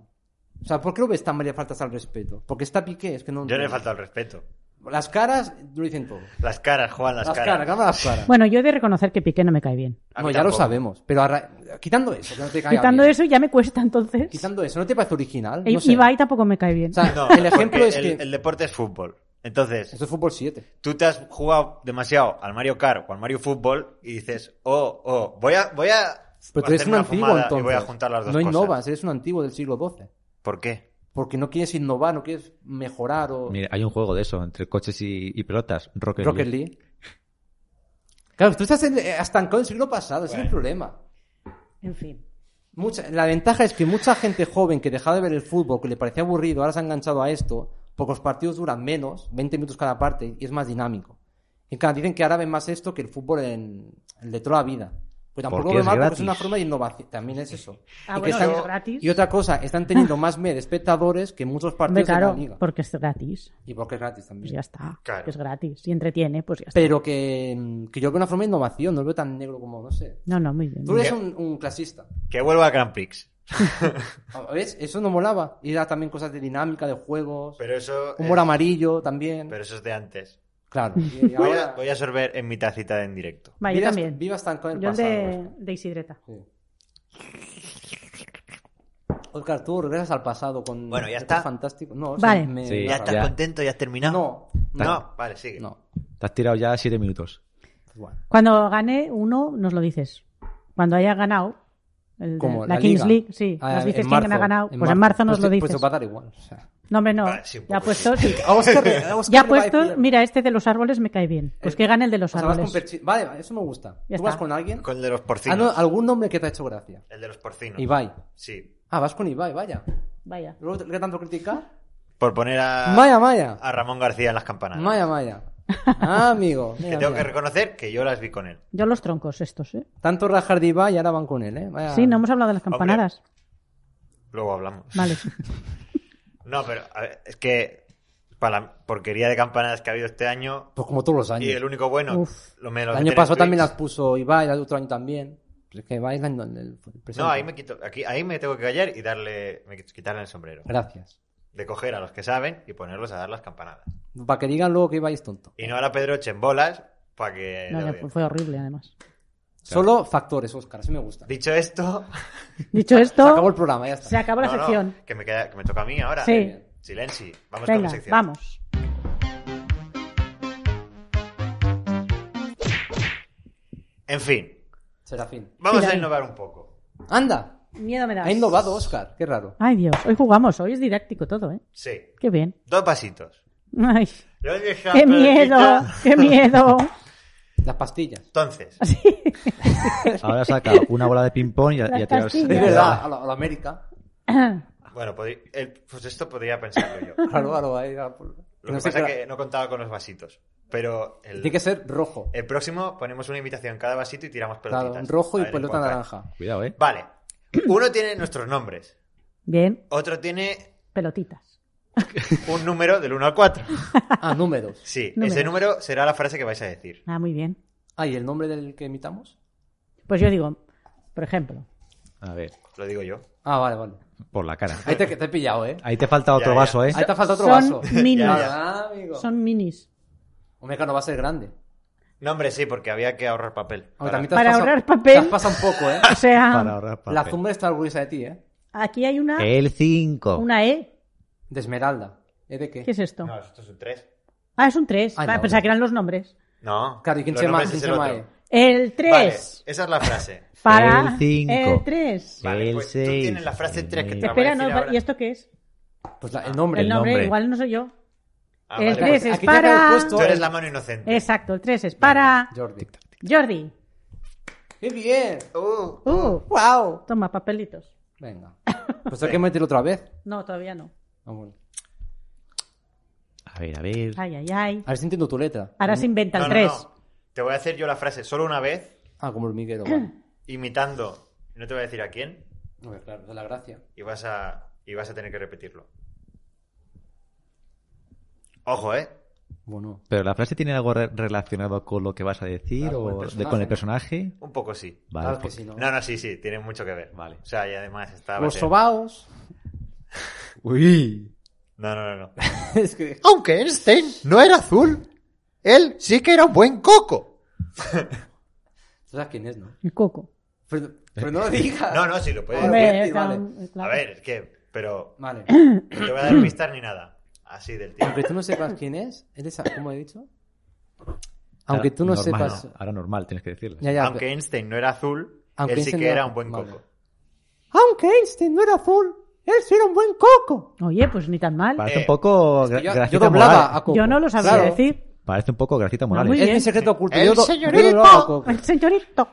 Speaker 3: O sea, ¿por qué lo ves tan mal y le faltas al respeto? Porque está piqué, es que no.
Speaker 1: Yo no le he faltado el respeto.
Speaker 3: Las caras lo dicen todo.
Speaker 1: Las caras, Juan, las,
Speaker 3: Las, caras, cámara las caras.
Speaker 2: Bueno, yo he de reconocer que Piqué no me cae bien.
Speaker 1: A mí
Speaker 3: no, ya lo
Speaker 1: tampoco.
Speaker 3: sabemos. Pero arra- quitando eso, que no te caiga
Speaker 2: Quitando
Speaker 3: bien.
Speaker 2: eso ya me cuesta entonces.
Speaker 3: Quitando eso, ¿no te parece original?
Speaker 2: Y
Speaker 3: No sé.
Speaker 2: Ibai tampoco me cae bien.
Speaker 3: O sea,
Speaker 1: No,
Speaker 3: el ejemplo
Speaker 1: porque
Speaker 3: es que.
Speaker 1: el, el deporte es fútbol. Entonces,
Speaker 3: Esto es fútbol 7.
Speaker 1: tú te has jugado demasiado al Mario Kart o al Mario Fútbol y dices, oh, oh, voy a. Voy a
Speaker 3: Pero
Speaker 1: hacer
Speaker 3: tú eres un
Speaker 1: una
Speaker 3: antiguo
Speaker 1: fumada
Speaker 3: entonces.
Speaker 1: Y voy a juntar las dos
Speaker 3: no
Speaker 1: cosas.
Speaker 3: innovas, eh. eres un antiguo del siglo XII.
Speaker 1: ¿Por qué?
Speaker 3: Porque no quieres innovar, no quieres mejorar o.
Speaker 4: Mira, hay un juego de eso, entre coches y, y pelotas. Rocket,
Speaker 3: Rocket
Speaker 4: League.
Speaker 3: League. Claro, tú estás en- eh, estancado en el siglo pasado, ese es el
Speaker 1: Bueno.
Speaker 3: problema.
Speaker 2: En fin.
Speaker 3: Mucha- la ventaja es que mucha gente joven que dejaba de ver el fútbol, que le parecía aburrido, ahora se ha enganchado a esto, porque los partidos duran menos, 20 minutos cada parte, y es más dinámico. Y claro, dicen que ahora ven más esto que el fútbol en el de toda la vida. Pues tampoco
Speaker 4: Porque
Speaker 3: lo ven
Speaker 4: es
Speaker 3: mal, porque
Speaker 4: gratis.
Speaker 3: es una forma de innovación. También es eso.
Speaker 2: Ah,
Speaker 3: Y que
Speaker 2: bueno,
Speaker 3: están-
Speaker 2: es gratis.
Speaker 3: Y otra cosa, están teniendo más media espectadores que muchos
Speaker 2: Hombre,
Speaker 3: partidos
Speaker 2: claro,
Speaker 3: de la liga.
Speaker 2: porque es gratis.
Speaker 3: Y porque es gratis también.
Speaker 2: Pues ya está.
Speaker 1: Claro.
Speaker 2: que Es gratis. Si entretiene, pues ya está.
Speaker 3: Pero que, que yo veo una forma de innovación, no lo veo tan negro como, no sé.
Speaker 2: No, no, muy bien.
Speaker 3: Tú eres un, un clasista.
Speaker 1: Que vuelva a Grand Prix.
Speaker 3: ¿Ves? Eso no molaba. Y era también cosas de dinámica, de juegos.
Speaker 1: Pero eso.
Speaker 3: humor
Speaker 1: es-
Speaker 3: amarillo también.
Speaker 1: Pero eso es de antes.
Speaker 3: Claro. Y, y
Speaker 1: Voy
Speaker 3: ahora,
Speaker 1: a, voy a sorber en mi tacita en directo.
Speaker 2: Va, yo
Speaker 3: vivas-
Speaker 2: también.
Speaker 3: vivas tan con el
Speaker 2: Yo el
Speaker 3: pasado. pues. ¿eh?
Speaker 2: de, de Isidreta.
Speaker 3: Oscar, tú regresas al pasado con.
Speaker 1: Bueno, ya
Speaker 3: esto
Speaker 1: está.
Speaker 3: es fantástico. No, o
Speaker 2: Vale.
Speaker 3: sea, me-
Speaker 4: Sí,
Speaker 3: me
Speaker 1: ¿Ya
Speaker 4: Ya,
Speaker 3: raro.
Speaker 1: estás
Speaker 4: ya.
Speaker 1: contento? ¿Ya has terminado?
Speaker 3: No,
Speaker 1: No,
Speaker 3: no,
Speaker 1: vale, sigue.
Speaker 3: no.
Speaker 4: Te has tirado ya siete minutos.
Speaker 3: Pues bueno.
Speaker 2: Cuando gane uno, nos lo dices. Cuando haya ganado el de-
Speaker 3: Como
Speaker 2: la,
Speaker 3: la
Speaker 2: Kings
Speaker 3: Liga.
Speaker 2: League, sí.
Speaker 3: Ah,
Speaker 2: nos
Speaker 3: en
Speaker 2: dices quién
Speaker 3: marzo,
Speaker 2: me ha ganado. pues en marzo nos
Speaker 3: Pues
Speaker 2: lo
Speaker 3: te-
Speaker 2: dices.
Speaker 3: Pues te va a dar igual. o sea.
Speaker 2: No, hombre, no.
Speaker 1: Vale, sí, un
Speaker 2: ya
Speaker 1: poco
Speaker 2: puestos,
Speaker 3: A Oscar- a Oscar
Speaker 2: ya
Speaker 3: le va a
Speaker 2: puestos.
Speaker 3: decir-
Speaker 2: Mira, este de los árboles me cae bien. Pues
Speaker 3: Eh,
Speaker 2: que gane el de
Speaker 3: o
Speaker 2: los
Speaker 3: sea, vas con
Speaker 2: árboles.
Speaker 3: Perchi- Vale, eso me gusta.
Speaker 2: Ya
Speaker 3: ¿Tú vas
Speaker 2: está.
Speaker 3: con alguien?
Speaker 1: Con el de los
Speaker 3: Ah, no,
Speaker 1: porcinos.
Speaker 3: algún nombre que te ha hecho gracia.
Speaker 1: El de los porcinos.
Speaker 3: Ibai.
Speaker 1: Sí.
Speaker 3: Ah, vas con Ibai, vaya.
Speaker 2: Vaya.
Speaker 3: Luego, ¿Qué tanto critica?
Speaker 1: Por poner a,
Speaker 3: Maya, Maya.
Speaker 1: a Ramón García en las campanas.
Speaker 3: Maya, Maya. Ah, amigo.
Speaker 1: Que
Speaker 3: mira,
Speaker 1: tengo
Speaker 3: mira.
Speaker 1: que reconocer que yo las vi con él.
Speaker 2: Yo los troncos estos, ¿eh?
Speaker 3: Tanto rajar de Ibai y ahora van con él, ¿eh? Vaya.
Speaker 2: Sí, no hemos hablado de las campanadas.
Speaker 1: Luego hablamos.
Speaker 2: Vale.
Speaker 1: No, pero a ver, es que para la porquería de campanadas que ha habido este año,
Speaker 3: Pues como todos los años.
Speaker 1: y el único bueno,
Speaker 2: Uf.
Speaker 1: lo menos.
Speaker 3: El año pasado también las puso Ibai, el otro año también. Pues es que Ibai es el, el- el presente.
Speaker 1: No, ahí me, quito, aquí, ahí me tengo que callar y darle, me quito- quitarle el sombrero.
Speaker 3: Gracias.
Speaker 1: De coger a los que saben y ponerlos a dar las campanadas.
Speaker 3: Para que digan luego que Ibai es tonto.
Speaker 1: Y no a la Pedroche en bolas para que...
Speaker 2: No,
Speaker 1: le
Speaker 2: no,
Speaker 1: odien.
Speaker 2: fue- fue horrible, además.
Speaker 3: Solo factores, Oscar, así me gusta.
Speaker 1: Dicho esto...
Speaker 2: Dicho
Speaker 3: Se acabó
Speaker 2: esto,
Speaker 3: el programa, ya está.
Speaker 2: se acabó la
Speaker 1: No, Ah, no,
Speaker 2: sección.
Speaker 1: que, me queda- que me toca a mí ahora.
Speaker 2: Sí.
Speaker 1: Silenci. Vamos con
Speaker 2: Venga,
Speaker 1: mi sección.
Speaker 2: vamos.
Speaker 1: En fin,
Speaker 3: Serafín.
Speaker 1: vamos
Speaker 2: Mira,
Speaker 1: a innovar un poco.
Speaker 3: ¡Anda!
Speaker 2: Miedo me das.
Speaker 3: Ha innovado Oscar, qué raro.
Speaker 2: Ay, Dios. Hoy jugamos, hoy es didáctico todo, ¿eh?
Speaker 1: Sí.
Speaker 2: Qué bien.
Speaker 1: Dos pasitos.
Speaker 2: Ay,
Speaker 1: ¿Dónde está
Speaker 2: qué
Speaker 1: Pedrochita?
Speaker 2: miedo, qué miedo.
Speaker 3: Las pastillas.
Speaker 1: Entonces,
Speaker 2: Sí.
Speaker 4: Ahora saca una bola de ping-pong y, a- y a
Speaker 2: Las
Speaker 4: tirarse.
Speaker 2: pastillas.
Speaker 3: Es verdad, eh. a la, a la América.
Speaker 1: bueno, podí- el- pues esto podría pensarlo yo.
Speaker 3: Claro, claro, ahí va por-
Speaker 1: Lo que
Speaker 3: No sé
Speaker 1: pasa
Speaker 3: qué-
Speaker 1: es que no contaba con los vasitos. Pero el,
Speaker 3: Tiene que ser rojo.
Speaker 1: el próximo ponemos una invitación en cada vasito y tiramos pelotitas.
Speaker 3: Claro, rojo
Speaker 1: A
Speaker 3: y
Speaker 1: ver
Speaker 3: pelota
Speaker 1: cuál cae.
Speaker 3: naranja.
Speaker 4: Cuidado, eh.
Speaker 1: Vale. Uno tiene nuestros nombres.
Speaker 2: Bien,
Speaker 1: Otro tiene
Speaker 2: pelotitas.
Speaker 1: un número del 1 al 4.
Speaker 3: Ah, números.
Speaker 1: Sí,
Speaker 2: Números.
Speaker 1: ese número será la frase que vais a decir.
Speaker 2: Ah, muy bien.
Speaker 3: Ah, ¿y el nombre del que imitamos?
Speaker 2: Pues yo digo, por ejemplo,
Speaker 4: A ver,
Speaker 1: Lo digo yo.
Speaker 3: Ah, vale, vale.
Speaker 4: por la cara.
Speaker 3: Ahí te, te he pillado, ¿eh?
Speaker 4: Ahí te falta otro
Speaker 1: Ya, ya.
Speaker 4: vaso, eh.
Speaker 3: Ahí te ha faltado otro
Speaker 2: son
Speaker 3: vaso.
Speaker 2: minis.
Speaker 1: Ya, ya.
Speaker 3: Ah, amigo.
Speaker 2: Son minis.
Speaker 3: Omega no va a ser grande.
Speaker 1: No, hombre, sí, porque había que ahorrar papel.
Speaker 3: Aunque
Speaker 1: Para-
Speaker 3: también te
Speaker 2: Para
Speaker 3: has pasado-
Speaker 2: ahorrar papel.
Speaker 3: Te has pasado un poco, ¿eh?
Speaker 2: O
Speaker 4: Para E.
Speaker 2: sea,
Speaker 4: ahorrar papel.
Speaker 3: La Zumba está orgullosa de ti, ¿eh?
Speaker 2: aquí hay una,
Speaker 4: El 5.
Speaker 2: una E.
Speaker 3: De Esmeralda. ¿Eh, de qué?
Speaker 2: ¿Qué es esto?
Speaker 1: No, esto es un 3.
Speaker 2: Ah, es un 3.
Speaker 3: Ah,
Speaker 2: Ah,
Speaker 3: no,
Speaker 2: pensaba
Speaker 3: no.
Speaker 2: que eran los nombres.
Speaker 1: No.
Speaker 3: Claro, ¿y quién
Speaker 1: los
Speaker 3: se llama?
Speaker 1: nombres
Speaker 3: ¿Quién
Speaker 1: es
Speaker 3: se
Speaker 1: el
Speaker 3: llama
Speaker 1: otro.
Speaker 3: E?
Speaker 2: El 3.
Speaker 1: Vale, esa es la frase.
Speaker 2: Para
Speaker 4: El cinco.
Speaker 2: 3.
Speaker 1: Vale,
Speaker 4: El
Speaker 1: pues tú
Speaker 4: seis,
Speaker 1: tienes la frase
Speaker 4: el
Speaker 1: 3 que
Speaker 4: nueve.
Speaker 1: te la voy a
Speaker 2: Espera,
Speaker 1: decir
Speaker 2: no,
Speaker 1: ahora.
Speaker 2: ¿y esto qué es?
Speaker 3: Pues la- el nombre.
Speaker 2: el nombre,
Speaker 4: nombre.
Speaker 2: igual no soy yo.
Speaker 1: Ah,
Speaker 2: el
Speaker 1: vale,
Speaker 2: 3
Speaker 1: vale.
Speaker 2: es
Speaker 3: Aquí ya me lo he
Speaker 2: para.
Speaker 3: puesto.
Speaker 1: Tú eres la mano inocente.
Speaker 2: Exacto, el 3 es para.
Speaker 3: Jordi.
Speaker 2: Jordi.
Speaker 3: ¡Qué bien!
Speaker 1: Uh,
Speaker 2: Uh,
Speaker 3: ¡Wow!
Speaker 2: toma, papelitos.
Speaker 3: Venga. Pues hay que meterlo otra vez.
Speaker 2: No, todavía no.
Speaker 3: Vamos.
Speaker 4: A ver, a ver.
Speaker 2: Ay, ay, ay.
Speaker 3: A ver si entiendo tu letra.
Speaker 2: Ahora se inventa
Speaker 1: no,
Speaker 2: el
Speaker 1: no,
Speaker 2: 3.
Speaker 1: no. Te voy a hacer yo la frase solo una vez,
Speaker 3: Ah, como hormiguero. vale.
Speaker 1: imitando. No te voy a decir a quién.
Speaker 3: A ver, claro, da la gracia.
Speaker 1: Y vas a, y vas a tener que repetirlo. Ojo, ¿eh?
Speaker 3: Bueno.
Speaker 4: ¿Pero la frase tiene algo re- relacionado con lo que vas a decir
Speaker 3: Claro, con el
Speaker 4: o de-
Speaker 3: personaje,
Speaker 4: con el
Speaker 3: ¿no?
Speaker 4: personaje?
Speaker 1: Un poco sí.
Speaker 4: Vale,
Speaker 3: claro que
Speaker 4: pues-
Speaker 3: sí, ¿no?
Speaker 1: No, no, sí, sí, tiene mucho que ver.
Speaker 4: Vale.
Speaker 1: O sea, y además está...
Speaker 3: Los
Speaker 1: base-
Speaker 3: sobaos.
Speaker 4: Uy.
Speaker 1: No, no, no, no.
Speaker 3: es que.
Speaker 1: Aunque Einstein no era azul, él sí que era un buen coco.
Speaker 3: ¿Tú sabes quién es, no?
Speaker 2: El coco.
Speaker 3: Pero, pero no lo digas.
Speaker 1: No, no, sí, lo puedes
Speaker 3: Hombre.
Speaker 1: decir.
Speaker 3: Jordi,
Speaker 2: Eh, está
Speaker 3: vale.
Speaker 2: un- claro.
Speaker 1: A ver, es que... Pero
Speaker 3: Vale.
Speaker 1: no te voy a dar pistas ni nada. Así del tío.
Speaker 3: Aunque tú no sepas quién es, es de esa, ¿cómo he dicho? Aunque tú no
Speaker 4: Normal,
Speaker 3: sepas.
Speaker 4: no. Ahora normal, tienes que decirlo.
Speaker 3: Ya, ya,
Speaker 1: Aunque Einstein no era azul,
Speaker 3: Aunque
Speaker 1: él sí
Speaker 3: Einstein
Speaker 1: que
Speaker 3: no era
Speaker 1: era
Speaker 3: azul,
Speaker 1: un buen
Speaker 3: vale.
Speaker 1: coco.
Speaker 3: Aunque Einstein no era azul, él sí era un buen coco.
Speaker 2: Oye, pues ni tan mal.
Speaker 4: Parece
Speaker 1: Eh,
Speaker 4: un poco
Speaker 3: Yo,
Speaker 4: gra-
Speaker 3: yo
Speaker 4: Gracita
Speaker 3: doblaba
Speaker 4: Morales.
Speaker 3: a coco.
Speaker 2: Yo no lo sabría
Speaker 3: Claro.
Speaker 2: decir.
Speaker 4: Parece un poco Gracita Morales.
Speaker 2: muy
Speaker 3: Es mi
Speaker 2: bien.
Speaker 3: secreto oculto.
Speaker 1: El
Speaker 3: yo do- yo
Speaker 1: señorito.
Speaker 3: doblaba a coco.
Speaker 2: El señorito.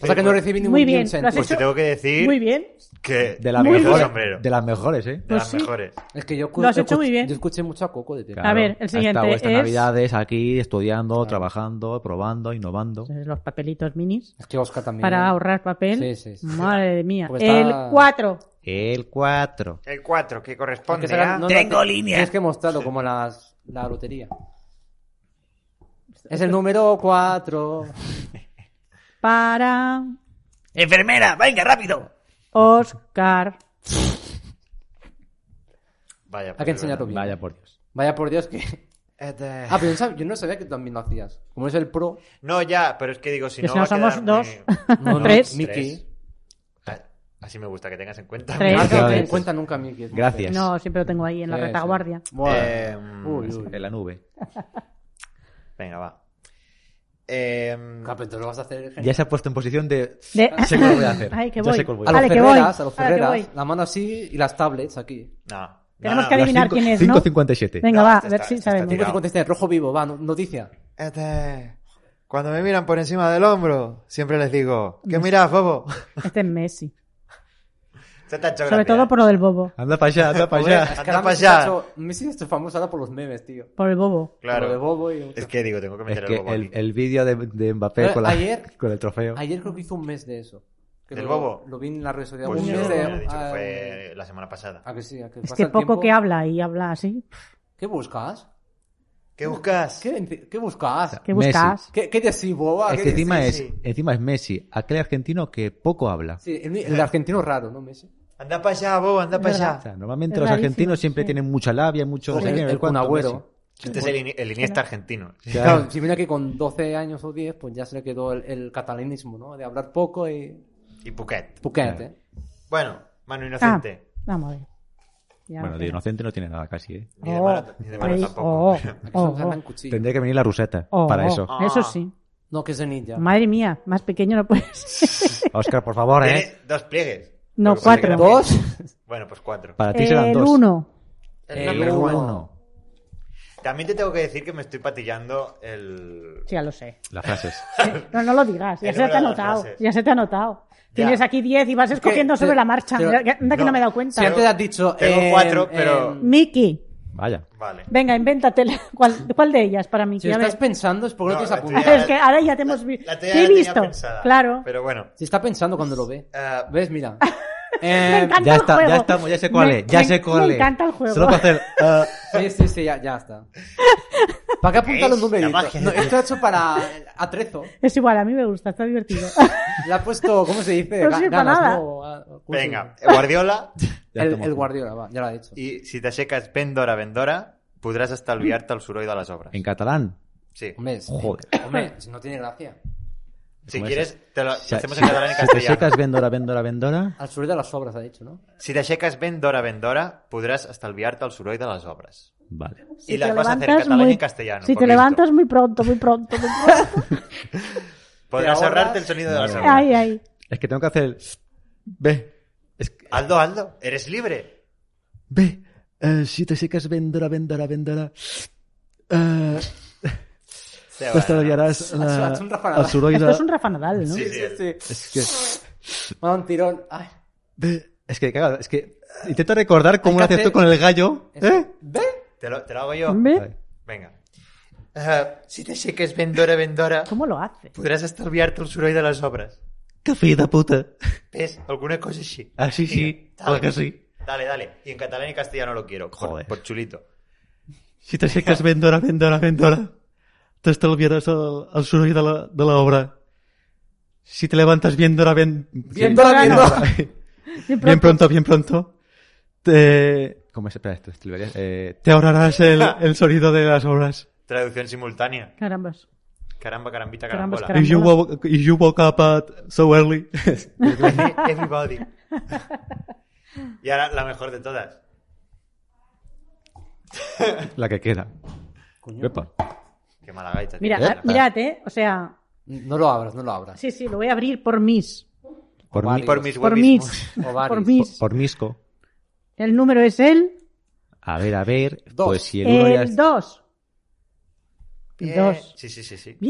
Speaker 3: O sea que no recibí ningún
Speaker 2: Muy bien,
Speaker 3: cent.
Speaker 2: lo has
Speaker 1: Pues te
Speaker 2: hecho-
Speaker 1: tengo que decir
Speaker 2: Muy bien.
Speaker 1: que
Speaker 4: De las
Speaker 2: Eh, Muy bien.
Speaker 4: mejores.
Speaker 1: sombrero.
Speaker 4: De las mejores, ¿eh?
Speaker 1: de las
Speaker 2: Pues sí.
Speaker 1: mejores.
Speaker 3: Es que yo escu-
Speaker 2: Lo has
Speaker 3: yo
Speaker 2: hecho
Speaker 3: escu-
Speaker 2: muy bien.
Speaker 3: Yo escuché mucho a coco de ti.
Speaker 2: Claro. A ver, el siguiente
Speaker 4: Hasta vuestras
Speaker 2: es-
Speaker 4: navidades aquí estudiando, trabajando, probando, innovando.
Speaker 2: Entonces, Los papelitos minis.
Speaker 3: Es que Oscar también.
Speaker 2: Para
Speaker 3: ¿eh?
Speaker 2: ahorrar papel.
Speaker 3: Sí, sí, sí.
Speaker 2: Madre mía.
Speaker 3: Porque está-
Speaker 2: El 4.
Speaker 4: El 4.
Speaker 1: El 4, que
Speaker 3: Hay que
Speaker 1: corresponde
Speaker 3: sacar-
Speaker 1: a...
Speaker 3: no, no,
Speaker 4: Tengo
Speaker 3: te-
Speaker 4: línea.
Speaker 3: Tienes que mostrarlo como las, la lotería. Es el número 4.
Speaker 2: Para
Speaker 4: ¡Enfermera! ¡Venga, rápido!
Speaker 2: Oscar.
Speaker 1: Vaya,
Speaker 3: Hay que enseñarlo bien.
Speaker 4: Vaya por Dios.
Speaker 3: Vaya por Dios que.
Speaker 1: Este-
Speaker 3: Ah, pero yo no sab- yo no sabía que tú también lo hacías. Como es el pro.
Speaker 1: No, ya, pero es que digo, si
Speaker 2: Que
Speaker 1: no,
Speaker 2: si no
Speaker 1: va a quedar
Speaker 2: somos dos.
Speaker 1: muy-
Speaker 3: No, no,
Speaker 2: Tres.
Speaker 3: Mickey.
Speaker 1: Ah, Así me gusta que tengas en cuenta.
Speaker 2: Tres.
Speaker 3: No has dado
Speaker 4: Gracias.
Speaker 3: en cuenta nunca, Mickey. Es muy
Speaker 4: Gracias.
Speaker 2: No, siempre lo tengo ahí en la
Speaker 3: Sí, sí.
Speaker 2: eh, retaguardia.
Speaker 3: Bueno.
Speaker 1: Eh,
Speaker 3: uy, uy.
Speaker 4: En la nube.
Speaker 1: Venga, va. Em,
Speaker 3: Claro, pero tú lo vas a hacer.
Speaker 4: Ya se ha puesto en posición de.
Speaker 2: De-
Speaker 3: Ah.
Speaker 4: Sé que lo voy a hacer.
Speaker 2: Ay, que
Speaker 4: Ya
Speaker 2: voy.
Speaker 4: sé que lo voy a
Speaker 3: A los
Speaker 2: Vale, que voy.
Speaker 3: Ferreras, a los
Speaker 2: Vale, que
Speaker 3: Ferreras,
Speaker 2: voy.
Speaker 3: la mano así y las tablets aquí.
Speaker 1: no.
Speaker 2: Tenemos
Speaker 1: no,
Speaker 2: que
Speaker 1: no.
Speaker 2: adivinar quién es, ¿no?
Speaker 4: 5.57.
Speaker 2: Venga,
Speaker 1: No,
Speaker 2: va,
Speaker 1: este
Speaker 2: a ver
Speaker 1: está- este
Speaker 2: si
Speaker 1: está
Speaker 2: sabemos.
Speaker 1: tirado.
Speaker 3: Tengo que contestar, rojo vivo, va, no- noticia.
Speaker 1: Este, Cuando me miran por encima del hombro, siempre les digo, ¿qué miras, bobo?
Speaker 2: Este es Messi.
Speaker 1: Se te ha hecho
Speaker 2: Sobre
Speaker 1: gracia,
Speaker 2: todo
Speaker 1: ¿eh?
Speaker 2: por lo del bobo.
Speaker 4: Anda para allá, anda para allá.
Speaker 1: Anda
Speaker 3: Cada
Speaker 1: pa'
Speaker 3: vez se ha
Speaker 1: allá.
Speaker 3: hecho- Messi es famoso ahora por los memes, tío.
Speaker 2: Por el bobo.
Speaker 3: Por lo de
Speaker 1: Claro.
Speaker 3: Bobo y...
Speaker 1: Es que digo, tengo que
Speaker 4: Es
Speaker 1: meter
Speaker 4: que
Speaker 1: el bobo
Speaker 4: el,
Speaker 1: aquí.
Speaker 4: el vídeo de, de Mbappé
Speaker 2: Eh,
Speaker 3: Pero
Speaker 4: con, la-
Speaker 3: ayer-
Speaker 4: con el trofeo.
Speaker 3: Ayer creo que hizo un mes de eso. Que
Speaker 1: ¿Del
Speaker 3: lo-
Speaker 1: Bobo?
Speaker 3: Lo vi en las redes sociales.
Speaker 1: Pues
Speaker 3: un
Speaker 1: yo
Speaker 3: mes de...
Speaker 1: hubiera dicho que
Speaker 3: ah,
Speaker 1: fue la semana pasada.
Speaker 3: ah, que sí, ah, que
Speaker 2: Es
Speaker 3: pasa
Speaker 2: que
Speaker 3: el
Speaker 2: poco
Speaker 3: tiempo.
Speaker 2: que habla y habla así.
Speaker 3: ¿Qué buscas?
Speaker 1: ¿Qué buscas?
Speaker 3: ¿Qué, qué buscas?
Speaker 2: ¿Qué
Speaker 4: Messi.
Speaker 2: buscas?
Speaker 3: ¿Qué, qué decís, boba?
Speaker 4: Es
Speaker 3: ¿Qué
Speaker 4: que encima
Speaker 3: decís?
Speaker 4: es, encima es Messi, aquel argentino que poco habla.
Speaker 3: Sí, el, el argentino raro, ¿no, Messi?
Speaker 1: Anda para allá, bobo, anda para
Speaker 2: Es verdad.
Speaker 4: O
Speaker 1: allá.
Speaker 4: sea, normalmente
Speaker 2: Es
Speaker 4: los
Speaker 2: rarísimo,
Speaker 4: argentinos siempre
Speaker 2: sí.
Speaker 4: tienen mucha labia, mucho... no sé
Speaker 3: Pues el,
Speaker 4: qué, no sé
Speaker 3: el Kun
Speaker 4: cuánto,
Speaker 3: Agüero.
Speaker 4: Messi.
Speaker 1: Este es el, ini- el Iniesta argentino.
Speaker 4: Claro.
Speaker 3: Claro, si viene aquí con 12 años o 10, pues ya se le quedó el, el catalanismo, ¿no? De hablar poco y...
Speaker 1: Y Puquet.
Speaker 3: Puquete.
Speaker 4: Claro.
Speaker 1: Bueno, mano
Speaker 2: Ah,
Speaker 1: inocente.
Speaker 2: vamos a ver. Ya,
Speaker 4: Bueno, de
Speaker 2: espera.
Speaker 4: inocente no tiene nada casi, ¿eh?
Speaker 1: Ni de
Speaker 2: Oh,
Speaker 1: malo, ni de malo
Speaker 2: ahí,
Speaker 1: tampoco.
Speaker 2: oh,
Speaker 3: Aquí
Speaker 2: oh,
Speaker 3: se nos
Speaker 2: oh,
Speaker 3: hablan cuchillo.
Speaker 4: Tendría que venir la ruseta
Speaker 2: oh,
Speaker 4: para
Speaker 2: oh.
Speaker 4: eso.
Speaker 2: Eso sí.
Speaker 3: No, que es de ninja.
Speaker 2: Madre mía, más pequeño no puede ser.
Speaker 4: Oscar, por favor, ¿eh?
Speaker 1: Tiene dos pliegues.
Speaker 2: No,
Speaker 1: Porque parece que
Speaker 2: cuatro.
Speaker 1: también-
Speaker 3: Dos.
Speaker 1: Bueno, pues cuatro.
Speaker 4: Para ti serán
Speaker 2: El
Speaker 4: dos.
Speaker 2: 1.
Speaker 3: El
Speaker 4: El
Speaker 3: uno.
Speaker 4: uno.
Speaker 1: También te tengo que decir que me estoy patillando el...
Speaker 2: Sí, ya lo sé.
Speaker 4: Las frases.
Speaker 2: No, no lo digas. Ya
Speaker 1: El
Speaker 2: se te
Speaker 1: número
Speaker 2: ha
Speaker 1: de las
Speaker 2: notado.
Speaker 1: frases.
Speaker 2: Ya se te ha notado. Tienes aquí 10 y vas escogiendo
Speaker 3: te-
Speaker 2: sobre la marcha.
Speaker 3: te-
Speaker 2: Mira, que- Anda que no
Speaker 1: no,
Speaker 2: me he dado cuenta.
Speaker 3: Si antes has dicho...
Speaker 1: Tengo
Speaker 3: em,
Speaker 1: cuatro, pero-
Speaker 2: Mm,
Speaker 3: em,
Speaker 2: Miki,
Speaker 4: Vaya.
Speaker 1: Vale.
Speaker 2: venga, invéntatela. ¿Cuál, cuál de ellas para Miki?
Speaker 3: Si lo
Speaker 2: A ver.
Speaker 3: estás pensando es porque no,
Speaker 1: No,
Speaker 3: tienes
Speaker 1: la
Speaker 3: apuntado.
Speaker 1: tuya-
Speaker 2: es que ahora ya te hemos visto.
Speaker 1: La
Speaker 2: Te
Speaker 1: tenía,
Speaker 2: he
Speaker 1: la tenía
Speaker 2: visto.
Speaker 1: pensada.
Speaker 2: Claro.
Speaker 1: Pero bueno.
Speaker 3: Se está pensando cuando lo ve.
Speaker 1: eh,
Speaker 3: ¿Ves? Mira.
Speaker 2: Me
Speaker 3: Eh,
Speaker 2: encanta
Speaker 4: Ya
Speaker 2: el
Speaker 4: está,
Speaker 2: juego.
Speaker 4: ya estamos, ya sé cuál
Speaker 2: Me-
Speaker 4: es, ya
Speaker 2: me-
Speaker 4: sé cuál es.
Speaker 2: Me encanta el juego.
Speaker 4: Solo para hacer... ah,
Speaker 3: sí, sí, sí, ya, ya está. ¿Para qué apuntar los
Speaker 1: ¿Veis? La
Speaker 3: numeritos?
Speaker 1: magia.
Speaker 3: No, esto ha hecho para el atrezo.
Speaker 2: Es igual, a mí me gusta, está divertido.
Speaker 3: Le ha puesto, ¿cómo se dice?
Speaker 2: No
Speaker 3: Ga-
Speaker 2: sirve para
Speaker 3: ganas,
Speaker 2: nada.
Speaker 3: ¿no? Ah, ¿cómo se
Speaker 1: Venga,
Speaker 3: dice?
Speaker 1: Guardiola.
Speaker 4: ya
Speaker 3: El,
Speaker 4: estamos.
Speaker 3: el Guardiola, va, ya lo ha dicho.
Speaker 1: Y si te secas vendora, vendora, podrás hasta olvidarte al suroido a las obras.
Speaker 4: En catalán.
Speaker 1: Sí.
Speaker 3: Hombre, es-
Speaker 4: Joder.
Speaker 3: hombre, si no tiene gracia.
Speaker 1: Si
Speaker 4: ¿Cómo
Speaker 1: quieres, te lo
Speaker 4: Si-
Speaker 1: hacemos
Speaker 4: si-
Speaker 1: en catalán y
Speaker 4: si te
Speaker 1: castellano.
Speaker 4: secas vendora, vendora, vendora...
Speaker 3: Al sur de las obras ha dicho, ¿no?
Speaker 1: Si te secas vendora, vendora, podrás hasta olvidarte al suroido a las obras.
Speaker 4: Vale.
Speaker 2: Si
Speaker 1: y las
Speaker 2: te
Speaker 1: vas a hacer en
Speaker 2: levantas
Speaker 1: catalán y
Speaker 2: muy-
Speaker 1: en castellano.
Speaker 2: Si
Speaker 1: por
Speaker 2: te
Speaker 1: visto.
Speaker 2: levantas muy pronto, muy pronto, muy pronto.
Speaker 1: Podrás
Speaker 3: Te ahorras-
Speaker 1: ahorrarte el sonido de
Speaker 4: No.
Speaker 1: las agujas.
Speaker 2: Ay, ay.
Speaker 4: Es que tengo que hacer el... Ve. Es que...
Speaker 1: Aldo, Aldo, eres libre.
Speaker 4: Ve. eh, si te secas, vendora, vendora, vendora. Eh,
Speaker 1: Te
Speaker 4: pues te
Speaker 1: va.
Speaker 4: odiarás la...
Speaker 3: Es un rafanada.
Speaker 4: al suroida.
Speaker 2: Esto es un Rafa Nadal, ¿no?
Speaker 1: Sí, sí.
Speaker 4: Es que...
Speaker 3: Va un tirón. Ay.
Speaker 4: Ve. Es que, claro, es que... Intento recordar cómo
Speaker 3: que
Speaker 4: lo hacías
Speaker 3: hacer-
Speaker 4: tú con el gallo.
Speaker 3: Es-
Speaker 4: ¿Eh?
Speaker 3: ¿Ve?
Speaker 1: Te lo, te lo hago yo.
Speaker 2: Ve,
Speaker 4: Vale.
Speaker 1: Venga. Ah, si te seques vendora, vendora,
Speaker 2: ¿Cómo lo hace?
Speaker 1: podrás hasta olvidar-te el soroll de les obres.
Speaker 4: Que fill de puta.
Speaker 1: ¿Ves? Alguna cosa així.
Speaker 4: Ah, sí, sí.
Speaker 1: Vinga, dale.
Speaker 4: Clar que sí.
Speaker 1: Dale, dale. Y en catalán y castellano lo quiero. por-
Speaker 4: Joder.
Speaker 1: Por chulito.
Speaker 4: Si te seques, vendora, vendora, vendora. T'estalviaràs el, el soroll de la, de l'obra. Si te levantas vendora, ven...
Speaker 3: Vendora, vendora.
Speaker 2: Bien
Speaker 4: Bien
Speaker 2: pronto.
Speaker 4: pronto, bien pronto. Te... ¿Cómo es? Espera, esto es Tilberia. Eh, te ahorrarás el,
Speaker 6: Ah.
Speaker 4: el sonido de las obras.
Speaker 1: Traducción simultánea.
Speaker 2: Carambas.
Speaker 1: Caramba, carambita,
Speaker 2: Carambas,
Speaker 1: carambola.
Speaker 2: carambas.
Speaker 4: If you, woke, if you woke up at so early.
Speaker 1: Everybody. Y ahora la mejor de todas.
Speaker 4: La que queda.
Speaker 3: Coño.
Speaker 4: Epa.
Speaker 1: Qué mala gaita.
Speaker 2: Mira,
Speaker 1: tío.
Speaker 2: ah, mirad, ¿eh? O sea,
Speaker 3: No lo abras, no lo abras.
Speaker 2: sí, sí, lo voy a abrir por mis.
Speaker 4: Por, mi-
Speaker 3: Vale.
Speaker 1: Por mis
Speaker 2: Por
Speaker 1: huevismos.
Speaker 2: mis.
Speaker 3: O varios.
Speaker 2: Por mis.
Speaker 4: por Misco.
Speaker 2: El número es el...
Speaker 4: A ver, a ver.
Speaker 3: Dos.
Speaker 4: Pues si el uno ya
Speaker 2: El
Speaker 4: es-
Speaker 2: 2. El
Speaker 1: Bien.
Speaker 2: 2.
Speaker 1: Sí, sí, sí, sí. Ahí pues.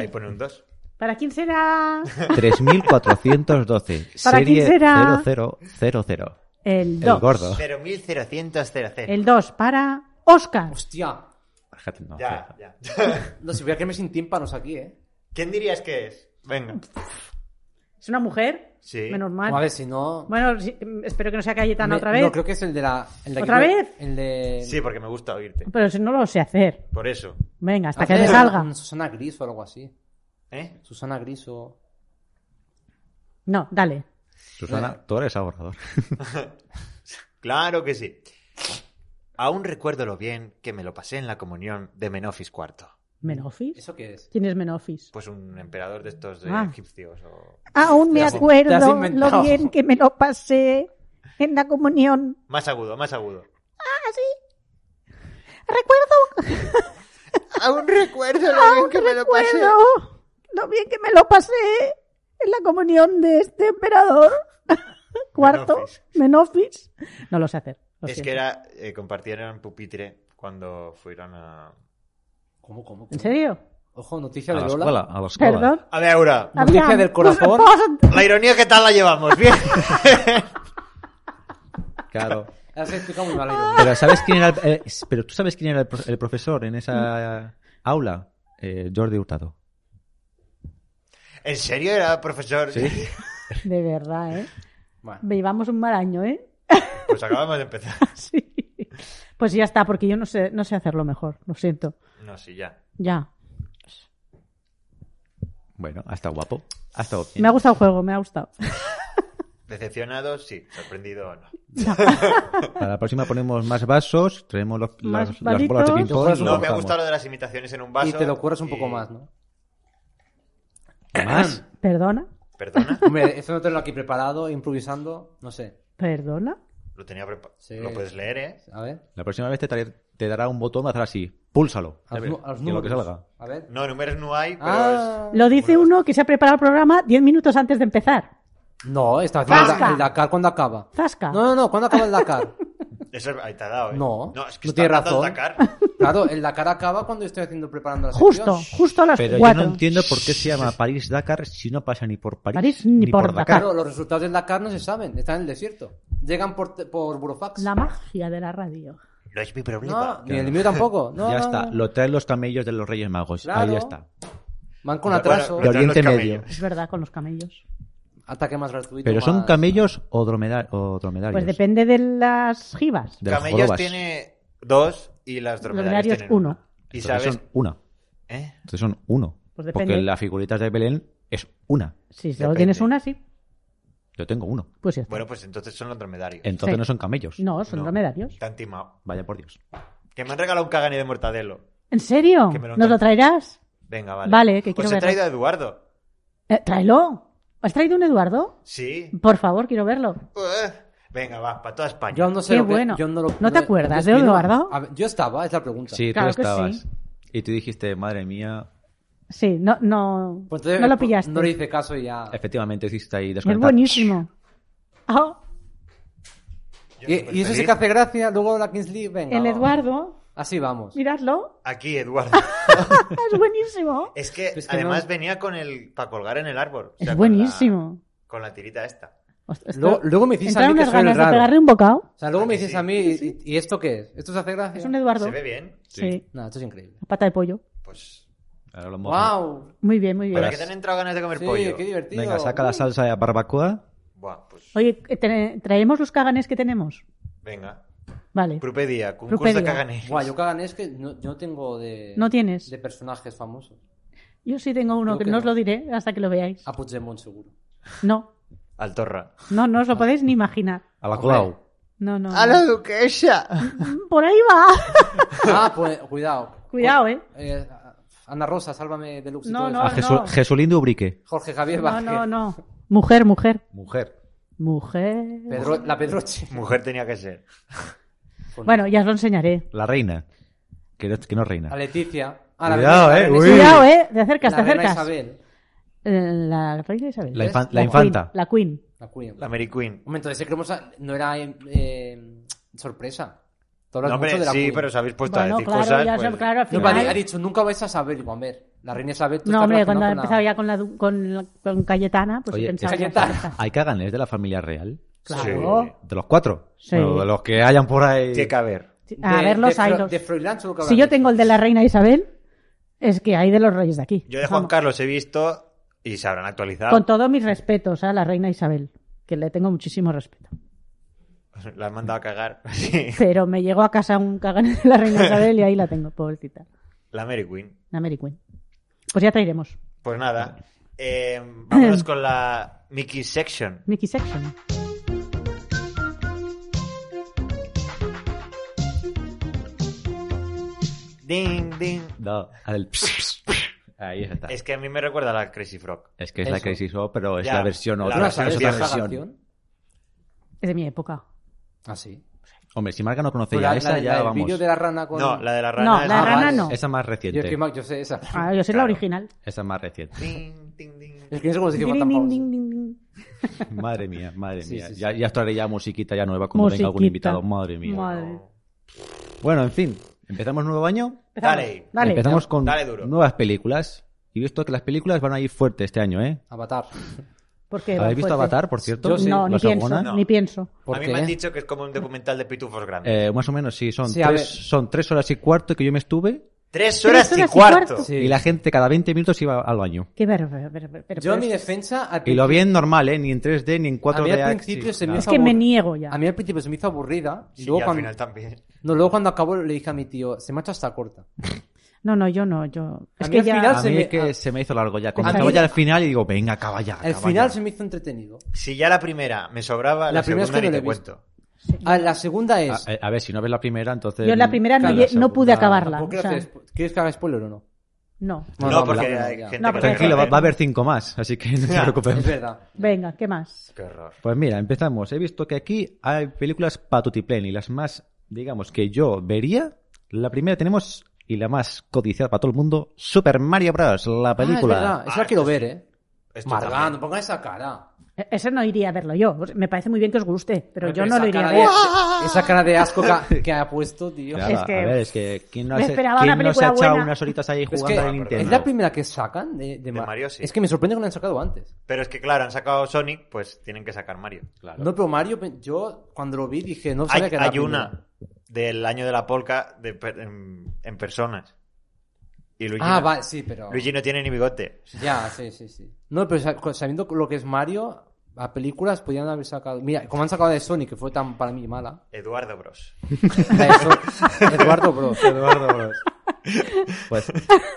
Speaker 2: Bien.
Speaker 1: pone un 2.
Speaker 2: ¿Para quién será?
Speaker 4: 3412.
Speaker 2: ¿Para quién
Speaker 4: serie
Speaker 2: será?
Speaker 4: 0000.
Speaker 2: El
Speaker 4: El
Speaker 2: 2.
Speaker 4: gordo.
Speaker 1: 0.000.
Speaker 2: El 2 para Oscar.
Speaker 3: Hostia.
Speaker 4: Fíjate, no,
Speaker 1: Ya,
Speaker 4: fíjate.
Speaker 1: ya.
Speaker 3: No, si voy a quedarme sin tímpanos aquí, ¿eh?
Speaker 1: ¿Quién dirías que es? Venga.
Speaker 2: ¿Es una mujer?
Speaker 1: Sí.
Speaker 2: Menos
Speaker 3: A
Speaker 2: mal.
Speaker 3: ver si no.
Speaker 2: Bueno, sí, mm, espero que no sea Cayetana
Speaker 3: Me-
Speaker 2: otra vez.
Speaker 3: No, creo que es el de la. el de aquí,
Speaker 2: ¿Otra
Speaker 3: ¿no?
Speaker 2: vez?
Speaker 3: El de.
Speaker 1: Sí, porque me gusta oírte.
Speaker 2: Pero si no lo sé hacer.
Speaker 1: Por eso.
Speaker 2: Venga, hasta
Speaker 3: Ah,
Speaker 2: que
Speaker 3: sí,
Speaker 2: me salga.
Speaker 3: un Susana Gris o algo así.
Speaker 1: ¿Eh?
Speaker 3: Susana Gris o.
Speaker 2: No, dale.
Speaker 4: Susana, tú eres ahorrador.
Speaker 1: Claro que sí. Aún recuerdo lo bien que me lo pasé en la comunión de Menofis IV.
Speaker 2: ¿Menofis?
Speaker 3: ¿Eso qué es?
Speaker 2: ¿Quién es Menofis?
Speaker 1: Pues un emperador de estos de
Speaker 2: Ah.
Speaker 1: egipcios o...
Speaker 2: Aún me
Speaker 3: Te has- te has
Speaker 2: acuerdo
Speaker 3: inventado.
Speaker 2: lo bien que me lo pasé en la comunión.
Speaker 1: Más agudo, más agudo.
Speaker 2: Recuerdo,
Speaker 1: Aún recuerdo lo
Speaker 2: aún recuerdo lo bien que me lo pasé en la comunión de este emperador cuarto,
Speaker 1: Menofis.
Speaker 2: Menofis. No lo sé hacer. lo
Speaker 1: Es
Speaker 2: siento.
Speaker 1: que era, eh, compartieron pupitre cuando fueron a...
Speaker 3: ¿Cómo, cómo? cómo?
Speaker 2: ¿En serio?
Speaker 3: Ojo, noticia
Speaker 4: A
Speaker 3: de
Speaker 4: la
Speaker 3: Lola.
Speaker 4: escuela, a la escuela.
Speaker 2: Perdón.
Speaker 1: A ver, Aura,
Speaker 3: Noticia
Speaker 2: Había-
Speaker 3: del corazón.
Speaker 1: la ironía que tal la llevamos, bien.
Speaker 4: Claro.
Speaker 3: Has explicado muy mal. Irene.
Speaker 4: Pero ¿sabes quién era el, eh, s- pero tú sabes quién era el, pro- el profesor en esa aula? Eh, Jordi Hurtado.
Speaker 1: ¿En serio era profesor?
Speaker 2: De verdad, ¿eh?
Speaker 3: Bueno,
Speaker 2: Llevamos un mal año, ¿eh?
Speaker 1: Pues acabamos de empezar.
Speaker 2: Sí. Pues ya está, porque yo no sé, no sé hacerlo mejor. Lo siento.
Speaker 1: No, sí, ya.
Speaker 2: Ya.
Speaker 4: Bueno, ha estado guapo. Ha estado bien.
Speaker 2: Me ha gustado el juego, me ha gustado.
Speaker 1: Decepcionado, sí. Sorprendido, no.
Speaker 4: Para la próxima ponemos más vasos, traemos los-
Speaker 2: Más
Speaker 4: las, las bolas de
Speaker 2: vasitos.
Speaker 4: ping-pong. y
Speaker 1: No, me
Speaker 4: lo
Speaker 1: ha
Speaker 4: bajamos.
Speaker 1: gustado lo de las imitaciones en un vaso.
Speaker 3: y te lo curras un
Speaker 1: y-
Speaker 3: poco más, ¿no?
Speaker 4: ¿Más?
Speaker 2: ¿Perdona?
Speaker 1: Perdona,
Speaker 3: Hombre, eso no tenerlo aquí preparado, improvisando, no sé.
Speaker 2: ¿Perdona?
Speaker 1: lo tenía preparado.
Speaker 3: Sí.
Speaker 1: Lo puedes leer, ¿eh?
Speaker 3: A ver.
Speaker 4: La próxima vez te, traer- te dará un botón de hacer así. Púlsalo.
Speaker 3: A
Speaker 4: ver,
Speaker 3: los, nu- a los
Speaker 4: que lo que
Speaker 3: números.
Speaker 4: salga.
Speaker 3: A ver.
Speaker 1: No, números no hay, pero
Speaker 3: Ah,
Speaker 2: Lo dice
Speaker 1: Bueno,
Speaker 2: uno que se ha preparado el programa 10 minutos antes de empezar.
Speaker 3: No, está haciendo el,
Speaker 2: Vasca.
Speaker 3: Da- el Dakar cuando acaba.
Speaker 2: Zasca.
Speaker 3: No, no, no, ¿cuándo acaba el Dakar?
Speaker 1: es... Eso ahí te ha dado, ¿eh?
Speaker 3: No,
Speaker 1: No, es que
Speaker 3: no
Speaker 1: está
Speaker 3: tiene
Speaker 1: hablando
Speaker 3: razón.
Speaker 1: Dakar.
Speaker 3: Claro, el Dakar acaba cuando estoy haciendo preparando la
Speaker 2: Justo,
Speaker 3: sección.
Speaker 2: justo a las
Speaker 4: Pero yo
Speaker 2: 4.
Speaker 4: no entiendo por qué se llama París-Dakar si no pasa ni por París,
Speaker 2: París ni por Dakar.
Speaker 3: Claro, los resultados del Dakar no se saben, están en el desierto. Llegan por, te- por Burofax.
Speaker 2: La magia de la radio.
Speaker 1: No es mi problema.
Speaker 3: No, ni el mío tampoco. No,
Speaker 4: ya
Speaker 3: no,
Speaker 4: está,
Speaker 3: no.
Speaker 4: lo traen los camellos de los Reyes Magos. Ahí
Speaker 3: Claro.
Speaker 4: ya está.
Speaker 3: Van con
Speaker 1: Bueno,
Speaker 3: atraso.
Speaker 4: De
Speaker 1: Lo traen los
Speaker 4: Oriente
Speaker 1: camellos.
Speaker 4: Medio.
Speaker 2: Es verdad, con los camellos.
Speaker 3: Ataque más gratuito.
Speaker 4: ¿Pero son
Speaker 3: más-
Speaker 4: camellos o, dromeda- o dromedarios?
Speaker 2: Pues depende de las jivas.
Speaker 4: De las
Speaker 1: Camellos
Speaker 4: jorobas.
Speaker 1: tiene dos y las dromedarios
Speaker 2: Dromedarios
Speaker 1: tienen
Speaker 2: uno.
Speaker 1: una. Y
Speaker 4: Entonces
Speaker 1: sabes...
Speaker 4: son una.
Speaker 1: ¿Eh?
Speaker 4: Entonces son uno.
Speaker 2: Pues depende.
Speaker 4: Porque las figuritas de Belén es una.
Speaker 2: Si solo
Speaker 1: Depende.
Speaker 2: tienes una, sí.
Speaker 4: Yo tengo uno.
Speaker 2: Pues ya está.
Speaker 1: Bueno, pues entonces son los dromedarios.
Speaker 4: Entonces
Speaker 2: Sí.
Speaker 4: no son camellos.
Speaker 2: no, son
Speaker 1: no.
Speaker 2: dromedarios.
Speaker 1: Tan timao.
Speaker 4: Vaya por Dios.
Speaker 1: Que me han regalado un cagani de mortadelo.
Speaker 2: ¿En serio?
Speaker 1: Que me lo
Speaker 2: ¿Nos lo
Speaker 1: encan-
Speaker 2: traerás?
Speaker 1: Venga, vale.
Speaker 2: Vale, que quiero
Speaker 1: Os he
Speaker 2: verlo.
Speaker 1: traído a Eduardo.
Speaker 2: Eh, tráelo. ¿Has traído un Eduardo?
Speaker 1: Sí.
Speaker 2: Por favor, quiero verlo.
Speaker 1: Eh, Venga, va, para toda España.
Speaker 3: Yo aún no sé
Speaker 2: Qué
Speaker 3: lo que-
Speaker 2: bueno.
Speaker 3: yo no, lo-
Speaker 2: ¿No te acuerdas de
Speaker 3: yo no-
Speaker 2: Eduardo?
Speaker 3: A ver, yo estaba, es la pregunta.
Speaker 4: Sí,
Speaker 2: Claro
Speaker 4: tú
Speaker 2: que
Speaker 4: estabas.
Speaker 2: sí.
Speaker 4: Y tú dijiste, madre mía,
Speaker 2: Sí, no, no,
Speaker 3: Pues entonces,
Speaker 2: no lo
Speaker 3: pues,
Speaker 2: pillaste.
Speaker 3: No le hice caso y ya.
Speaker 4: Efectivamente, existe ahí
Speaker 2: es
Speaker 4: desconectado.
Speaker 2: buenísimo. Ah,
Speaker 1: Yo
Speaker 3: Y,
Speaker 1: súper
Speaker 3: y eso sí
Speaker 1: feliz.
Speaker 3: que hace gracia. Luego la Kings League, venga.
Speaker 2: el
Speaker 3: va.
Speaker 2: Eduardo,
Speaker 3: Así vamos.
Speaker 2: miradlo,
Speaker 1: Aquí, Eduardo.
Speaker 2: es buenísimo.
Speaker 1: Es que,
Speaker 3: Es que
Speaker 1: además
Speaker 3: no-
Speaker 1: venía con el. para colgar en el árbol. O sea,
Speaker 2: Es
Speaker 1: con la-
Speaker 2: buenísimo.
Speaker 1: Con la, tirita esta.
Speaker 2: Ostras,
Speaker 3: Luego, luego me hiciste a
Speaker 2: Entraron
Speaker 3: mí que
Speaker 2: unas
Speaker 3: soy el
Speaker 2: ganas de
Speaker 3: raro.
Speaker 2: pegarle un bocado.
Speaker 3: O sea, luego
Speaker 1: ¿A
Speaker 3: me
Speaker 1: que
Speaker 3: dices
Speaker 1: sí?
Speaker 3: a mí, ¿y, y esto qué es? ¿Esto se hace gracia?
Speaker 2: Es un Eduardo.
Speaker 1: ¿Se ve bien?
Speaker 2: Sí.
Speaker 4: Sí.
Speaker 3: No, esto es increíble.
Speaker 2: La pata de pollo.
Speaker 1: Pues.
Speaker 4: Ahora lo mojo.
Speaker 3: ¡Wow!
Speaker 2: Muy bien, muy bien.
Speaker 1: ¿Para qué te han entrado ganas de comer
Speaker 3: Sí,
Speaker 1: pollo?
Speaker 3: qué divertido.
Speaker 4: Venga, saca la
Speaker 3: Uy.
Speaker 4: salsa de barbacoa.
Speaker 1: Buah, pues.
Speaker 2: Oye, ¿te- ¿traemos los caganes que tenemos?
Speaker 1: Venga.
Speaker 2: Vale.
Speaker 1: Propedia, concurso de
Speaker 2: Propedia.
Speaker 1: caganes.
Speaker 3: Buah, yo cagan es que no, yo no tengo de.
Speaker 2: No tienes.
Speaker 3: De personajes famosos.
Speaker 2: Yo sí tengo uno
Speaker 3: Creo
Speaker 2: que
Speaker 3: que
Speaker 2: no os
Speaker 3: no. Ah.
Speaker 2: lo diré hasta que lo veáis.
Speaker 3: A Puigdemont, seguro.
Speaker 2: No,
Speaker 1: Altorra.
Speaker 2: no, no
Speaker 3: Ah.
Speaker 2: os lo podéis ni imaginar.
Speaker 4: A la
Speaker 3: Hombre.
Speaker 4: Clau.
Speaker 2: No, no. no.
Speaker 1: duquesa!
Speaker 2: Por ahí va.
Speaker 3: Ah, pues, cuidado.
Speaker 2: Cuidado, eh.
Speaker 3: Eh, Ana Rosa, sálvame de Lux y
Speaker 2: No,
Speaker 3: todo
Speaker 2: no,
Speaker 3: eso.
Speaker 4: A Jesu-
Speaker 2: Ah, no.
Speaker 4: Jesulín de Ubrique.
Speaker 3: Jorge Javier
Speaker 2: No,
Speaker 3: Vázquez.
Speaker 2: no, no. Mujer, mujer.
Speaker 4: Mujer.
Speaker 2: Mujer.
Speaker 3: Pedro- la Pedroche.
Speaker 1: Mujer tenía que ser.
Speaker 2: Bueno, ya os lo enseñaré.
Speaker 4: La reina. Que no, que no es reina.
Speaker 3: A Leticia. Ah, A
Speaker 4: Cuidado, eh. Uy.
Speaker 2: Cuidado, eh. Te
Speaker 3: La
Speaker 2: acercas, te
Speaker 3: reina
Speaker 2: acercas.
Speaker 3: Isabel.
Speaker 2: Eh, La reina Isabel.
Speaker 4: La, infan-
Speaker 3: ¿ves?
Speaker 4: la
Speaker 2: La
Speaker 4: infanta.
Speaker 2: Queen, la Queen.
Speaker 3: La Queen.
Speaker 1: La Mary Queen.
Speaker 3: Hombre, entonces creo que no era eh, eh, sorpresa. Tú hablas
Speaker 1: No, hombre,
Speaker 3: mucho de la
Speaker 1: sí,
Speaker 3: Queen.
Speaker 1: pero os habéis puesto
Speaker 2: Bueno,
Speaker 1: a decir
Speaker 2: claro,
Speaker 1: cosas.
Speaker 2: ya
Speaker 1: pues-
Speaker 2: sé, claro, al
Speaker 3: No,
Speaker 2: final-
Speaker 3: vale, ha dicho, nunca vais a saber. Digo, a ver, la reina Isabel... tú
Speaker 2: No,
Speaker 3: estás
Speaker 2: hombre, cuando
Speaker 3: relacionado con
Speaker 2: empezaba
Speaker 3: la-
Speaker 2: ya con, la, du- con, la- con Cayetana, pues
Speaker 4: Oye,
Speaker 2: pensaba
Speaker 3: es-
Speaker 2: ya en
Speaker 3: Cayetana.
Speaker 2: Cayetana.
Speaker 4: Hay caganes de la familia real.
Speaker 2: Claro.
Speaker 4: De los cuatro.
Speaker 2: Sí.
Speaker 4: Bueno, de los que hayan por ahí.
Speaker 1: Sí. Tiene que haber.
Speaker 2: A
Speaker 3: de-
Speaker 2: ver los
Speaker 3: de Fro-
Speaker 2: airos.
Speaker 3: De Froilán seguro que
Speaker 2: Si
Speaker 3: habrá
Speaker 2: yo tengo el de la reina Isabel, es que hay de los reyes de aquí.
Speaker 1: Yo de Juan
Speaker 2: Vamos.
Speaker 1: Carlos he visto y se habrán actualizado.
Speaker 2: Con todos mis respetos a la reina Isabel, que le tengo muchísimo respeto.
Speaker 1: La han mandado a cagar. Sí.
Speaker 2: Pero me llegó a casa un cagán de la reina Isabel y ahí la tengo, pobrecita.
Speaker 1: La Mary Queen.
Speaker 2: La Mary Queen. Pues ya traeremos.
Speaker 1: Pues nada. Eh, vámonos con la Mickey Section.
Speaker 2: Mickey Section.
Speaker 1: Ding, ding.
Speaker 4: No, la del Ahí está.
Speaker 1: Es que a mí me recuerda a la Crazy Frog.
Speaker 4: Es que es la
Speaker 3: Eso.
Speaker 4: Crazy Show, pero es
Speaker 1: Ya,
Speaker 4: la versión
Speaker 1: la
Speaker 4: otra.
Speaker 3: ¿Tú no
Speaker 1: versión
Speaker 3: sabes
Speaker 4: es
Speaker 3: de
Speaker 4: otra
Speaker 1: vieja.
Speaker 3: esa
Speaker 4: versión.
Speaker 3: canción?
Speaker 2: Es de mi época.
Speaker 3: Ah, sí.
Speaker 4: Hombre, si Marca no conocía
Speaker 3: Pero la-
Speaker 4: esa,
Speaker 3: la-
Speaker 4: ya
Speaker 3: la- El
Speaker 4: vamos.
Speaker 3: vídeo de la rana con...
Speaker 1: No, la de la rana.
Speaker 2: No,
Speaker 1: es-
Speaker 2: la
Speaker 3: Ah,
Speaker 2: rana
Speaker 3: vale.
Speaker 2: no.
Speaker 4: Esa
Speaker 3: Yo
Speaker 4: más
Speaker 3: es
Speaker 4: reciente.
Speaker 3: que Mac, yo sé esa.
Speaker 2: Ah, yo soy
Speaker 1: Claro.
Speaker 2: la original.
Speaker 4: Esa más reciente.
Speaker 1: Ding, ding, ding.
Speaker 3: Es que no sé cómo se dice
Speaker 2: Ding,
Speaker 3: Juan
Speaker 2: ding,
Speaker 3: Tampoco.
Speaker 2: ding, ding, ding.
Speaker 4: Madre mía, madre
Speaker 3: Sí,
Speaker 4: mía.
Speaker 3: sí, sí.
Speaker 4: Ya, ya esto haré ya musiquita ya nueva cuando venga algún
Speaker 2: Musiquita.
Speaker 4: invitado. Madre mía.
Speaker 2: Madre.
Speaker 4: Bueno, en fin. Empezamos nuevo año.
Speaker 2: Empezamos.
Speaker 1: Dale.
Speaker 2: Dale.
Speaker 4: Empezamos con
Speaker 1: Dale duro.
Speaker 4: nuevas películas. Y visto que las películas van a ir fuerte este año, ¿eh?
Speaker 3: Avatar.
Speaker 2: Porque va
Speaker 4: ¿Habéis visto
Speaker 2: fuerte.
Speaker 4: Avatar, por cierto?
Speaker 3: Yo sí.
Speaker 2: No, ni
Speaker 4: ¿La
Speaker 2: pienso,
Speaker 4: segunda?
Speaker 1: No.
Speaker 2: ni pienso.
Speaker 1: a
Speaker 3: ¿Por
Speaker 1: mí
Speaker 3: qué?
Speaker 1: me han dicho que es como un documental de pitufos grandes.
Speaker 4: Eh, más o menos, sí. Son
Speaker 3: Sí, a
Speaker 4: tres,
Speaker 3: ver.
Speaker 4: son tres horas y cuarto que yo me estuve.
Speaker 1: tres horas
Speaker 2: tres
Speaker 1: y
Speaker 2: horas y
Speaker 1: cuarto.
Speaker 2: cuarto.
Speaker 3: Sí.
Speaker 4: Y la gente cada 20 minutos iba al baño.
Speaker 2: Qué ver, ver, ver, ver, pero-
Speaker 3: Yo en mi
Speaker 2: pero-
Speaker 3: defensa... al
Speaker 4: Y lo
Speaker 3: principio-
Speaker 4: vi en normal, ¿eh? Ni en 3D, ni en 4D.
Speaker 3: A mí al
Speaker 4: sí,
Speaker 3: principio se me
Speaker 4: nada.
Speaker 2: Es que me niego
Speaker 4: Ah,
Speaker 2: ya.
Speaker 3: A mí al principio se me hizo aburrida. Y
Speaker 1: Sí,
Speaker 3: luego
Speaker 1: y al
Speaker 3: cuando...
Speaker 1: final también.
Speaker 3: No, luego cuando acabó le dije a mi tío, se me ha hecho hasta corta.
Speaker 2: No, no, yo no, yo.
Speaker 3: A
Speaker 2: Es
Speaker 3: mí
Speaker 2: que
Speaker 3: al
Speaker 2: ya. Ah.
Speaker 3: final
Speaker 4: A
Speaker 3: se
Speaker 4: mí
Speaker 3: me-
Speaker 4: es que
Speaker 3: a-
Speaker 4: se me hizo largo ya.
Speaker 2: Pues
Speaker 4: Cuando
Speaker 2: a mí-
Speaker 4: acaba ya al final y digo, venga, acaba ya.
Speaker 3: Al
Speaker 4: acaba
Speaker 3: final
Speaker 4: ya.
Speaker 3: se me hizo entretenido.
Speaker 1: Si ya la primera me sobraba, la,
Speaker 3: La primera es
Speaker 1: segunda
Speaker 3: que
Speaker 1: ni
Speaker 3: no
Speaker 1: te
Speaker 3: la he visto.
Speaker 1: cuento.
Speaker 3: Ah, la segunda es...
Speaker 4: A, a ver, si no ves la primera, entonces.
Speaker 2: Yo en la primera no,
Speaker 3: Claro,
Speaker 2: lle-
Speaker 4: la
Speaker 2: no pude
Speaker 4: eh, segunda-
Speaker 2: acabarla.
Speaker 3: ¿Tampoco
Speaker 2: o
Speaker 3: quiero
Speaker 2: sea,
Speaker 3: hacer spo- ¿Quieres que haga spoiler o no?
Speaker 2: no.
Speaker 1: No,
Speaker 3: vamos,
Speaker 1: porque
Speaker 3: la-
Speaker 1: hay
Speaker 3: ya.
Speaker 1: gente
Speaker 2: No,
Speaker 1: que
Speaker 2: porque-
Speaker 4: Tranquilo, va,
Speaker 1: conoce.
Speaker 4: va a haber cinco más, así que no te
Speaker 1: Ya,
Speaker 4: preocupes.
Speaker 3: Es verdad.
Speaker 2: Venga, ¿qué más?
Speaker 1: Qué horror.
Speaker 4: Pues mira, empezamos. He visto que aquí hay películas patutiplén y las más, digamos, que yo vería. La primera tenemos, y la más codiciada para todo el mundo, Super Mario Bros.
Speaker 3: Ah,
Speaker 4: La
Speaker 3: es
Speaker 4: película.
Speaker 3: verdad. Esa la quiero ver, eh.
Speaker 1: Esto
Speaker 3: Marga,
Speaker 1: también.
Speaker 3: no pongan esa cara.
Speaker 2: E- Ese no iría a verlo yo. O sea, Me parece muy bien que os guste, pero
Speaker 3: Ay,
Speaker 2: yo no
Speaker 3: esa
Speaker 2: lo iría a
Speaker 3: cara
Speaker 2: ver.
Speaker 1: ¡Ah!
Speaker 3: de- Esa cara de asco que, que ha puesto, tío.
Speaker 4: Claro,
Speaker 2: Es que-
Speaker 4: a ver, es que ¿quién no,
Speaker 2: me
Speaker 4: se,
Speaker 2: esperaba
Speaker 4: quién
Speaker 2: una
Speaker 4: no se
Speaker 2: película
Speaker 4: ha echado
Speaker 2: buena?
Speaker 4: unas horitas ahí
Speaker 3: Es
Speaker 4: jugando
Speaker 3: que
Speaker 4: al
Speaker 3: es
Speaker 4: Nintendo?
Speaker 3: la primera que sacan de, de Mar-
Speaker 1: Mario, sí.
Speaker 3: Es que me sorprende que no han sacado antes.
Speaker 1: Pero es que, claro, han sacado Sonic, pues tienen que sacar Mario. Claro.
Speaker 3: No, pero Mario, pe- yo cuando lo vi dije, no sabía
Speaker 1: hay
Speaker 3: que era la
Speaker 1: hay una
Speaker 3: primera.
Speaker 1: del año de la polca de per- en, en personas. Y Luigi,
Speaker 3: Ah,
Speaker 1: no,
Speaker 3: va, sí, pero.
Speaker 1: Luigi no tiene ni bigote.
Speaker 3: Ya, sí, sí, sí. No, pero sa- sabiendo lo que es Mario, a películas podían haber sacado. Mira, como han sacado de Sonic, que fue tan para mí mala.
Speaker 1: Eduardo Bros.
Speaker 3: la de Son- Eduardo Bros.
Speaker 4: Eduardo Bros. Pues,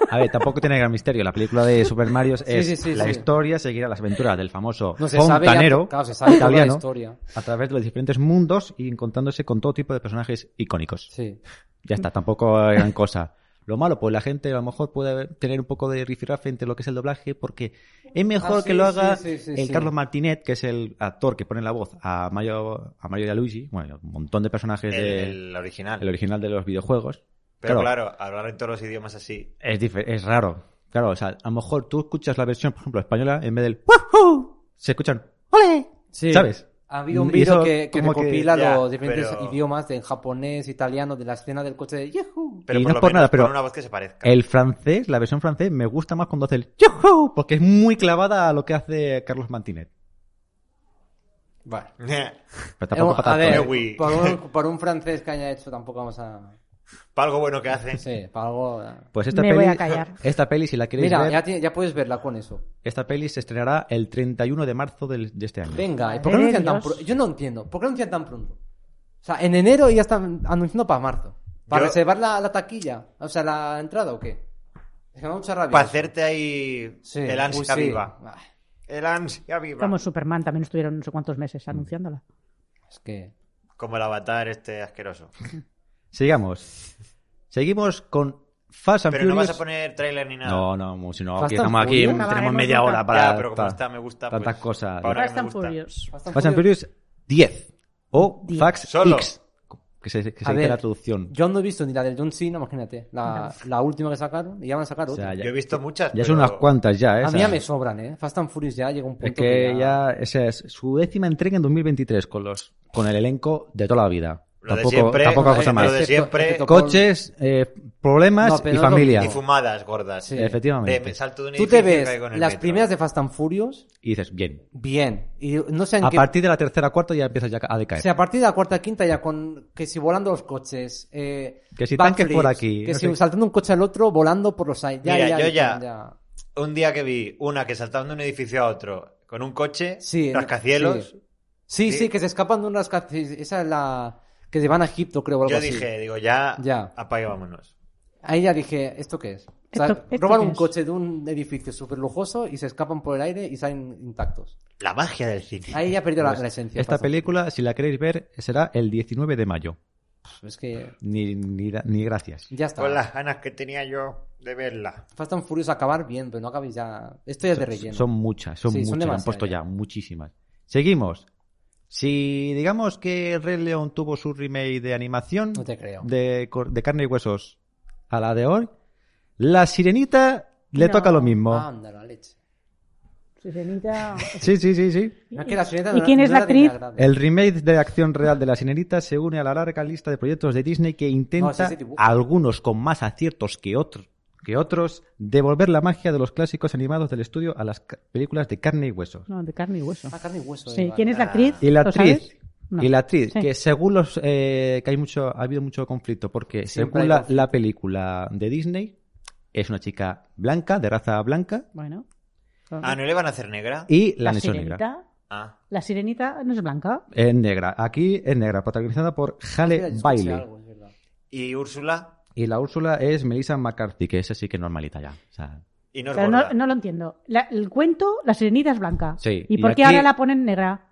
Speaker 4: a ver, tampoco tiene gran misterio. La película de Super Mario es
Speaker 3: sí, sí,
Speaker 4: la
Speaker 3: sí.
Speaker 4: historia, seguirá las aventuras del famoso
Speaker 3: No se sabe.
Speaker 4: fontanero
Speaker 3: ya- claro, se sabe toda la
Speaker 4: italiano
Speaker 3: historia.
Speaker 4: a través de los diferentes mundos y encontrándose con todo tipo de personajes icónicos.
Speaker 3: Sí.
Speaker 4: Ya está, tampoco hay gran cosa. Lo malo, pues la gente a lo mejor puede tener un poco de rifirrafe entre lo que es el doblaje, porque es mejor
Speaker 3: Ah, sí,
Speaker 4: que lo
Speaker 3: sí,
Speaker 4: haga
Speaker 3: sí, sí,
Speaker 4: el
Speaker 3: sí.
Speaker 4: Carlos Martinet, que es el actor que pone la voz a Mario, a Mario y a Luigi, bueno, un montón de personajes
Speaker 1: El,
Speaker 4: de-
Speaker 1: el original.
Speaker 4: el original de los videojuegos.
Speaker 1: Pero claro. hablar en todos los idiomas así.
Speaker 4: Es, dife- es raro. Claro, o sea, a lo mejor tú escuchas la versión, por ejemplo, española, en vez del ¡Wahoo! Se escuchan ¡Ole!
Speaker 3: Sí.
Speaker 4: ¿Sabes?
Speaker 3: Ha habido un
Speaker 4: Y
Speaker 3: vídeo
Speaker 4: eso
Speaker 3: que, que
Speaker 4: como que-
Speaker 3: recopila
Speaker 1: ya,
Speaker 3: los diferentes
Speaker 1: pero-
Speaker 3: idiomas en japonés, italiano, de la escena del coche de Yahoo.
Speaker 1: Pero
Speaker 4: Y
Speaker 1: por
Speaker 4: no
Speaker 1: lo
Speaker 4: por
Speaker 1: menos
Speaker 4: nada, pero
Speaker 1: con una voz que se parezca.
Speaker 4: El francés, la versión francés, me gusta más cuando hace el ¡Yuhu! Porque es muy clavada a lo que hace Carlos Martínez.
Speaker 3: Bueno.
Speaker 4: Pero tampoco
Speaker 3: Eh,
Speaker 4: para
Speaker 3: a
Speaker 4: tanto,
Speaker 1: eh,
Speaker 3: ver,
Speaker 4: ¿eh?
Speaker 1: güey.
Speaker 3: por un, por un francés que haya hecho tampoco vamos a...
Speaker 1: Para algo bueno que hace.
Speaker 3: Sí, para algo... eh.
Speaker 4: Pues esta
Speaker 2: Me
Speaker 4: peli,
Speaker 2: voy a callar.
Speaker 4: esta peli, si la queréis
Speaker 3: Mira,
Speaker 4: ver,
Speaker 3: ya, tiene- ya puedes verla con eso.
Speaker 4: esta peli se estrenará el 31 de marzo del- de este año.
Speaker 3: Venga, ¿y
Speaker 2: Madre
Speaker 3: por qué
Speaker 2: de
Speaker 3: anuncian tan
Speaker 2: Dios.
Speaker 3: pronto? Yo no entiendo. ¿Por qué anuncian tan pronto? O sea, en enero ya están anunciando para marzo. ¿Para
Speaker 1: Yo-
Speaker 3: reservar la, la taquilla? O sea, la entrada o qué? Es que me da mucha rabia.
Speaker 1: Para
Speaker 3: eso.
Speaker 1: hacerte ahí
Speaker 3: Sí,
Speaker 1: el ansia
Speaker 3: uy, sí.
Speaker 1: viva.
Speaker 3: Ah,
Speaker 1: El ansia viva.
Speaker 2: Como Superman, también estuvieron no sé cuántos meses anunciándola.
Speaker 3: Es que...
Speaker 1: Como el avatar este asqueroso.
Speaker 4: Sigamos. Seguimos con Fast and
Speaker 1: Pero no
Speaker 4: Furious.
Speaker 1: vas a poner tráiler ni nada.
Speaker 4: No, no, mu- si no,
Speaker 3: Fast
Speaker 4: que
Speaker 3: and
Speaker 4: estamos aquí,
Speaker 3: Furious.
Speaker 4: tenemos
Speaker 2: Acabaremos
Speaker 4: media
Speaker 2: nunca.
Speaker 4: hora para...
Speaker 1: ya, pero como
Speaker 4: para-
Speaker 1: está, me gusta.
Speaker 4: tantas
Speaker 1: pues,
Speaker 4: cosas.
Speaker 1: para ahora que
Speaker 2: Fast
Speaker 1: me
Speaker 2: and
Speaker 1: gusta.
Speaker 2: Furious.
Speaker 3: Ah,
Speaker 4: Fast and Furious 10 o
Speaker 2: Diez.
Speaker 4: Fax
Speaker 1: Solo.
Speaker 4: X, que se, que
Speaker 3: A
Speaker 4: se dice
Speaker 3: ver,
Speaker 4: la traducción.
Speaker 3: Yo no he visto ni la del John Cena, imagínate. La, la última que sacaron y ya van a sacar
Speaker 4: O sea,
Speaker 3: otra.
Speaker 4: ya-
Speaker 1: Yo he visto muchas.
Speaker 4: Ya son
Speaker 1: pero
Speaker 4: unas cuantas ya, ¿eh?
Speaker 3: a
Speaker 4: O
Speaker 3: mí
Speaker 4: sea,
Speaker 3: ya me sobran, ¿eh? Fast and Furious ya llega un punto
Speaker 4: Es que ya, esa es su décima entrega en 2023 con los con el elenco de toda la vida.
Speaker 1: Lo de
Speaker 4: Tampoco,
Speaker 1: siempre,
Speaker 4: tampoco
Speaker 1: lo
Speaker 4: cosa
Speaker 1: de-
Speaker 4: más.
Speaker 1: lo de siempre-
Speaker 4: Coches, eh,
Speaker 3: No,
Speaker 4: problemas
Speaker 3: pero
Speaker 4: y
Speaker 3: no es lo
Speaker 4: familia.
Speaker 1: Y fumadas gordas.
Speaker 3: Sí.
Speaker 4: Efectivamente.
Speaker 1: De- me salto de un
Speaker 3: Tú te
Speaker 1: edificio y
Speaker 3: ves
Speaker 1: caigo en el
Speaker 3: las
Speaker 1: metro.
Speaker 3: primeras de Fast and Furious,
Speaker 4: Y dices, bien.
Speaker 3: bien. Y no sé en
Speaker 4: A
Speaker 3: qué...
Speaker 4: partir de la tercera cuarta ya empiezas ya a
Speaker 3: O
Speaker 4: decaer.
Speaker 3: sea, a partir de la cuarta quinta ya con que si volando los coches, eh,
Speaker 4: Que si
Speaker 3: backflips,
Speaker 4: tanques por aquí,
Speaker 3: que
Speaker 4: no
Speaker 3: si
Speaker 4: sé.
Speaker 3: saltando un coche al otro, volando por los aires. Ya,
Speaker 1: Mira,
Speaker 3: ya,
Speaker 1: yo
Speaker 3: ya,
Speaker 1: ya-
Speaker 3: ya.
Speaker 1: Un día que vi una que saltaba de un edificio a otro con un coche,
Speaker 3: Sí,
Speaker 1: rascacielos.
Speaker 3: sí. Sí, sí,
Speaker 1: Sí.
Speaker 3: que se escapan de unas casas. Esa es la que se van a Egipto, creo, o algo
Speaker 1: Yo
Speaker 3: así.
Speaker 1: dije, digo, ya,
Speaker 3: Ya.
Speaker 1: apague, vámonos.
Speaker 3: Ahí ya dije, ¿esto qué es? O sea,
Speaker 2: ¿Esto- esto
Speaker 3: roban
Speaker 2: qué
Speaker 3: un
Speaker 2: es?
Speaker 3: coche de un edificio súper lujoso y se escapan por el aire y salen intactos.
Speaker 1: La magia del cine.
Speaker 3: Ahí ya perdió la, la esencia.
Speaker 4: Pues, Esta
Speaker 3: Fast and
Speaker 4: película, si la queréis ver, será el 19 de mayo.
Speaker 3: Furious. Es que
Speaker 4: Ni, ni, ni gracias.
Speaker 3: ya está.
Speaker 1: Con las ganas que tenía yo de verla.
Speaker 3: Fast and Furious acabar bien, pero no acabéis ya. Esto ya es de relleno.
Speaker 4: Son muchas, son
Speaker 3: Sí, son
Speaker 4: muchas. han
Speaker 3: demasiadas
Speaker 4: puesto
Speaker 3: ya.
Speaker 4: ya muchísimas. Seguimos. Si digamos que Rey León tuvo su remake de animación
Speaker 3: No te creo.
Speaker 4: de, cor- de carne y huesos a la de hoy, la sirenita le
Speaker 2: No.
Speaker 4: toca lo mismo.
Speaker 3: Anda, la leche.
Speaker 2: Sirenita.
Speaker 4: Sí, sí, sí, sí.
Speaker 3: No es que la sirenita
Speaker 2: ¿Y
Speaker 3: no-
Speaker 2: quién
Speaker 3: no
Speaker 2: es la
Speaker 3: era de mi
Speaker 2: actriz?
Speaker 3: agrado.
Speaker 4: El remake de acción real de la sirenita se une a la larga lista de proyectos de Disney que
Speaker 3: No, sí,
Speaker 4: intenta,
Speaker 3: sí, dibujo.
Speaker 4: algunos con más aciertos que, otro- que otros, devolver la magia de los clásicos animados del estudio a las ca- películas de carne y huesos.
Speaker 2: No, de carne y hueso.
Speaker 3: Ah, carne y hueso. eh,
Speaker 2: Sí,
Speaker 3: vale.
Speaker 2: ¿quién es la actriz?
Speaker 4: Y la
Speaker 2: ¿Lo
Speaker 4: actriz,
Speaker 2: sabes? No.
Speaker 4: Y la actriz,
Speaker 2: Sí.
Speaker 4: que según los. eh, que hay mucho, ha habido mucho conflicto, porque
Speaker 3: Siempre hay
Speaker 4: según la,
Speaker 3: conflicto.
Speaker 4: la película de Disney, es una chica blanca, de raza blanca,
Speaker 2: Bueno.
Speaker 1: Ah, ¿no le van a hacer negra?
Speaker 4: y la,
Speaker 2: La
Speaker 4: han hecho
Speaker 2: sirenita.
Speaker 4: negra.
Speaker 1: Ah.
Speaker 2: La sirenita no es blanca.
Speaker 4: Es negra. Aquí es negra, protagonizada por
Speaker 3: Espera,
Speaker 4: Halle
Speaker 3: yo escuché
Speaker 4: Bailey.
Speaker 3: algo, es verdad.
Speaker 1: ¿Y Úrsula?
Speaker 4: Y la Úrsula es Melissa McCarthy, que esa sí que es normalita ya. O sea,
Speaker 1: Y no es
Speaker 2: Pero no,
Speaker 1: gorda.
Speaker 2: no lo entiendo. La- el cuento, la sirenita es blanca.
Speaker 4: Sí,
Speaker 2: ¿Y,
Speaker 4: y
Speaker 2: por qué
Speaker 4: aquí-
Speaker 2: ahora la ponen negra?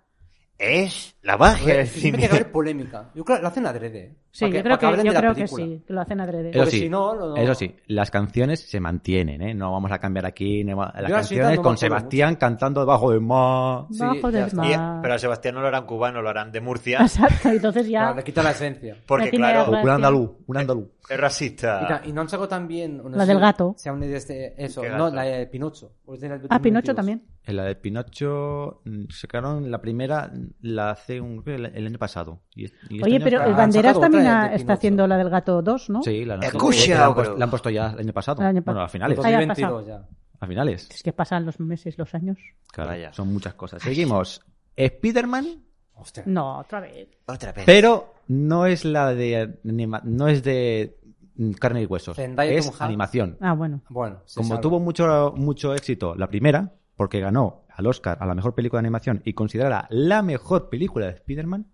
Speaker 1: Es la magia
Speaker 2: Pues,
Speaker 1: del
Speaker 3: Tiene que
Speaker 1: cine.
Speaker 3: haber polémica. Yo creo que la hacen adrede. ¿eh?
Speaker 2: Sí,
Speaker 3: Para
Speaker 2: yo
Speaker 3: para
Speaker 2: creo, que,
Speaker 3: hablen
Speaker 2: yo
Speaker 3: de la
Speaker 2: creo que
Speaker 3: película.
Speaker 2: sí, que lo hacen adrede.
Speaker 4: Eso
Speaker 3: Porque
Speaker 4: sí.
Speaker 3: si no, no-
Speaker 4: Eso sí, las canciones se mantienen, ¿eh? No vamos a cambiar aquí. no va-
Speaker 3: Yo
Speaker 4: Las
Speaker 3: la sirenita
Speaker 4: canciones
Speaker 3: no me
Speaker 4: con
Speaker 3: acuerdo
Speaker 4: Sebastián cantando debajo de ma.
Speaker 3: sí,
Speaker 2: Bajo
Speaker 3: ya
Speaker 2: del
Speaker 3: está.
Speaker 1: Y-
Speaker 2: mar.
Speaker 1: pero a Sebastián no lo harán cubano, lo harán de Murcia.
Speaker 2: Exacto, entonces
Speaker 3: Claro,
Speaker 2: ya.
Speaker 3: le quita la esencia.
Speaker 1: Porque,
Speaker 2: Ya tiene
Speaker 1: claro,
Speaker 2: algo-
Speaker 4: Un andaluz, un andaluz.
Speaker 1: es
Speaker 3: Y, ta-
Speaker 1: racista.
Speaker 3: y no han sacado también. no
Speaker 2: La del gato.
Speaker 3: Se une de este, eso,
Speaker 1: ¿Qué
Speaker 3: no,
Speaker 1: gato?
Speaker 3: la de Pinocho. porque es del
Speaker 2: Ah,
Speaker 3: 2022.
Speaker 2: Pinocho también.
Speaker 4: En la de Pinocho mm, sacaron la primera, la hace un, el, el año pasado. Y- y
Speaker 2: Oye,
Speaker 4: este
Speaker 2: pero el
Speaker 4: año está-
Speaker 3: han
Speaker 2: Banderas
Speaker 3: sacado
Speaker 2: también
Speaker 3: otra de-
Speaker 2: ha-
Speaker 3: de
Speaker 2: está
Speaker 3: Pinocho.
Speaker 2: haciendo la del gato 2, ¿no?
Speaker 4: Sí, la,
Speaker 1: Escucha,
Speaker 4: la han,
Speaker 1: bro.
Speaker 4: puesto, la han puesto ya el año pasado.
Speaker 2: El año pasado.
Speaker 4: Bueno, a finales.
Speaker 2: Ah, ya ha
Speaker 3: 2022 ya.
Speaker 4: A finales.
Speaker 2: Es que pasan los meses, los años.
Speaker 4: Claro,
Speaker 1: Vaya.
Speaker 4: son muchas cosas. Seguimos. Spider-Man,
Speaker 3: Hostia.
Speaker 2: No, otra vez.
Speaker 1: Otra vez.
Speaker 4: pero no es la de anima- no es de mm, carne y huesos.
Speaker 3: Zendaya y Tom
Speaker 4: es
Speaker 3: Hanks.
Speaker 4: animación.
Speaker 2: Ah, bueno.
Speaker 3: Bueno, se
Speaker 4: Como
Speaker 3: salva.
Speaker 4: tuvo mucho, mucho éxito la primera, porque ganó al Oscar a la mejor película de animación y considerada la mejor película de Spider-Man,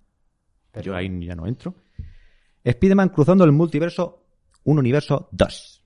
Speaker 3: Pero-
Speaker 4: yo ahí ya no entro. Spider-Man cruzando el multiverso, un universo 2.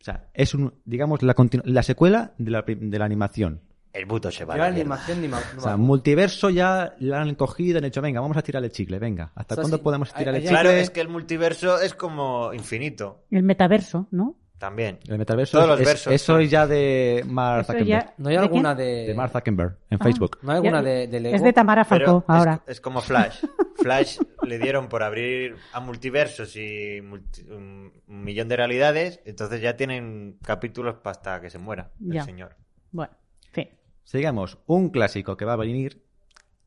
Speaker 4: O sea, es un, digamos, la, continu- la secuela de la, prim- de la animación.
Speaker 1: El buto se va.
Speaker 3: Yo
Speaker 1: a la
Speaker 3: la
Speaker 1: mierda.
Speaker 3: animación ni me
Speaker 4: O sea, multiverso ya la han cogido, han hecho, venga, vamos a tirar el chicle, venga. ¿Hasta
Speaker 3: O sea,
Speaker 4: cuándo
Speaker 3: sí,
Speaker 4: podemos tirar
Speaker 3: hay- hay-
Speaker 4: el chicle?
Speaker 1: Claro, es que el multiverso es como infinito
Speaker 2: El metaverso, ¿no?
Speaker 1: también.
Speaker 4: El metaverso,
Speaker 1: Todos los
Speaker 4: es-
Speaker 1: versos.
Speaker 4: eso es ya de Mark
Speaker 2: Eso
Speaker 4: Zuckerberg.
Speaker 2: ya- eh,
Speaker 3: No hay
Speaker 2: ¿De
Speaker 3: alguna
Speaker 2: quién?
Speaker 3: de.
Speaker 4: De Mark Zuckerberg, en
Speaker 2: Ah.
Speaker 4: Facebook.
Speaker 3: No hay alguna
Speaker 2: Ya-
Speaker 3: de, de Lego.
Speaker 2: Es de Tamara
Speaker 1: Pero
Speaker 2: Falcó
Speaker 1: es-
Speaker 2: ahora.
Speaker 1: Es, como Flash. Flash le dieron por abrir a multiversos y multi- un un millón de realidades, entonces ya tienen capítulos pa' hasta que se muera el
Speaker 2: Ya.
Speaker 1: señor.
Speaker 2: Bueno, fin.
Speaker 4: Sigamos, un clásico que va a venir,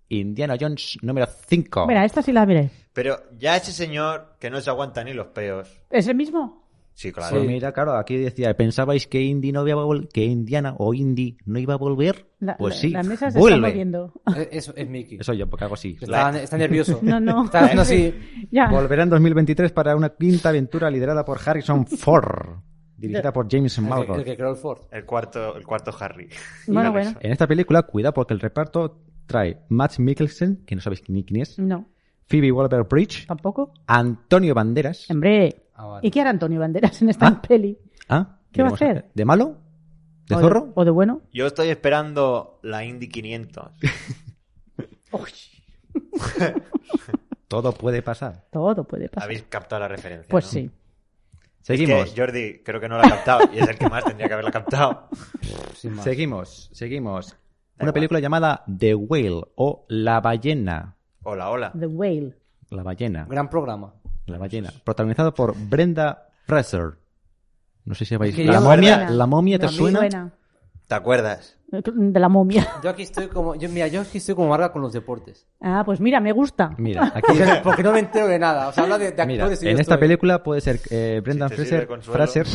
Speaker 4: Indiana Jones número 5.
Speaker 2: Mira, esta sí la miré.
Speaker 1: Pero ya ese señor que no se aguanta ni los peos.
Speaker 2: ¿Es el mismo?
Speaker 1: Sí,
Speaker 4: Pues
Speaker 2: este
Speaker 1: claro.
Speaker 3: Sí.
Speaker 4: mira, claro, aquí decía, ¿pensabais que Indy no iba a vol- que Indiana o Indy no iba a volver?
Speaker 2: La-
Speaker 4: pues
Speaker 2: la-
Speaker 4: sí,
Speaker 2: La mesa se está
Speaker 4: vuelve.
Speaker 2: moviendo.
Speaker 3: Es, Eh, es Mickey.
Speaker 4: Eso yo, porque hago así.
Speaker 3: Está, está nervioso.
Speaker 2: No, no.
Speaker 3: Está haciendo así.
Speaker 2: Ya.
Speaker 4: Volverá en 2023 para una quinta aventura liderada por Harrison Ford, dirigida por James
Speaker 3: El que, el
Speaker 4: Mangold.
Speaker 3: que creó el Ford.
Speaker 1: El cuarto, el cuarto Harry.
Speaker 2: Bueno,
Speaker 1: Harrison.
Speaker 2: bueno.
Speaker 4: En esta película, cuidado porque el reparto trae Matt Mikkelsen, que no sabéis ni quién es,
Speaker 2: No,
Speaker 4: Phoebe Waller-Bridge,
Speaker 2: tampoco.
Speaker 4: Antonio Banderas.
Speaker 2: Hombre.
Speaker 3: Ah, vale.
Speaker 2: ¿Y qué hará Antonio Banderas en esta
Speaker 4: Ah.
Speaker 2: peli?
Speaker 4: Ah,
Speaker 2: ¿Qué va a
Speaker 4: veremos
Speaker 2: hacer?
Speaker 4: ¿De malo? ¿De
Speaker 2: ¿O
Speaker 4: zorro?
Speaker 2: ¿O de bueno?
Speaker 1: Yo estoy esperando la Indy 500.
Speaker 2: Uy,
Speaker 4: Todo puede pasar.
Speaker 2: todo puede pasar.
Speaker 1: Habéis captado la referencia.
Speaker 2: Pues
Speaker 1: ¿no?
Speaker 2: sí.
Speaker 1: Es que
Speaker 4: Seguimos.
Speaker 1: Jordi creo que no la ha captado y es el que más tendría que haberla captado.
Speaker 3: Sin más.
Speaker 4: Seguimos, seguimos.
Speaker 1: igual.
Speaker 4: Una película llamada The Whale o La ballena.
Speaker 1: Hola, hola.
Speaker 2: The Whale.
Speaker 4: La ballena.
Speaker 3: Gran programa.
Speaker 4: La ballena. Protagonizada por Brenda Fraser. No sé si habéis
Speaker 3: Que
Speaker 4: la
Speaker 3: yo-
Speaker 4: momia,
Speaker 2: Suena.
Speaker 4: la momia te
Speaker 2: No,
Speaker 4: suena.
Speaker 1: ¿Te acuerdas?
Speaker 2: De la momia.
Speaker 3: Yo aquí estoy como. Yo, mira, yo aquí estoy como Marga con los deportes.
Speaker 2: Ah, pues mira, me gusta.
Speaker 4: Mira, aquí
Speaker 3: Porque, porque no me entero de nada. O sea, habla de, de
Speaker 4: mira,
Speaker 3: actores y yo
Speaker 4: en esta
Speaker 3: estoy-
Speaker 4: película puede ser eh, Brenda
Speaker 1: Si te sirve
Speaker 4: Fraser,
Speaker 1: consuelo.
Speaker 4: Fraser,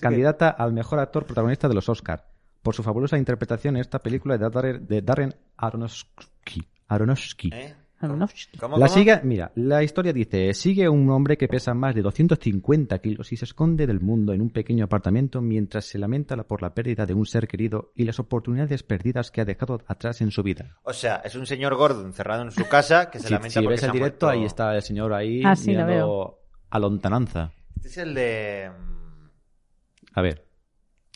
Speaker 4: candidata al mejor actor protagonista de los Oscars por su fabulosa interpretación en esta película de Darren, de Darren Aronofsky. Aronofsky.
Speaker 1: ¿Eh?
Speaker 2: Aronofsky.
Speaker 1: ¿Cómo,
Speaker 4: La
Speaker 1: cómo?
Speaker 4: sigue, mira, la historia dice, sigue un hombre que pesa más de 250 kilos y se esconde del mundo en un pequeño apartamento mientras se lamenta la- por la pérdida de un ser querido y las oportunidades perdidas que ha dejado atrás en su vida.
Speaker 1: O sea, es un señor gordo encerrado en su casa que se
Speaker 4: Si,
Speaker 1: lamenta
Speaker 4: si
Speaker 1: porque
Speaker 4: ves
Speaker 1: se
Speaker 4: el
Speaker 1: ha
Speaker 4: directo,
Speaker 1: muerto-
Speaker 4: ahí está el señor ahí
Speaker 2: Ah, sí, lo
Speaker 4: mirando a lontananza.
Speaker 1: Este es el de... mm,
Speaker 4: A ver,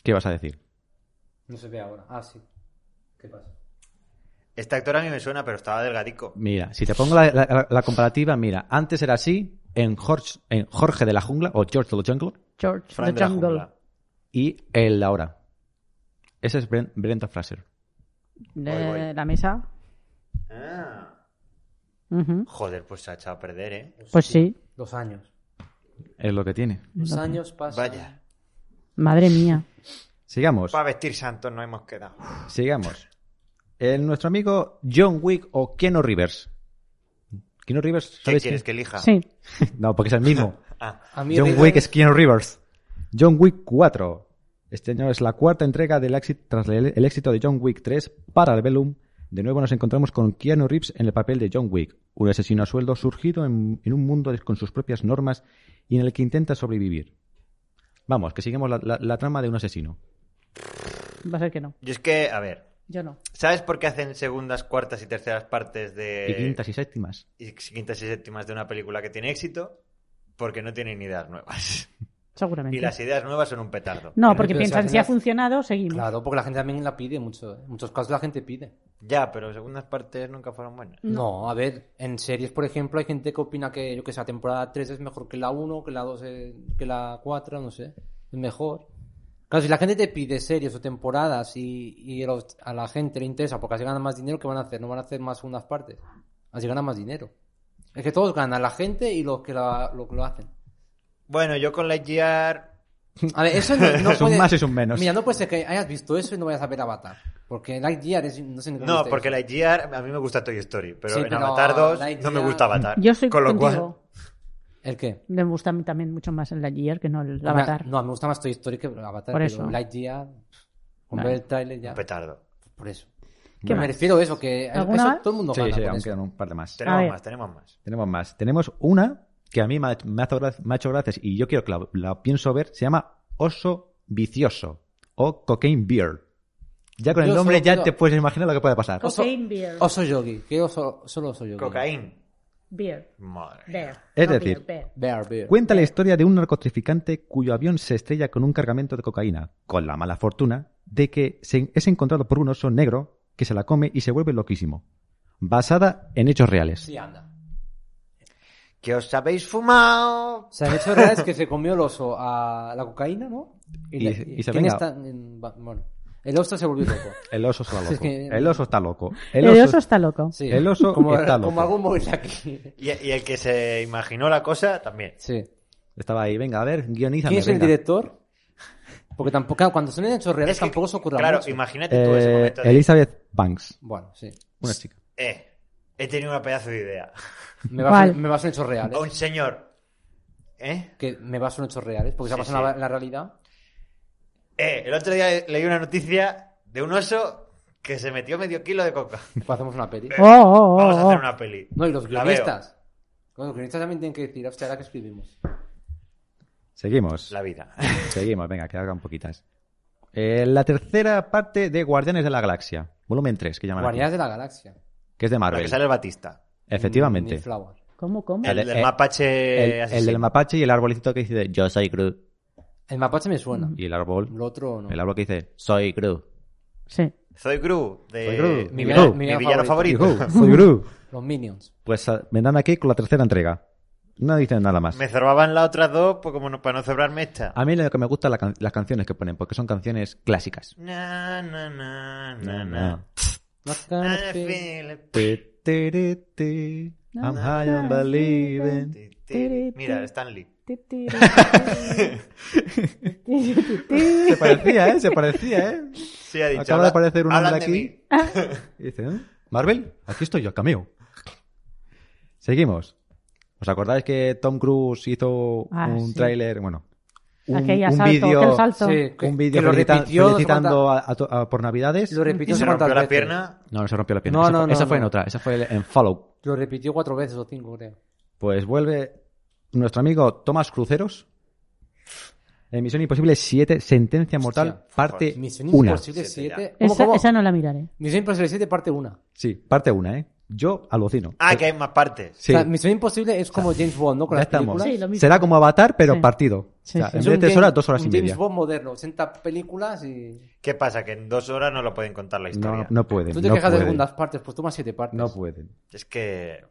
Speaker 4: ¿qué vas a decir?
Speaker 3: No se ve ahora. Ah, sí. ¿Qué pasa?
Speaker 1: Este actor a mí me suena, pero estaba delgadico.
Speaker 4: Mira, si te pongo la, la- la comparativa, mira, antes era así en Jorge, en Jorge de la Jungla o George de la Jungle
Speaker 2: George,
Speaker 1: Fran de
Speaker 2: The
Speaker 1: la
Speaker 2: Jungle.
Speaker 1: jungla.
Speaker 4: y el de ahora. Ese es Bren- Brenda Fraser.
Speaker 2: Eh,
Speaker 1: Voy, voy.
Speaker 2: La mesa.
Speaker 1: Ah.
Speaker 2: Ujú.
Speaker 1: Joder, pues se ha echado a perder, ¿eh?
Speaker 2: Pues sí.
Speaker 3: Los años.
Speaker 4: Es lo que tiene.
Speaker 3: Los años pasan.
Speaker 1: Vaya.
Speaker 2: Madre mía.
Speaker 4: Sigamos,
Speaker 1: Para vestir santos no hemos quedado.
Speaker 4: sigamos. El, nuestro amigo John Wick o Keanu Rivers. Keanu Rivers,
Speaker 1: ¿Qué
Speaker 4: ¿sabes
Speaker 1: quieres que
Speaker 4: quién?
Speaker 1: elija?
Speaker 2: Sí.
Speaker 4: No, porque es el mismo.
Speaker 1: Ah,
Speaker 3: A mí
Speaker 4: John
Speaker 3: River-
Speaker 4: Wick es Keanu Rivers. John Wick 4. Este año es la cuarta entrega del éxito, tras el, el éxito de John Wick 3 para el Bellum. De nuevo nos encontramos con Keanu Reeves en el papel de John Wick, un asesino a sueldo surgido en, en un mundo con sus propias normas y en el que intenta sobrevivir. Vamos, que sigamos la- la- la trama de un asesino.
Speaker 2: Va a ser que no.
Speaker 1: yo es que, a ver,
Speaker 2: Yo no.
Speaker 1: ¿sabes por qué hacen segundas, cuartas y terceras partes de...
Speaker 4: Y
Speaker 3: Eh,
Speaker 4: quintas y séptimas.
Speaker 1: y quintas y séptimas de una película que tiene éxito? Porque no tienen ideas nuevas.
Speaker 2: Seguramente.
Speaker 1: Y las ideas nuevas son un petardo.
Speaker 2: No, porque
Speaker 3: Pero
Speaker 2: piensan
Speaker 3: esas
Speaker 2: si ha
Speaker 3: escenas-
Speaker 2: funcionado, seguimos.
Speaker 3: Claro, porque la gente también la pide mucho. En muchos casos la gente pide.
Speaker 1: Ya, pero segundas partes nunca fueron buenas.
Speaker 3: No. a ver, en series, por ejemplo, hay gente que opina que, yo que sé, la temporada 3 es mejor que la 1, que la 2, es- que la 4, no sé, es mejor. Claro, si la gente te pide series o temporadas y, y a los- a la gente le interesa porque así ganan más dinero, ¿qué van a hacer? No van a hacer más segundas partes. Así ganan más dinero. Es que todos ganan, la gente y los que la- lo, lo hacen.
Speaker 1: Bueno, yo con Lightyear...
Speaker 3: A ver, eso no, no
Speaker 4: Es un
Speaker 3: puede-
Speaker 4: más y es un menos.
Speaker 3: Mira, no puede ser que hayas visto eso y no vayas a ver Avatar. Porque Lightyear es... No, sé ni cómo
Speaker 1: No,
Speaker 3: está
Speaker 1: porque
Speaker 3: eso.
Speaker 1: Lightyear... A mí me gusta Toy Story, pero
Speaker 3: Sí,
Speaker 1: en
Speaker 3: pero
Speaker 1: Avatar 2 no
Speaker 3: Lightyear-
Speaker 1: me gusta Avatar.
Speaker 2: Mm, Yo soy
Speaker 1: Con lo
Speaker 2: contigo.
Speaker 1: cual...
Speaker 3: ¿El qué?
Speaker 2: Me gusta a mí también mucho más el Lightyear que no el
Speaker 3: Me-
Speaker 2: Avatar.
Speaker 3: No, me gusta más Toy Story que Avatar.
Speaker 2: Por
Speaker 3: pero
Speaker 2: eso.
Speaker 3: Lightyear, con
Speaker 2: Vale.
Speaker 3: ver el tráiler ya,
Speaker 1: Un petardo.
Speaker 3: por eso.
Speaker 2: ¿Qué
Speaker 3: me
Speaker 2: más?
Speaker 3: refiero a eso, que eso
Speaker 2: ¿Alguna más?
Speaker 3: todo el mundo
Speaker 4: Sí,
Speaker 3: gana
Speaker 4: sí,
Speaker 3: con
Speaker 4: aún
Speaker 3: eso.
Speaker 4: quedan un par de más.
Speaker 1: Tenemos
Speaker 2: ver.
Speaker 1: más, tenemos más.
Speaker 4: Tenemos más. Tenemos una que a mí me ha, me hace gra- me ha hecho gracias y yo quiero que la, la pienso ver. Se llama Oso Vicioso o Cocaine Beer. Ya con el
Speaker 3: Yo
Speaker 4: nombre
Speaker 3: solo
Speaker 4: ya
Speaker 3: quiero-
Speaker 4: te puedes imaginar lo que puede pasar.
Speaker 3: Oso-
Speaker 2: Cocaine beer.
Speaker 3: Oso Yogi, que oso, solo Oso Yogi.
Speaker 1: Cocaín.
Speaker 2: Beer.
Speaker 1: Madre.
Speaker 2: Bear.
Speaker 4: Es
Speaker 2: No
Speaker 4: decir,
Speaker 2: beer, bear.
Speaker 3: Bear, bear.
Speaker 4: Cuenta la historia de un narcotraficante cuyo avión se estrella con un cargamento de cocaína, con la mala fortuna de que se- es encontrado por un oso negro que se la come y se vuelve loquísimo. Basada en hechos reales.
Speaker 3: Sí, anda.
Speaker 1: Que os habéis fumado.
Speaker 3: O sea, el hecho real es que se comió el oso a la cocaína, ¿no?
Speaker 4: Y-
Speaker 3: la-
Speaker 4: y se
Speaker 3: ¿quién
Speaker 4: venga.
Speaker 3: está en- va- bueno. El oso se volvió loco.
Speaker 4: El oso está loco.
Speaker 3: que-
Speaker 4: El oso está loco.
Speaker 2: El, oso está loco.
Speaker 3: Sí.
Speaker 4: El oso
Speaker 3: como,
Speaker 4: está loco.
Speaker 3: como algún móvil aquí.
Speaker 1: Y, y el que se imaginó la cosa también.
Speaker 3: Sí.
Speaker 4: Estaba ahí, venga, a ver, guionízame.
Speaker 3: ¿Quién es el
Speaker 4: venga.
Speaker 3: director? Porque tampoco, claro, cuando son hechos reales
Speaker 1: Es que,
Speaker 3: tampoco se ocurre
Speaker 1: Claro,
Speaker 3: mucho.
Speaker 1: imagínate tú ese
Speaker 4: Eh,
Speaker 1: momento de,
Speaker 4: Elizabeth Banks,
Speaker 3: Bueno, sí.
Speaker 4: una chica.
Speaker 1: eh, he tenido una pedazo de idea.
Speaker 3: Me baso,
Speaker 2: ¿Cuál?
Speaker 3: me baso en hechos
Speaker 1: A un
Speaker 3: reales.
Speaker 1: señor, ¿eh?
Speaker 3: Que me baso en hechos reales, porque se
Speaker 1: Sí,
Speaker 3: ha pasado en la-
Speaker 1: sí.
Speaker 3: en la realidad.
Speaker 1: Eh, el otro día leí una noticia de un oso que se metió medio kilo de coca.
Speaker 3: Pues hacemos una peli.
Speaker 2: Oh, oh,
Speaker 1: Vamos a
Speaker 2: oh,
Speaker 1: hacer
Speaker 2: oh.
Speaker 1: una peli.
Speaker 3: No, y los
Speaker 1: La veo.
Speaker 3: guionistas. Los guionistas también tienen que decir, hostia, ahora que escribimos.
Speaker 4: Seguimos.
Speaker 1: La vida.
Speaker 4: Seguimos, venga, que hagan poquitas. Eh, la tercera parte de Guardianes de la Galaxia, volumen 3, que llaman aquí,
Speaker 3: Guardianes de la Galaxia.
Speaker 4: que es de
Speaker 1: La
Speaker 4: Marvel.
Speaker 1: que sale el Batista.
Speaker 4: Efectivamente.
Speaker 3: Ni Flower.
Speaker 2: ¿Cómo, cómo?
Speaker 1: El,
Speaker 4: El-
Speaker 1: del
Speaker 4: eh, El,
Speaker 1: mapache
Speaker 4: el
Speaker 1: asesino.
Speaker 4: del mapache y el arbolito que dice Yo soy Groot.
Speaker 3: El mapache me suena.
Speaker 4: Y el árbol,
Speaker 3: Lo otro no.
Speaker 4: el árbol que dice Soy Groot.
Speaker 2: Sí.
Speaker 1: Soy Gru, de
Speaker 4: Soy Gru.
Speaker 1: mi,
Speaker 4: Mi
Speaker 1: villano,
Speaker 4: Gru.
Speaker 1: mi
Speaker 3: Mi
Speaker 1: villano
Speaker 3: favorito.
Speaker 1: favorito.
Speaker 4: Hijo, Soy Groot.
Speaker 3: Los Minions.
Speaker 4: Pues ah, vendrán aquí con la tercera entrega. No dicen nada más.
Speaker 1: Me cerbaban las otras dos pues, como no- para no cebrarme esta.
Speaker 4: A mí lo que me gustan las can- las canciones que ponen, porque son canciones clásicas.
Speaker 1: Na,
Speaker 4: Ah.
Speaker 1: na, na, na, na.
Speaker 3: Not gonna
Speaker 1: I
Speaker 3: be-
Speaker 1: feel it.
Speaker 4: Te, te, re, te. I'm high on believing.
Speaker 1: Ti, ti. Mira, Stanley.
Speaker 2: Ti, ti, ri, ti, ti, ti, ti.
Speaker 4: Se parecía, ¿eh? Se parecía, ¿eh?
Speaker 1: Sí, ha dicho.
Speaker 4: Acaba de
Speaker 1: "Habla-
Speaker 4: aparecer un hombre
Speaker 1: hablan de
Speaker 4: aquí".
Speaker 1: mí.
Speaker 4: Y dice, ¿eh? Marvel, aquí estoy yo, cameo. Seguimos. ¿Os acordáis que Tom Cruise hizo
Speaker 2: Ah,
Speaker 4: un
Speaker 2: sí.
Speaker 4: tráiler, bueno, un,
Speaker 2: Aquel
Speaker 4: un
Speaker 2: salto, aquel
Speaker 4: vídeo,
Speaker 2: salto.
Speaker 3: Sí, que-
Speaker 4: un
Speaker 3: que
Speaker 4: vídeo
Speaker 3: lo
Speaker 4: felicita-
Speaker 3: repitió
Speaker 4: felicitando a- a to- a por Navidades?
Speaker 3: Lo repitió
Speaker 1: Y se
Speaker 3: cuántas
Speaker 1: rompió la
Speaker 3: veces.
Speaker 1: pierna.
Speaker 4: No, no se rompió la pierna.
Speaker 3: No,
Speaker 4: esa
Speaker 3: no,
Speaker 4: fue,
Speaker 3: no,
Speaker 4: esa fue en
Speaker 3: no.
Speaker 4: otra, esa fue en Follow.
Speaker 3: Lo repitió cuatro veces o cinco, creo.
Speaker 4: Pues vuelve nuestro amigo Tomás Cruceros. En Misión Imposible 7, Sentencia Mortal,
Speaker 3: Hostia,
Speaker 4: parte
Speaker 3: Misión
Speaker 4: 1.
Speaker 3: Imposible
Speaker 1: Siete ya.
Speaker 3: 7. ¿Cómo,
Speaker 2: Esa,
Speaker 3: cómo?
Speaker 2: esa no la miraré.
Speaker 3: Misión Imposible 7, parte 1.
Speaker 4: Sí, parte 1, ¿eh? Yo alucino.
Speaker 1: Ah, que hay más partes.
Speaker 4: Sí.
Speaker 3: O sea, Misión Imposible es como James Bond, ¿no? Con
Speaker 4: Ya
Speaker 3: las
Speaker 4: estamos.
Speaker 3: películas.
Speaker 2: Sí, lo mismo.
Speaker 4: Será como Avatar, pero
Speaker 2: Sí.
Speaker 4: partido. O
Speaker 2: Sí,
Speaker 4: sea,
Speaker 2: sí.
Speaker 4: en
Speaker 3: Es
Speaker 4: vez de
Speaker 3: un
Speaker 4: tres
Speaker 3: James-
Speaker 4: horas, dos horas
Speaker 3: un
Speaker 4: y media.
Speaker 3: James Bond moderno, 80 películas y...
Speaker 1: ¿Qué pasa? Que en dos horas no lo pueden contar la historia.
Speaker 4: No, no pueden.
Speaker 3: Tú te
Speaker 4: no
Speaker 3: quejas de
Speaker 4: pueden.
Speaker 3: segundas partes, pues toma siete partes.
Speaker 4: No pueden.
Speaker 1: Es que,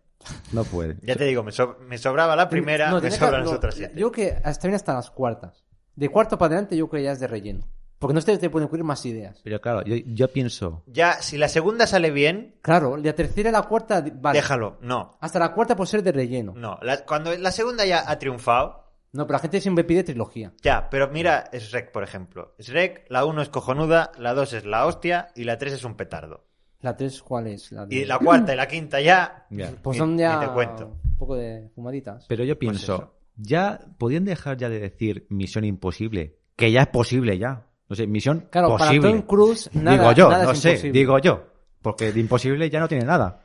Speaker 4: No pueden.
Speaker 1: ya te digo, me, so- me sobraba la primera,
Speaker 3: No,
Speaker 1: me
Speaker 3: tiene que-
Speaker 1: sobran
Speaker 3: no,
Speaker 1: las otras siete.
Speaker 3: Yo creo que hasta también hasta las cuartas. De cuarto para adelante yo creo que ya es de relleno. Porque no se te pueden ocurrir más ideas.
Speaker 4: Pero claro, yo, yo pienso.
Speaker 1: Ya, si la segunda sale bien,
Speaker 3: Claro, la tercera y la cuarta, vale.
Speaker 1: déjalo. No,
Speaker 3: Hasta la cuarta por ser de relleno. No.
Speaker 1: no. La- cuando la segunda ya ha triunfado,
Speaker 3: pero la gente siempre pide trilogía.
Speaker 1: ya, pero mira Shrek, por ejemplo. Shrek, la 1 es cojonuda, la 2 es la hostia y la 3 es un petardo.
Speaker 3: La tres, ¿cuál es? La de-
Speaker 1: Y la cuarta y la quinta ya...
Speaker 3: Pues
Speaker 1: ni-
Speaker 3: son ya
Speaker 1: ni te cuento.
Speaker 3: un poco de fumaditas.
Speaker 4: Pero yo pienso.
Speaker 1: pues eso.
Speaker 4: ya podían dejar ya de decir Misión Imposible. Que ya es posible ya. No sé, Misión
Speaker 3: Claro,
Speaker 4: posible.
Speaker 3: para Tom Cruise nada,
Speaker 4: digo yo,
Speaker 3: nada
Speaker 4: no
Speaker 3: es
Speaker 4: sé,
Speaker 3: imposible.
Speaker 4: digo yo. Porque de imposible ya no tiene nada.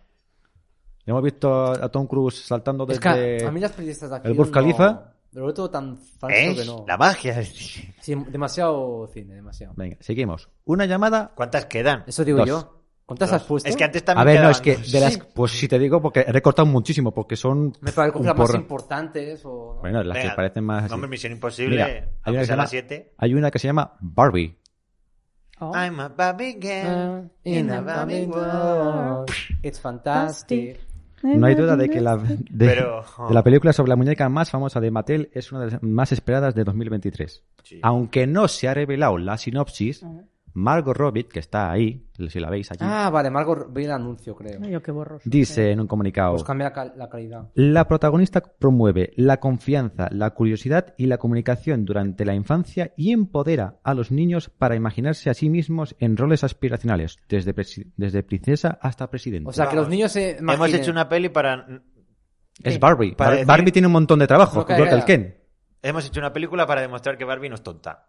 Speaker 4: Ya Hemos visto a a Tom Cruise saltando
Speaker 3: Es
Speaker 4: desde.
Speaker 3: que a mí las periodistas de acción
Speaker 4: Burj Khalifa.
Speaker 3: no- Lo veo todo tan falso que
Speaker 1: Es
Speaker 3: no.
Speaker 1: la magia.
Speaker 3: Sí, demasiado cine, demasiado.
Speaker 4: Venga, seguimos. Una llamada.
Speaker 1: ¿Cuántas quedan?
Speaker 3: Eso digo
Speaker 4: Dos.
Speaker 3: yo. ¿Cuántas has puesto?
Speaker 1: Es que antes
Speaker 4: A
Speaker 1: también
Speaker 4: ver, no,
Speaker 1: quedaban
Speaker 4: es que
Speaker 1: dos.
Speaker 4: de las.
Speaker 1: Sí.
Speaker 4: Pues si te digo, porque he recortado muchísimo, porque son.
Speaker 3: Me parece
Speaker 4: un
Speaker 3: las más
Speaker 4: porra-
Speaker 3: importantes o... no.
Speaker 4: Bueno, las
Speaker 1: Venga,
Speaker 4: que parecen más. así.
Speaker 1: Hombre, Misión Imposible,
Speaker 4: Ah, Mira,
Speaker 1: hay
Speaker 4: hay una
Speaker 1: aunque sea
Speaker 4: que se llama-
Speaker 1: las 7.
Speaker 4: Hay una que se llama Barbie. Ah.
Speaker 2: Oh.
Speaker 1: I'm a Barbie
Speaker 2: Eh,
Speaker 1: girl.
Speaker 3: Ah, In a Barbie world, it's fantastic.
Speaker 4: No hay duda de que la, de,
Speaker 1: Pero-
Speaker 4: de la película sobre la muñeca más famosa de Mattel es una de las más esperadas de 2023.
Speaker 1: Sí.
Speaker 4: Aunque no se ha revelado la sinopsis,
Speaker 2: Ah,
Speaker 4: Margot Robbie, que está ahí, si la veis allí,
Speaker 3: Ah, vale, Margot vi el anuncio, creo.
Speaker 2: yo qué borroso.
Speaker 4: dice en un comunicado,
Speaker 3: Pues cambia la, cal- la calidad.
Speaker 4: la protagonista promueve la confianza, la curiosidad y la comunicación durante la infancia y empodera a los niños para imaginarse a sí mismos en roles aspiracionales, desde, presi- desde princesa hasta presidente.
Speaker 3: O sea, que
Speaker 1: Vamos.
Speaker 3: los niños se
Speaker 1: Hemos
Speaker 3: imaginen.
Speaker 1: hecho una peli para
Speaker 4: es Barbie.
Speaker 1: para
Speaker 4: Bar-
Speaker 1: decir-
Speaker 4: Barbie tiene un montón de trabajo,
Speaker 3: No
Speaker 4: igual que el
Speaker 3: caiga.
Speaker 4: Ken.
Speaker 1: Hemos hecho una película para demostrar que Barbie no es tonta.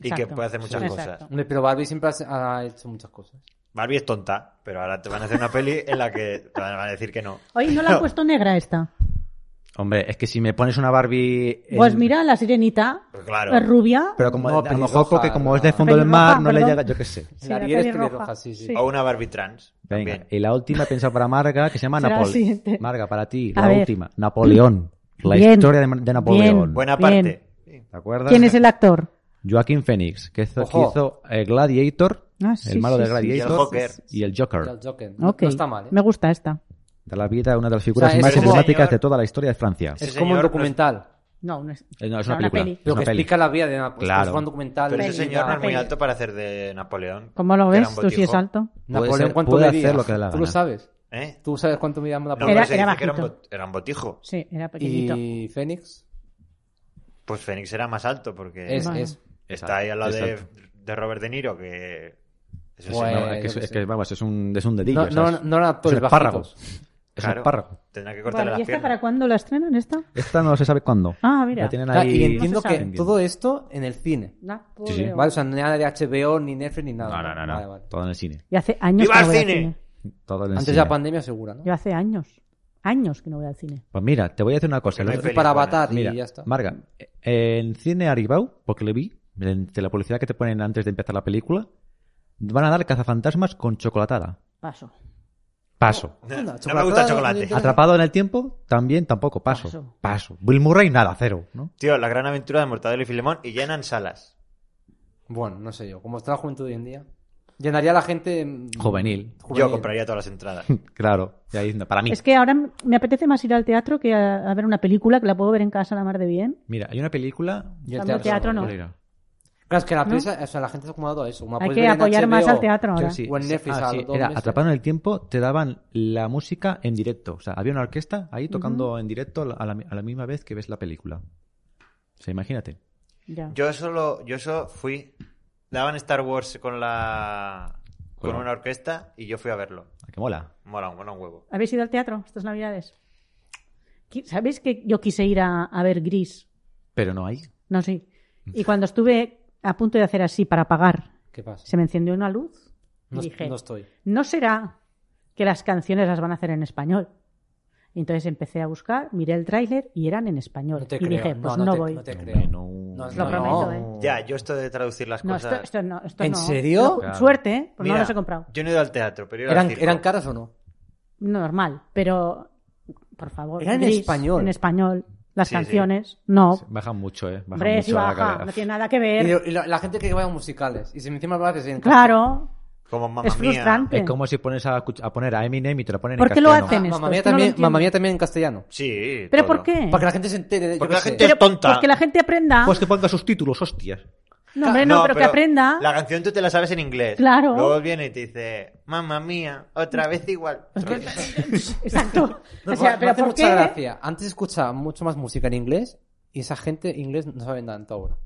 Speaker 1: Y que
Speaker 2: Exacto.
Speaker 1: puede hacer muchas
Speaker 2: Sí.
Speaker 1: cosas.
Speaker 2: Exacto.
Speaker 3: Hombre, Pero Barbie siempre ha ha hecho muchas cosas.
Speaker 1: Barbie es tonta, pero ahora te van a hacer una peli en la que te van a decir que no.
Speaker 2: Oye, ¿no la han puesto negra esta?
Speaker 4: Hombre, es que si me pones una Barbie. en-
Speaker 2: Pues mira, la sirenita,
Speaker 1: Pues claro.
Speaker 2: la rubia.
Speaker 4: Pero como
Speaker 3: No,
Speaker 4: a lo mejor
Speaker 3: pelirroja,
Speaker 4: porque como es de
Speaker 3: la-
Speaker 4: fondo del
Speaker 2: Pelirroja,
Speaker 4: mar, no le
Speaker 2: perdón.
Speaker 4: llega. Yo qué sé.
Speaker 2: Sí,
Speaker 3: la
Speaker 2: la
Speaker 3: Ariel es
Speaker 2: pelirroja.
Speaker 3: pelirroja, sí, sí.
Speaker 1: O una Barbie trans.
Speaker 4: Venga,
Speaker 1: también.
Speaker 4: y la última he pensado para Marga, que se llama
Speaker 2: Será la
Speaker 4: Napoleón.
Speaker 2: siguiente.
Speaker 4: Marga, para ti,
Speaker 2: A
Speaker 4: la
Speaker 2: ver.
Speaker 4: última. Napoleón. La
Speaker 2: Bien.
Speaker 4: historia de, de Napoleón.
Speaker 1: Buena
Speaker 2: Bien.
Speaker 1: parte.
Speaker 4: ¿Te acuerdas?
Speaker 2: ¿Quién es el actor?
Speaker 4: Joaquín Phoenix, que hizo,
Speaker 3: Ojo.
Speaker 4: que hizo, eh, Gladiator,
Speaker 2: Ah, sí,
Speaker 4: el malo
Speaker 2: sí,
Speaker 4: de
Speaker 2: sí,
Speaker 4: Gladiator
Speaker 1: sí, sí, sí, sí,
Speaker 4: y el
Speaker 3: Y
Speaker 4: Joker.
Speaker 3: el Joker. No-
Speaker 2: Ok.
Speaker 3: No está mal, ¿eh?
Speaker 2: Me gusta esta.
Speaker 4: De la vida, una de las figuras
Speaker 3: O sea, es
Speaker 4: más
Speaker 1: como-
Speaker 4: emblemáticas
Speaker 1: señor-
Speaker 4: de toda la historia de Francia.
Speaker 1: Ese
Speaker 3: Es como un
Speaker 1: señor no es-
Speaker 3: documental.
Speaker 2: No, no es.
Speaker 4: Eh, no, es
Speaker 2: o sea,
Speaker 4: una película.
Speaker 2: peli.
Speaker 4: Es
Speaker 3: Pero
Speaker 4: una
Speaker 3: que
Speaker 4: peli.
Speaker 3: explica la vida de una pues,
Speaker 4: Claro.
Speaker 3: pues, fue un documental.
Speaker 1: Pero
Speaker 2: Peli,
Speaker 1: ese señor no es muy
Speaker 2: peli.
Speaker 1: alto para hacer de Napoleón.
Speaker 2: ¿Cómo lo
Speaker 1: que era
Speaker 2: ves?
Speaker 1: un
Speaker 2: Tú sí es
Speaker 1: botijo.
Speaker 2: alto.
Speaker 4: Puede
Speaker 3: Napoleón,
Speaker 4: ser-
Speaker 3: ¿cuánto
Speaker 4: puede
Speaker 3: medía?
Speaker 4: hacer lo que le dé la
Speaker 3: Tú
Speaker 4: gana.
Speaker 3: lo sabes.
Speaker 1: ¿Eh?
Speaker 3: Tú sabes cuánto medía
Speaker 1: No,
Speaker 3: Napoleón.
Speaker 1: pero
Speaker 2: Era-
Speaker 1: se
Speaker 2: era
Speaker 1: dice que era, un
Speaker 2: bajito.
Speaker 1: bot- era un botijo.
Speaker 2: Sí, era pequeñito.
Speaker 3: y Fénix
Speaker 1: Pues Fénix era más alto porque
Speaker 4: Este
Speaker 3: es,
Speaker 2: Bueno.
Speaker 3: es-
Speaker 1: está ahí al lado de,
Speaker 4: Exacto.
Speaker 1: de Robert De Niro que... Eso sí,
Speaker 3: Pues-
Speaker 1: no,
Speaker 4: No, es que, es-
Speaker 3: yo qué
Speaker 4: es
Speaker 3: sé.
Speaker 4: que, vamos, es un, es un dedillo.
Speaker 3: No,
Speaker 4: o sea,
Speaker 3: no,
Speaker 4: es-
Speaker 3: no eran actores
Speaker 4: es espárragos.
Speaker 3: bajitos.
Speaker 4: es
Speaker 1: Claro.
Speaker 4: un párrafo.
Speaker 1: Tendrá que cortarle
Speaker 2: Vale, ¿Y
Speaker 1: las
Speaker 2: esta
Speaker 1: piernas.
Speaker 2: para cuándo la estrenan esta?
Speaker 4: Esta no se sabe cuándo.
Speaker 2: Ah, mira.
Speaker 4: La tienen
Speaker 3: Claro,
Speaker 4: ahí.
Speaker 3: y
Speaker 2: No
Speaker 3: entiendo
Speaker 2: se
Speaker 3: que
Speaker 2: sabe.
Speaker 3: todo esto en el cine.
Speaker 2: Napoleón.
Speaker 4: Sí, sí.
Speaker 3: Vale, o sea, nada de HBO, ni Netflix, ni
Speaker 4: No,
Speaker 3: nada.
Speaker 4: no, no, no.
Speaker 3: Vale, vale.
Speaker 4: Todo en el cine.
Speaker 2: Y hace años
Speaker 1: ¡Viva
Speaker 2: que no
Speaker 1: el
Speaker 2: voy al
Speaker 1: cine!
Speaker 2: cine.
Speaker 4: Todo en el
Speaker 3: Antes
Speaker 4: cine.
Speaker 3: de la pandemia, seguro, ¿no?
Speaker 2: Yo hace años. Años que no voy al cine.
Speaker 4: Pues mira, te voy a decir una cosa.
Speaker 1: Porque no hay
Speaker 4: El otro-
Speaker 3: Fui para
Speaker 1: película.
Speaker 3: Avatar
Speaker 4: Mira,
Speaker 3: y ya está.
Speaker 4: Marga, eh, en Cine Aribau, porque lo vi, de la publicidad que te ponen antes de empezar la película, van a dar cazafantasmas con chocolatada.
Speaker 2: Paso.
Speaker 4: Paso.
Speaker 1: No,
Speaker 3: Anda,
Speaker 1: no me gusta el
Speaker 3: chocolate.
Speaker 1: chocolate.
Speaker 4: Atrapado en el tiempo, también tampoco paso.
Speaker 2: Paso.
Speaker 4: Paso. Bill Murray, nada, cero. ¿no?
Speaker 1: Tío, la gran aventura de Mortadelo y Filemón y llenan salas.
Speaker 3: Bueno, no sé yo. Como está la juventud hoy en día, llenaría a la gente. mm,
Speaker 4: Juvenil.
Speaker 1: Yo
Speaker 3: juvenil.
Speaker 1: compraría todas las entradas.
Speaker 4: Claro. Y ahí diciendo, para mí.
Speaker 2: Es que ahora m- me apetece más ir al teatro que a, a ver una película que la puedo ver en casa la mar de bien.
Speaker 4: Mira, hay una película.
Speaker 3: Y el
Speaker 2: Dando
Speaker 3: teatro.
Speaker 2: teatro no.
Speaker 4: Mira.
Speaker 3: Claro, es que la,
Speaker 2: ¿No?
Speaker 3: prensa- o sea, la gente se ha acomodado a eso. Como la
Speaker 2: Hay
Speaker 3: puedes
Speaker 2: que
Speaker 3: ver Ah, pues en
Speaker 2: apoyar más
Speaker 3: HBO.
Speaker 2: al teatro ahora.
Speaker 4: Sí, sí.
Speaker 3: O en Netflix
Speaker 4: Ah,
Speaker 3: a
Speaker 4: sí,
Speaker 3: los dos
Speaker 4: Era
Speaker 3: meses.
Speaker 4: atrapado en el tiempo, te daban la música en directo. O sea, había una orquesta ahí tocando en directo a la, a la misma vez que ves la película. O sea, imagínate.
Speaker 2: Ya.
Speaker 1: Yo solo, yo solo fui. Daban Star Wars con la con
Speaker 4: Claro.
Speaker 1: una orquesta y yo fui a verlo.
Speaker 4: Ah, Que mola.
Speaker 1: Mola, un- mola un huevo.
Speaker 2: ¿Habéis ido al teatro estas navidades? Qui- ¿Sabéis que yo quise ir a, a ver Gris?
Speaker 4: Pero no hay.
Speaker 2: No, sí. Y cuando estuve a punto de hacer así para pagar,
Speaker 3: ¿Qué pasa?
Speaker 2: se me encendió una luz y
Speaker 3: No,
Speaker 2: dije,
Speaker 3: no estoy.
Speaker 2: ¿no será que las canciones las van a hacer en español? Y entonces empecé a buscar, miré el tráiler y eran en español.
Speaker 3: No te
Speaker 2: y
Speaker 3: creo.
Speaker 2: dije,
Speaker 3: No,
Speaker 2: pues
Speaker 3: no
Speaker 2: no,
Speaker 3: te-
Speaker 2: voy.
Speaker 3: no
Speaker 2: No,
Speaker 3: te-
Speaker 4: Hombre,
Speaker 3: creo.
Speaker 4: no.
Speaker 3: No,
Speaker 2: lo prometo, ¿eh?
Speaker 1: Ya, yo esto de traducir las
Speaker 2: esto,
Speaker 1: cosas.
Speaker 2: esto no. esto
Speaker 3: ¿En
Speaker 2: no.
Speaker 3: serio?
Speaker 2: Lo-
Speaker 4: Claro.
Speaker 2: Suerte, ¿eh? Pues no
Speaker 1: Mira,
Speaker 2: los he comprado.
Speaker 1: Yo no he ido al teatro, pero he ido
Speaker 3: ¿Eran,
Speaker 1: al circo.
Speaker 3: ¿Eran caras o no?
Speaker 2: No, normal, pero por favor.
Speaker 3: Era en
Speaker 2: Gris,
Speaker 3: español.
Speaker 2: En español. Las
Speaker 1: Sí, sí.
Speaker 2: canciones. No.
Speaker 4: Bajan mucho, ¿eh? Bajan
Speaker 2: Hombre,
Speaker 4: mucho
Speaker 2: si
Speaker 4: la
Speaker 2: baja,
Speaker 4: cabeza.
Speaker 2: no tiene nada que
Speaker 3: Y,
Speaker 2: ver.
Speaker 3: y la, la gente que va a musicales. Y se me encima habla que se en
Speaker 2: Claro.
Speaker 1: Como mamá
Speaker 2: Es frustrante.
Speaker 4: Es como si pones a, escuch- a poner a Eminem y te lo ponen
Speaker 2: ¿Por
Speaker 4: en
Speaker 2: qué lo
Speaker 4: castellano.
Speaker 2: hacen?
Speaker 3: Ah,
Speaker 2: esto,
Speaker 3: mamá
Speaker 2: es
Speaker 3: mía,
Speaker 2: que pues no lo
Speaker 3: también,
Speaker 2: entiendo.
Speaker 3: Mamma Mía también en castellano.
Speaker 1: Sí.
Speaker 2: ¿Pero
Speaker 1: todo.
Speaker 2: por qué?
Speaker 3: Para que la gente se entere. yo
Speaker 1: Porque
Speaker 3: qué
Speaker 1: la
Speaker 3: sé.
Speaker 1: gente-
Speaker 2: Pero
Speaker 1: es tonta.
Speaker 2: Porque la gente aprenda.
Speaker 4: Pues que ponga sus títulos, hostias.
Speaker 2: No, hombre, no, pero, que aprenda.
Speaker 1: La canción tú te la sabes en inglés.
Speaker 2: Claro.
Speaker 1: Luego viene y te dice, mamá mía, otra vez igual.
Speaker 2: Exacto.
Speaker 3: No,
Speaker 2: o sea,
Speaker 3: me
Speaker 2: pero
Speaker 3: hace
Speaker 2: ¿por
Speaker 3: mucha
Speaker 2: qué?
Speaker 3: gracia. Antes escuchaba mucho más música en inglés y esa gente inglés no sabe tanto ahora.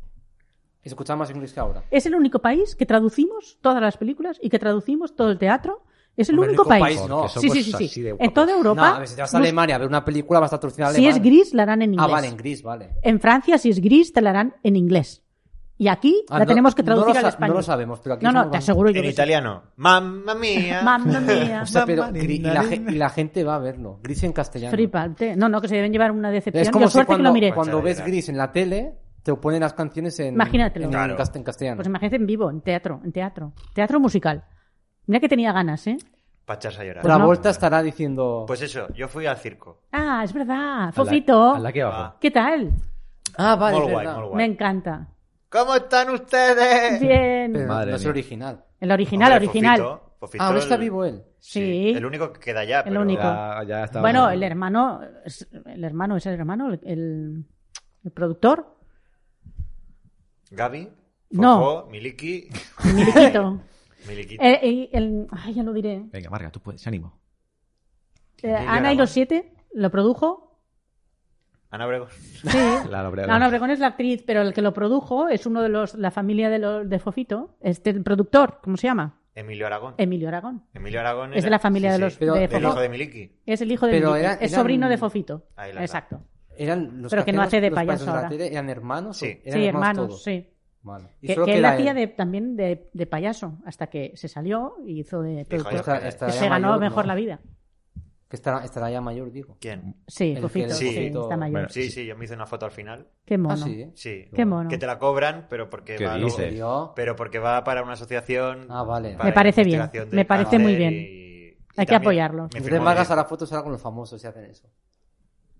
Speaker 3: Y se escuchaba más inglés que ahora.
Speaker 2: Es el único país que traducimos todas las películas y que traducimos todo el teatro. Es el
Speaker 3: Hombre,
Speaker 2: único
Speaker 3: único
Speaker 2: país.
Speaker 3: país, no.
Speaker 4: Porque
Speaker 2: Sí, sí,
Speaker 4: somos
Speaker 2: sí.
Speaker 4: así de
Speaker 2: sí. En
Speaker 4: guapos.
Speaker 2: toda Europa.
Speaker 3: No, a ver, si te vas a
Speaker 2: no-
Speaker 3: Alemania a ver una película, vas a traducir al
Speaker 2: si
Speaker 3: alemán.
Speaker 2: es gris, la harán en inglés.
Speaker 3: Ah, vale, en gris, vale.
Speaker 2: En Francia, si es gris, te la harán en inglés. Y aquí
Speaker 3: Ah,
Speaker 2: la
Speaker 3: no-
Speaker 2: tenemos que
Speaker 3: no lo
Speaker 2: traducir al
Speaker 3: sa-
Speaker 2: español.
Speaker 3: No lo sabemos, pero aquí
Speaker 2: No, no,
Speaker 3: somos
Speaker 2: te
Speaker 3: más-
Speaker 2: aseguro yo
Speaker 1: en
Speaker 2: que sí.
Speaker 1: italiano, mamma mía.
Speaker 2: Mamma mía.
Speaker 3: O sea, pero
Speaker 4: Mamma
Speaker 3: gri- y,
Speaker 4: nina,
Speaker 3: la, ge-
Speaker 4: nina.
Speaker 3: y la gente va a verlo. Gris en castellano.
Speaker 2: Flipante. No, no, que se deben llevar una decepción.
Speaker 3: Es como
Speaker 2: Yo
Speaker 3: si
Speaker 2: suerte que
Speaker 3: cuando,
Speaker 2: lo miré.
Speaker 1: Pues
Speaker 3: cuando ves
Speaker 1: Charadera.
Speaker 3: gris en la tele, te ponen las canciones en,
Speaker 2: Imagínatelo.
Speaker 3: en,
Speaker 1: Claro.
Speaker 3: cast- en castellano.
Speaker 2: Pues imagínate en vivo, en teatro, en teatro. Teatro musical. Mira que tenía ganas, ¿eh?
Speaker 1: Pa' echarse a llorar.
Speaker 3: Pues la
Speaker 2: no.
Speaker 3: vuelta estará diciendo...
Speaker 1: Pues eso, yo fui al circo.
Speaker 2: Ah, es verdad.
Speaker 4: A la-
Speaker 2: Fofito.
Speaker 4: A la que abajo.
Speaker 1: Va.
Speaker 2: ¿Qué tal?
Speaker 3: ah, vale,
Speaker 1: Muy
Speaker 3: es
Speaker 1: guay,
Speaker 3: verdad.
Speaker 1: muy
Speaker 2: Me
Speaker 1: guay.
Speaker 2: encanta.
Speaker 1: ¿Cómo están
Speaker 3: Eh,
Speaker 1: ustedes?
Speaker 2: Bien.
Speaker 3: Pero
Speaker 4: Madre
Speaker 3: no es el
Speaker 4: mía.
Speaker 3: original.
Speaker 2: El original,
Speaker 1: Hombre,
Speaker 2: original.
Speaker 1: Fofito, Fofito
Speaker 3: Ah, ahora está
Speaker 1: el-
Speaker 3: vivo él.
Speaker 2: Sí.
Speaker 1: El único que queda ya,
Speaker 2: El
Speaker 1: pero-
Speaker 2: único.
Speaker 4: Ya, ya está.
Speaker 2: Bueno, el hermano, es- el hermano es el hermano, el, el- el productor,
Speaker 1: Gaby,
Speaker 2: No.
Speaker 1: Fofó, Miliki,
Speaker 2: el miliquito.
Speaker 1: Miliquito.
Speaker 2: Eh, eh, el- ay, ya lo diré.
Speaker 4: Venga, Marga, tú puedes, ánimo.
Speaker 2: Eh,
Speaker 1: Sí,
Speaker 2: Ana y
Speaker 1: ya,
Speaker 2: los siete lo produjo.
Speaker 1: Ana Obregón.
Speaker 2: Sí.
Speaker 4: La Lobrela.
Speaker 2: No, no, Obregón es la actriz, pero el que lo produjo es uno de los, la familia de, los, de Fofito, este el productor, ¿cómo se llama?
Speaker 1: Emilio Aragón.
Speaker 2: Emilio Aragón.
Speaker 1: Emilio Aragón
Speaker 2: Eh. Es de
Speaker 1: era-
Speaker 2: la familia
Speaker 1: sí,
Speaker 2: de
Speaker 1: sí,
Speaker 2: los
Speaker 3: Pero-
Speaker 2: de
Speaker 1: del
Speaker 3: Pero-
Speaker 1: hijo
Speaker 2: Fofito.
Speaker 1: de Miliki.
Speaker 2: Es el hijo de
Speaker 3: Pero
Speaker 2: Miliki,
Speaker 3: era-
Speaker 2: es
Speaker 3: eran-
Speaker 2: sobrino de Fofito.
Speaker 1: Ahí la- la-
Speaker 2: Exacto.
Speaker 3: Eran los
Speaker 2: Pero que no
Speaker 3: hacían
Speaker 2: hace
Speaker 3: los-
Speaker 2: de
Speaker 3: los
Speaker 2: payaso
Speaker 3: payasos de la
Speaker 2: ahora.
Speaker 3: tele, ¿Eran hermanos?
Speaker 1: Sí.
Speaker 3: o eran
Speaker 2: sí, hermanos,
Speaker 3: todos?
Speaker 2: sí.
Speaker 3: Vale. Y
Speaker 2: Que,
Speaker 3: solo
Speaker 2: que él
Speaker 3: queda
Speaker 2: hacía
Speaker 3: él.
Speaker 2: de, también de, de payaso, hasta que se salió y hizo de productor.
Speaker 1: Javier
Speaker 3: Esta-
Speaker 1: Que
Speaker 2: Que
Speaker 3: estará
Speaker 2: se
Speaker 3: Pues ya
Speaker 2: ganó
Speaker 3: mayor,
Speaker 2: mejor
Speaker 3: ¿no?
Speaker 2: la vida.
Speaker 3: Que estará, estará ya mayor, digo.
Speaker 1: ¿Quién?
Speaker 2: Sí,
Speaker 3: El
Speaker 2: Fofito,
Speaker 3: que-
Speaker 2: sí,
Speaker 3: Fofito-
Speaker 2: está mayor.
Speaker 4: Bueno,
Speaker 1: Sí, sí, yo me hice una foto al final.
Speaker 2: Qué mono.
Speaker 3: Ah, sí, ¿eh?
Speaker 1: Sí.
Speaker 2: Qué mono.
Speaker 1: Que te la cobran, pero porque
Speaker 4: ¿Qué
Speaker 1: va
Speaker 4: dices?
Speaker 1: luego-
Speaker 3: Yo-
Speaker 1: pero porque va para una asociación.
Speaker 3: Ah, vale.
Speaker 1: para
Speaker 2: Me parece bien,
Speaker 1: investigación de
Speaker 2: me parece muy
Speaker 1: cáncer
Speaker 2: bien.
Speaker 1: y- y
Speaker 2: Hay que
Speaker 1: también
Speaker 2: apoyarlo.
Speaker 1: me
Speaker 3: Entonces
Speaker 1: firmó
Speaker 3: Vargas
Speaker 1: bien.
Speaker 3: hará fotos ahora con los famosos si hacen eso. Ah,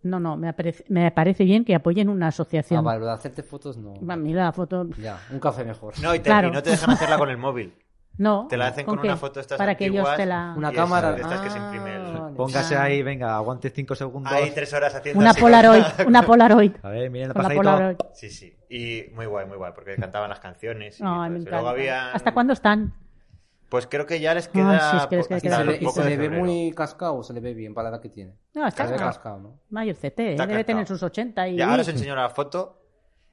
Speaker 2: No, no, me parece, me parece bien que apoyen una asociación.
Speaker 3: Ah, vale, lo de hacerte fotos no.
Speaker 2: Va, Mira la foto.
Speaker 3: Ya, un café mejor.
Speaker 1: No, y, te-
Speaker 2: Claro.
Speaker 1: y no te dejan hacerla con el móvil.
Speaker 2: No.
Speaker 1: Te la hacen con
Speaker 2: qué?
Speaker 1: una foto estas
Speaker 2: Para que ellos
Speaker 1: antiguas
Speaker 2: te la.
Speaker 3: Una
Speaker 1: y esas
Speaker 3: cámara.
Speaker 1: de estas que se
Speaker 3: Ah,
Speaker 1: imprime el-
Speaker 3: vale.
Speaker 4: Póngase
Speaker 2: Ah.
Speaker 4: ahí, venga, aguante cinco
Speaker 3: Ah,
Speaker 4: segundos.
Speaker 1: Ahí tres horas haciendo
Speaker 2: Una
Speaker 1: así con-
Speaker 2: Polaroid, una Polaroid.
Speaker 4: A ver, miren el
Speaker 2: Con la
Speaker 4: pasadito.
Speaker 2: Polaroid.
Speaker 1: Sí, sí. Y muy guay, muy guay, porque cantaban las canciones. Y todo
Speaker 2: Ay, me
Speaker 1: eso. pues, Luego
Speaker 2: encanta.
Speaker 1: habían-
Speaker 2: ¿Hasta cuándo están?
Speaker 1: Pues creo que ya les queda.
Speaker 2: sí, es que les
Speaker 1: po- hasta
Speaker 2: queda-
Speaker 3: Y se
Speaker 2: queda
Speaker 1: los
Speaker 3: le, y
Speaker 1: pocos
Speaker 3: se
Speaker 1: de
Speaker 3: le ve
Speaker 1: febrero.
Speaker 3: muy cascado, o se le ve bien para la edad que tiene.
Speaker 2: No,
Speaker 3: Se
Speaker 2: está
Speaker 3: le
Speaker 1: Cascado.
Speaker 3: ve
Speaker 2: cascado.
Speaker 3: cascado, ¿no?
Speaker 2: Mayorcete, ¿eh?
Speaker 1: Está
Speaker 2: debe tener
Speaker 1: cascado.
Speaker 2: sus 80 y...
Speaker 1: Ya, ahora os enseño la foto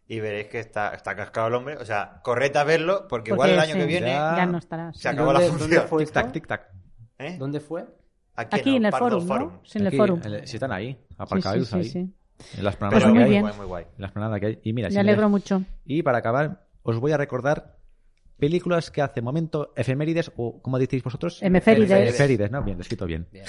Speaker 1: y veréis que está, está cascado el hombre. O sea, corred a verlo, porque, igual
Speaker 2: Porque
Speaker 1: el año
Speaker 2: sí,
Speaker 1: que viene.
Speaker 4: Ya.
Speaker 2: Ya no estará.
Speaker 1: Se
Speaker 2: sí.
Speaker 1: acabó
Speaker 3: ¿Dónde-
Speaker 1: la
Speaker 3: dónde
Speaker 1: función.
Speaker 3: fue
Speaker 4: Tic tac,
Speaker 3: esto?
Speaker 4: tic tac.
Speaker 1: ¿Eh?
Speaker 3: ¿Dónde fue?
Speaker 2: Aquí en el
Speaker 1: Pardo
Speaker 2: forum,
Speaker 1: Forum.
Speaker 2: ¿no? Ah, Sí, en el
Speaker 4: Aquí,
Speaker 2: forum.
Speaker 4: eh, Si están ahí,
Speaker 2: Sí, sí,
Speaker 4: aparcados
Speaker 2: sí,
Speaker 4: ahí.
Speaker 2: sí. Pues
Speaker 4: En las planadas
Speaker 1: Pero
Speaker 2: muy
Speaker 1: muy
Speaker 4: que
Speaker 2: bien.
Speaker 4: hay.
Speaker 1: guay, muy guay.
Speaker 4: En las planadas que hay. Y mira,
Speaker 2: Me
Speaker 4: si
Speaker 2: alegro mucho.
Speaker 4: Y para acabar, os voy a recordar películas que hace momento efemérides o como decís vosotros,
Speaker 2: Hemeférides.
Speaker 4: efemérides, ¿no? Bien, lo he escrito bien.
Speaker 3: Bien.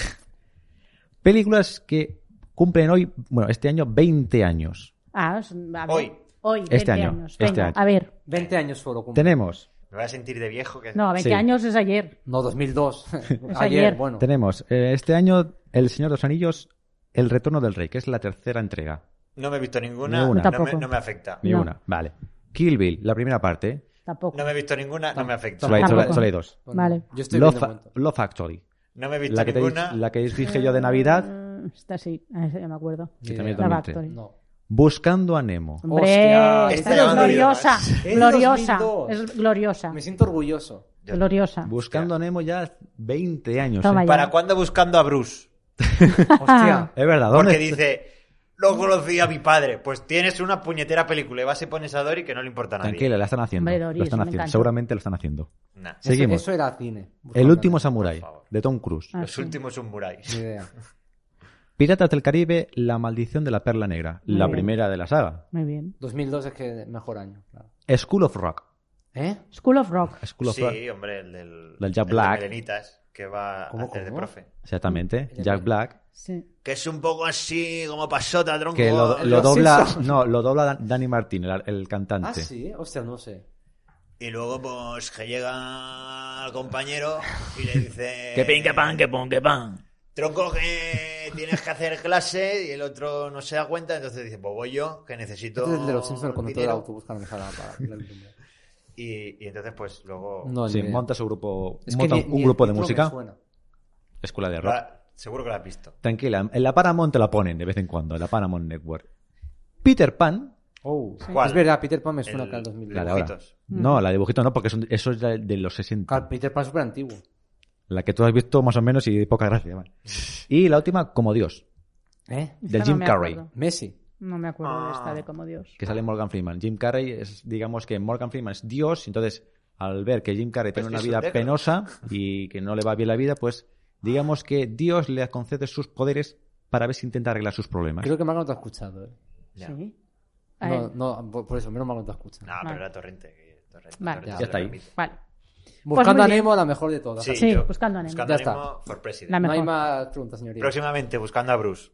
Speaker 4: Películas que cumplen hoy, bueno, este año 20 años.
Speaker 2: Ah, es- a ver.
Speaker 1: Hoy.
Speaker 2: Hoy,
Speaker 4: Este
Speaker 2: 20
Speaker 4: año,
Speaker 2: años.
Speaker 4: este
Speaker 2: Venga,
Speaker 4: año.
Speaker 2: A ver.
Speaker 3: 20 años solo cumple.
Speaker 4: Tenemos,
Speaker 1: Me voy a sentir de viejo. Que...
Speaker 2: No, 20
Speaker 4: Sí.
Speaker 2: años es ayer.
Speaker 3: No, 2002. ayer,
Speaker 2: ayer.
Speaker 3: bueno.
Speaker 4: tenemos eh, este año El Señor de los Anillos, El Retorno del Rey, que es la tercera entrega,
Speaker 1: No me he visto ninguna.
Speaker 4: Ninguna.
Speaker 1: No, me,
Speaker 2: Tampoco.
Speaker 1: no me afecta.
Speaker 4: ni
Speaker 2: No.
Speaker 4: una, vale. Kill Bill, la primera parte,
Speaker 2: Tampoco.
Speaker 1: No me he visto ninguna, no me afecta.
Speaker 4: solo hay, solo hay-
Speaker 2: Tampoco.
Speaker 4: solo hay dos.
Speaker 3: Bueno,
Speaker 2: Vale.
Speaker 3: Yo estoy
Speaker 4: Love,
Speaker 3: viendo un momento.
Speaker 4: Love Actually,
Speaker 1: No me he visto
Speaker 4: la que, te,
Speaker 1: ninguna.
Speaker 4: la que os dije yo de Navidad,
Speaker 2: Mm, Esta sí, ah, esa ya me acuerdo.
Speaker 4: que
Speaker 3: Ni
Speaker 4: también
Speaker 3: idea.
Speaker 2: Love
Speaker 4: 2013.
Speaker 2: Actually.
Speaker 3: No.
Speaker 4: Buscando a Nemo.
Speaker 2: Hombre,
Speaker 3: Hostia,
Speaker 2: esta
Speaker 1: este
Speaker 2: es
Speaker 1: año.
Speaker 2: gloriosa,
Speaker 3: Es
Speaker 2: gloriosa,
Speaker 3: 2002.
Speaker 2: es gloriosa,
Speaker 3: Me siento orgulloso.
Speaker 1: Yo-
Speaker 2: gloriosa.
Speaker 4: Buscando a Nemo ya 20 años.
Speaker 2: Toma
Speaker 4: ¿eh?
Speaker 1: ¿Para cuándo buscando a Bruce?
Speaker 2: Ah.
Speaker 3: Hostia.
Speaker 4: Es verdad, ¿dónde
Speaker 1: Porque
Speaker 4: está?
Speaker 1: dice, no conocí a mi padre. Pues tienes una puñetera película y vas y pones a Dory que no le importa a nadie.
Speaker 4: Tranquila, la están haciendo.
Speaker 2: Hombre, Doris,
Speaker 4: lo están
Speaker 2: me
Speaker 4: haciendo.
Speaker 2: encanta.
Speaker 4: Seguramente lo están haciendo.
Speaker 1: Nah.
Speaker 3: Eso-
Speaker 4: Seguimos.
Speaker 3: Eso, era cine.
Speaker 4: El último samurái
Speaker 1: por favor.
Speaker 4: de Tom Cruise.
Speaker 2: Ah,
Speaker 1: Los
Speaker 2: sí.
Speaker 1: últimos son
Speaker 3: Ni idea.
Speaker 4: Piratas del Caribe, La maldición de la perla negra,
Speaker 2: Muy
Speaker 4: la
Speaker 2: bien.
Speaker 4: primera de la saga.
Speaker 2: Muy bien.
Speaker 3: 2002 es que mejor año. claro.
Speaker 4: School of Rock.
Speaker 3: ¿Eh?
Speaker 2: School of Rock.
Speaker 4: School of Rock.
Speaker 1: Sí, hombre, el del,
Speaker 4: Del Jack
Speaker 1: el de
Speaker 4: Black.
Speaker 1: Melenitas, que va a
Speaker 3: ¿Cómo,
Speaker 1: hacer de
Speaker 3: cómo?
Speaker 1: profe.
Speaker 4: Exactamente.
Speaker 3: El-
Speaker 4: Jack Black.
Speaker 2: Sí.
Speaker 1: Que es un poco así, como pasota,
Speaker 3: Oh,
Speaker 1: tronco.
Speaker 4: Que lo,
Speaker 3: el
Speaker 4: lo
Speaker 3: de los
Speaker 4: dobla.
Speaker 3: Simpsons.
Speaker 4: No, lo dobla Dan- Danny Martin, el, el
Speaker 3: Ah,
Speaker 4: cantante.
Speaker 3: sí. Hostia, no sé.
Speaker 1: Y luego, pues, que llega el compañero y le dice...
Speaker 6: Que pin, que pan, que pon, que pan.
Speaker 1: Tronco, que tienes que hacer clase y el otro no se da cuenta, entonces dice, pues voy yo, que necesito
Speaker 3: Este es el de los Simpsons, el conductor del
Speaker 1: dinero".
Speaker 3: autobús que no me sale para la lumbre.
Speaker 1: Y, y entonces, pues, luego...
Speaker 3: No, ni
Speaker 4: Sí,
Speaker 3: idea.
Speaker 4: monta su grupo.
Speaker 3: Es que
Speaker 4: monta
Speaker 3: ni-
Speaker 4: un
Speaker 3: ni el
Speaker 4: grupo
Speaker 3: título
Speaker 4: de
Speaker 3: me
Speaker 4: música.
Speaker 3: suena.
Speaker 4: Escuela de
Speaker 1: lo
Speaker 4: rock.
Speaker 1: ha- seguro que lo has visto.
Speaker 4: Tranquila. En la Paramount te la ponen de vez en cuando. En la Paramount Network. Peter Pan.
Speaker 3: Oh,
Speaker 1: ¿Cuál?
Speaker 3: es verdad, Peter Pan me suena
Speaker 1: El-
Speaker 3: acá en 2000.
Speaker 4: La de ahora.
Speaker 1: Dibujitos.
Speaker 4: No,
Speaker 3: Mm.
Speaker 4: la de dibujito no, porque son- eso es de, de los 60.
Speaker 3: Claro, Peter Pan es súper antiguo.
Speaker 4: La que tú has visto más o menos y de poca gracia. vale. Y la última, Como Dios,
Speaker 3: ¿Eh?
Speaker 2: Esta
Speaker 4: del
Speaker 2: no
Speaker 4: Jim
Speaker 2: me
Speaker 4: Carrey.
Speaker 2: acuerdo.
Speaker 3: Messi.
Speaker 2: No me acuerdo de esta
Speaker 1: Ah.
Speaker 2: de como Dios.
Speaker 4: Que sale Morgan Freeman. Jim Carrey es, digamos que Morgan Freeman es Dios, y entonces al ver que Jim Carrey tiene
Speaker 1: Pues
Speaker 4: una
Speaker 1: es un
Speaker 4: vida
Speaker 1: negro.
Speaker 4: penosa y que no le va bien la vida, pues digamos que Dios le concede sus poderes para ver si intenta arreglar sus problemas.
Speaker 3: Creo que Marco no te ha escuchado. ¿eh?
Speaker 1: Ya.
Speaker 2: Sí. Eh, A
Speaker 3: No,
Speaker 2: ver,
Speaker 3: no, por- por eso, menos mal que no te ha escuchado.
Speaker 1: No,
Speaker 2: Vale.
Speaker 1: pero era Torrente. que- Torrente,
Speaker 2: Vale.
Speaker 1: Torrente
Speaker 3: Ya
Speaker 1: se
Speaker 4: está
Speaker 1: lo
Speaker 4: ahí.
Speaker 1: permite.
Speaker 2: Vale.
Speaker 3: Buscando
Speaker 2: Pues muy
Speaker 3: a
Speaker 2: bien.
Speaker 3: Nemo, la mejor de todas.
Speaker 1: Sí,
Speaker 2: Sí,
Speaker 1: yo-
Speaker 2: buscando a Nemo.
Speaker 1: Buscando
Speaker 3: Ya
Speaker 1: a
Speaker 3: está.
Speaker 1: Nemo for president.
Speaker 2: La
Speaker 3: No hay
Speaker 2: mejor.
Speaker 3: más preguntas, señoría.
Speaker 1: Próximamente buscando a Bruce.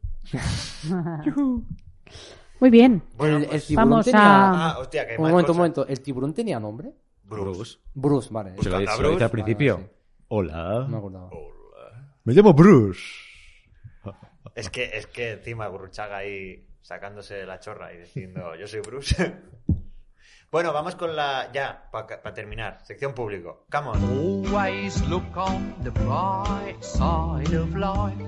Speaker 2: Muy bien.
Speaker 1: Bueno,
Speaker 3: el, el
Speaker 1: pues-
Speaker 3: tiburón
Speaker 2: Vamos
Speaker 3: tenía...
Speaker 1: Ah, hostia, que hay
Speaker 3: un
Speaker 1: más
Speaker 3: momento,
Speaker 1: cosas.
Speaker 3: un momento. ¿El tiburón tenía nombre?
Speaker 1: Bruce.
Speaker 3: Bruce, vale.
Speaker 4: Se lo,
Speaker 1: Buscando a
Speaker 4: se lo dice
Speaker 1: Bruce.
Speaker 4: al principio.
Speaker 3: Ah, sí.
Speaker 4: Hola.
Speaker 3: No me acordaba.
Speaker 1: Oh.
Speaker 4: Me llamo Bruce.
Speaker 1: Es que, es que encima Gurruchaga ahí sacándose la chorra y diciendo, yo soy Bruce. bueno, vamos con la... Ya, para terminar. Sección público. Come on.
Speaker 7: Always look on the bright side of life.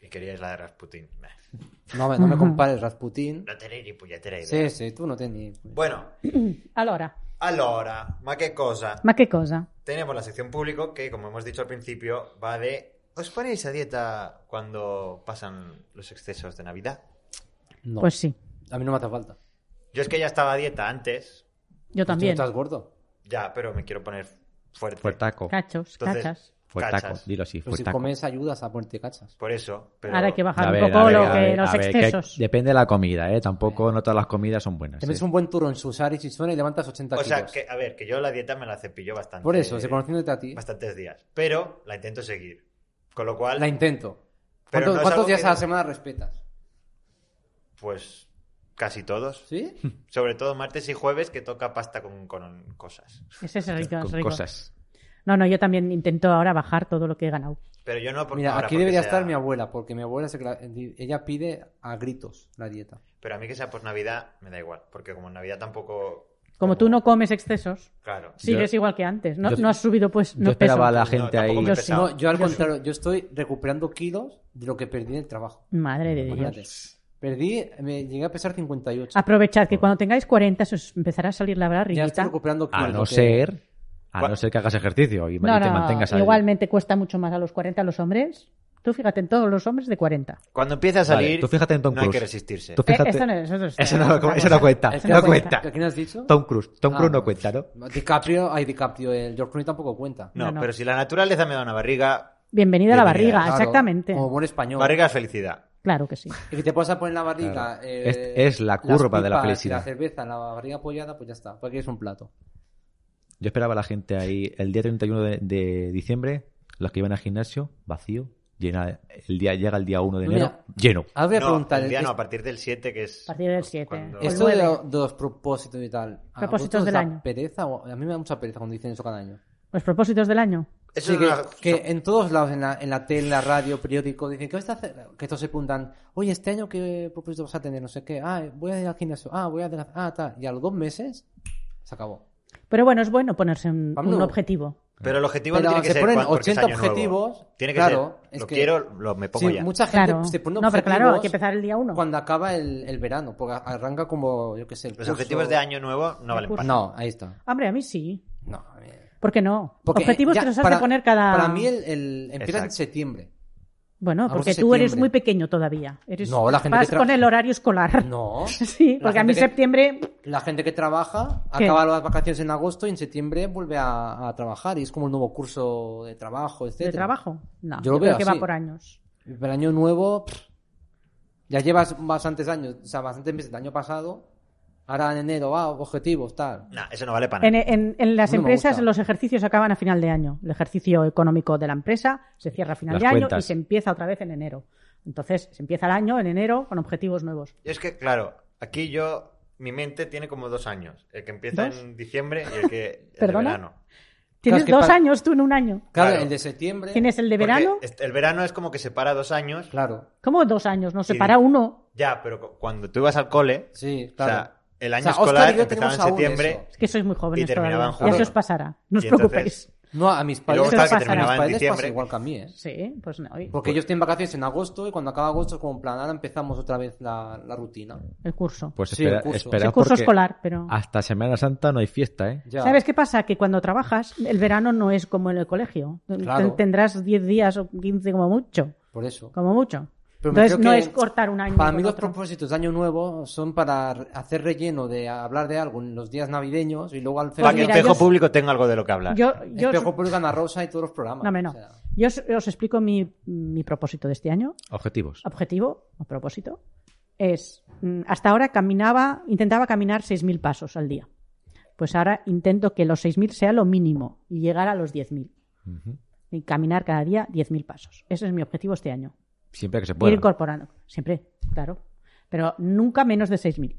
Speaker 1: Y queríais la de Rasputin. Meh,
Speaker 3: No, me- no me compares Rasputin.
Speaker 1: No tenéis ni puñetera idea.
Speaker 3: Sí, sí, tu non teni.
Speaker 1: Bueno,
Speaker 2: Allora,
Speaker 1: allora, ma qué cosa.
Speaker 2: ma che cosa?
Speaker 1: Tenemos la sección público que, como hemos dicho al principio, va de... ¿Os ponéis a dieta cuando pasan los excesos de Navidad?
Speaker 3: No.
Speaker 2: Pues sí,
Speaker 3: A mí no me hace falta.
Speaker 1: Yo es que ya estaba a dieta antes,
Speaker 2: yo
Speaker 3: Tú
Speaker 2: también.
Speaker 3: estás gordo.
Speaker 1: ya, pero me quiero poner fuerte.
Speaker 4: Fuertaco.
Speaker 2: Cachos,
Speaker 1: Entonces,
Speaker 2: cachas.
Speaker 4: Fuertaco.
Speaker 1: cachas.
Speaker 4: Dilo así.
Speaker 3: Pero Pues si
Speaker 4: Fuertaco.
Speaker 3: comes ayudas a ponerte cachas.
Speaker 1: Por eso, pero...
Speaker 2: Ahora hay que bajar
Speaker 4: A ver,
Speaker 2: un
Speaker 4: a
Speaker 2: poco
Speaker 4: ver,
Speaker 2: lo
Speaker 4: a
Speaker 2: que
Speaker 4: ver,
Speaker 2: los
Speaker 4: a ver, que
Speaker 2: excesos.
Speaker 4: depende de la comida, ¿eh? Tampoco no todas las comidas son buenas.
Speaker 3: Te
Speaker 4: ¿eh?
Speaker 3: metes un buen turro en Susari, Chichona y levantas 80
Speaker 1: O
Speaker 3: kilos.
Speaker 1: sea, que, a ver, que yo la dieta me la cepillo bastante.
Speaker 3: Por eso, se conociéndote a ti,
Speaker 1: Bastantes días. Pero la intento seguir. Con lo cual,
Speaker 3: la intento.
Speaker 1: Pero no
Speaker 3: ¿Cuántos,
Speaker 1: es
Speaker 3: cuántos
Speaker 1: algo
Speaker 3: días
Speaker 1: que-
Speaker 3: a la semana respetas?
Speaker 1: pues casi todos.
Speaker 3: ¿Sí?
Speaker 1: Sobre todo martes y jueves que toca pasta con, con cosas.
Speaker 2: Ese es rico, es
Speaker 4: Con
Speaker 2: rico.
Speaker 4: cosas.
Speaker 2: No, no, yo también intento ahora bajar todo lo que he ganado.
Speaker 1: Pero yo no porque
Speaker 3: Mira,
Speaker 1: ahora,
Speaker 3: aquí
Speaker 1: porque
Speaker 3: debería
Speaker 1: sea-
Speaker 3: estar mi abuela, porque mi abuela se cla- ella pide a gritos la dieta.
Speaker 1: Pero a mí que sea por Navidad me da igual. Porque como en Navidad tampoco...
Speaker 2: Como tú no comes excesos,
Speaker 1: Claro.
Speaker 2: sigues igual que antes. No,
Speaker 4: yo-
Speaker 2: no has subido, pues,
Speaker 4: yo
Speaker 2: no
Speaker 4: esperaba a la
Speaker 2: peso.
Speaker 4: gente
Speaker 1: No,
Speaker 4: ahí.
Speaker 1: tampoco me
Speaker 2: Yo
Speaker 1: pesa.
Speaker 2: pesado.
Speaker 3: No, yo al contrario, yo estoy recuperando kilos de lo que perdí en el trabajo.
Speaker 2: Madre de
Speaker 3: Imagínate.
Speaker 2: Dios.
Speaker 3: Perdí, me llegué a pesar 58.
Speaker 2: Aprovechad que cuando tengáis 40 se os empezará a salir la verdad
Speaker 3: ya estoy
Speaker 2: riquita.
Speaker 3: recuperando kilos.
Speaker 4: A Ah, no
Speaker 3: porque-
Speaker 4: ser. A
Speaker 1: Bueno.
Speaker 4: no ser que hagas ejercicio y, y
Speaker 2: No,
Speaker 4: te
Speaker 2: no,
Speaker 4: mantengas ahí.
Speaker 2: igualmente cuesta mucho más a los 40 a los hombres. Tú fíjate en todos los hombres de 40.
Speaker 1: Cuando empieza a
Speaker 4: Vale,
Speaker 1: salir,
Speaker 4: tú fíjate en Tom
Speaker 1: no hay que
Speaker 4: Cruise.
Speaker 1: resistirse.
Speaker 4: Tú
Speaker 2: Eh,
Speaker 4: fíjate-
Speaker 2: eso no, eso no-
Speaker 4: Eso no, lo- eso no cuenta.
Speaker 3: Es que
Speaker 4: No
Speaker 2: no
Speaker 4: cuenta.
Speaker 2: cuenta.
Speaker 3: ¿Qué quién has dicho?
Speaker 4: Tom Cruise. Tom
Speaker 3: Ah.
Speaker 4: Cruise no cuenta, ¿no?
Speaker 3: DiCaprio, ay, DiCaprio, el George Clooney tampoco cuenta.
Speaker 1: No,
Speaker 2: no, no.
Speaker 1: pero si la naturaleza me da una barriga,
Speaker 2: Bienvenida a
Speaker 1: Bienvenida,
Speaker 2: la barriga,
Speaker 3: Claro,
Speaker 2: Ah, exactamente.
Speaker 3: Como buen español.
Speaker 1: barriga es felicidad.
Speaker 2: Claro que sí.
Speaker 3: Y que te puedas poner en la barriga.
Speaker 4: Claro.
Speaker 3: eh,
Speaker 4: Es- es la
Speaker 3: las
Speaker 4: curva de la
Speaker 3: pipas y
Speaker 4: felicidad.
Speaker 3: La cerveza en la barriga apoyada, pues ya está. Porque es un plato.
Speaker 4: Yo esperaba a la gente ahí el día 31 de, de diciembre, los que iban al gimnasio, vacío, llena, el día, llega el día 1 de enero,
Speaker 3: Mira.
Speaker 4: lleno.
Speaker 3: Ahora voy a
Speaker 1: No,
Speaker 3: preguntar.
Speaker 1: el día no, a
Speaker 3: es-
Speaker 1: partir del 7, que es.
Speaker 2: A partir del 7.
Speaker 1: cuando-
Speaker 2: el
Speaker 3: esto de,
Speaker 2: nueve.
Speaker 3: lo- de los propósitos y tal. ¿a
Speaker 2: Pues Propósitos
Speaker 3: vosotros
Speaker 2: del
Speaker 3: da
Speaker 2: año.
Speaker 3: pereza? o- A mí me da mucha pereza cuando dicen eso cada año.
Speaker 2: Los propósitos del año.
Speaker 1: Eso
Speaker 3: Sí,
Speaker 1: es
Speaker 3: que,
Speaker 1: una-
Speaker 3: que en todos lados, en la, en la tele, en la radio, periódico, dicen que, que estos se preguntan, oye, este año qué propósito vas a tener, no sé qué, ah, voy a ir al gimnasio, ah, voy a adelgazar, ah, tal, y a los dos meses se acabó.
Speaker 2: Pero bueno, es bueno ponerse un,
Speaker 3: Vámonos.
Speaker 2: un objetivo.
Speaker 1: Pero el objetivo
Speaker 3: Pero
Speaker 1: no tiene que
Speaker 3: se
Speaker 1: ser
Speaker 3: ponen
Speaker 1: cuan- porque es
Speaker 3: 80
Speaker 1: año nuevo.
Speaker 3: objetivos,
Speaker 1: Tiene que
Speaker 3: claro,
Speaker 1: ser.
Speaker 3: es
Speaker 1: Lo
Speaker 3: que-
Speaker 1: quiero, lo, me pongo
Speaker 3: Sí,
Speaker 1: ya.
Speaker 3: mucha gente
Speaker 2: Claro.
Speaker 3: se pone
Speaker 2: No, pero claro,
Speaker 3: objetivos
Speaker 2: hay que empezar el día 1.
Speaker 3: cuando acaba el, el verano, porque arranca como, yo qué sé, el
Speaker 1: Los
Speaker 3: curso.
Speaker 1: objetivos de año nuevo no valen para
Speaker 3: No, ahí está.
Speaker 2: Hombre, a mí sí.
Speaker 3: No, a ver.
Speaker 2: ¿Por qué no?
Speaker 3: Porque
Speaker 2: objetivos
Speaker 3: ya
Speaker 2: que nos has
Speaker 3: para-
Speaker 2: de poner cada...
Speaker 3: Para mí el, el- empieza en
Speaker 1: Exacto.
Speaker 3: septiembre.
Speaker 2: Bueno,
Speaker 3: Agosto,
Speaker 2: porque tú eres
Speaker 3: septiembre.
Speaker 2: muy pequeño todavía. Eres...
Speaker 3: No, la gente
Speaker 2: Vas
Speaker 3: que tra-
Speaker 2: con el horario escolar.
Speaker 3: No.
Speaker 2: Sí,
Speaker 3: La
Speaker 2: porque a mí
Speaker 3: gente que-
Speaker 2: septiembre...
Speaker 3: La gente que trabaja
Speaker 2: ¿Qué?
Speaker 3: acaba las vacaciones en agosto y en septiembre vuelve a, a trabajar y es como el nuevo curso de trabajo, etc.
Speaker 2: ¿De trabajo? No,
Speaker 3: Yo
Speaker 2: yo,
Speaker 3: lo
Speaker 2: creo
Speaker 3: veo
Speaker 2: que
Speaker 3: así.
Speaker 2: va por años.
Speaker 3: El año nuevo pff, ya llevas bastantes años, o sea, bastantes meses del año pasado. Ahora en enero, ah, objetivos, tal.
Speaker 1: nada. Nah, eso no vale para
Speaker 2: En,
Speaker 1: nada.
Speaker 2: en- en las
Speaker 3: No me
Speaker 2: empresas
Speaker 3: gusta.
Speaker 2: los ejercicios acaban a final de año. El ejercicio económico de la empresa se cierra a final
Speaker 4: Las
Speaker 2: de año y
Speaker 4: cuentas.
Speaker 2: se empieza otra vez en enero. Entonces, se empieza el año en enero con objetivos nuevos.
Speaker 1: Es que, claro, aquí yo. Mi mente tiene como dos años. El que empieza
Speaker 2: ¿Dos?
Speaker 1: en diciembre y el que. el de
Speaker 2: ¿Perdona?
Speaker 1: verano.
Speaker 2: Tienes
Speaker 3: es que
Speaker 2: dos
Speaker 3: para-
Speaker 2: años tú en un año.
Speaker 3: Claro,
Speaker 1: Claro.
Speaker 3: el de septiembre.
Speaker 2: Tienes el de
Speaker 1: Porque
Speaker 2: verano.
Speaker 1: est- El verano es como que separa dos años.
Speaker 3: Claro,
Speaker 2: ¿Cómo dos años? No,
Speaker 1: Sí.
Speaker 2: separa uno.
Speaker 1: Ya, pero cu- cuando tú ibas al cole,
Speaker 3: sí,
Speaker 1: o sea,
Speaker 3: claro.
Speaker 1: el año
Speaker 3: O sea, Óscar
Speaker 1: escolar
Speaker 3: y yo
Speaker 1: empezaba en
Speaker 3: tenemos aún
Speaker 1: septiembre.
Speaker 2: Es que sois muy jóvenes
Speaker 1: terminaban
Speaker 2: todavía.
Speaker 1: juntos.
Speaker 2: Ya se os pasará. No os
Speaker 1: Y entonces-
Speaker 2: preocupéis.
Speaker 3: No, a mis
Speaker 1: luego
Speaker 3: padres,
Speaker 2: está que
Speaker 3: pasa-
Speaker 2: terminaba
Speaker 3: a mis
Speaker 1: en
Speaker 3: padres
Speaker 1: diciembre.
Speaker 3: pasa igual que a mí, ¿eh?
Speaker 2: Sí, pues no. y-
Speaker 3: Porque ellos tienen vacaciones en agosto y cuando acaba agosto es como en plan, ahora empezamos otra vez la, la rutina.
Speaker 2: El curso.
Speaker 4: Pues
Speaker 3: Sí,
Speaker 4: espera,
Speaker 3: el curso.
Speaker 4: espera
Speaker 2: el curso
Speaker 4: porque
Speaker 2: escolar, pero...
Speaker 4: hasta Semana Santa no hay fiesta, ¿eh?
Speaker 3: Ya.
Speaker 2: ¿Sabes qué pasa? Que cuando trabajas, el verano no es como en el colegio.
Speaker 3: Claro.
Speaker 2: Tendrás 10 días o 15 como mucho.
Speaker 3: Por eso.
Speaker 2: Como mucho.
Speaker 3: Pero
Speaker 2: Entonces
Speaker 3: creo
Speaker 2: no
Speaker 3: que
Speaker 2: es cortar un año.
Speaker 3: Para
Speaker 2: con
Speaker 3: mí los
Speaker 2: otro.
Speaker 3: propósitos de año nuevo son para r- hacer relleno de hablar de algo en los días navideños y luego al
Speaker 1: Para que
Speaker 2: Pues mira,
Speaker 1: el espejo
Speaker 2: yo-
Speaker 1: público tenga algo de lo que hablar.
Speaker 2: Yo, yo, os,
Speaker 3: Espejo Público, Ana Rosa y todos los programas.
Speaker 2: No, me no.
Speaker 3: o sea,
Speaker 2: yo os- os explico mi, mi propósito de este año.
Speaker 4: Objetivos.
Speaker 2: Objetivo o propósito es, mm, hasta ahora caminaba, intentaba caminar 6.000 pasos al día. Pues ahora intento que los 6.000 sea lo mínimo y llegar a los 10.000.
Speaker 4: Ujú.
Speaker 2: Y caminar cada día 10.000 pasos. Ese es mi objetivo este año.
Speaker 4: Siempre que se
Speaker 2: Ir
Speaker 4: pueda.
Speaker 2: incorporando. Siempre, claro. Pero nunca menos de 6.000.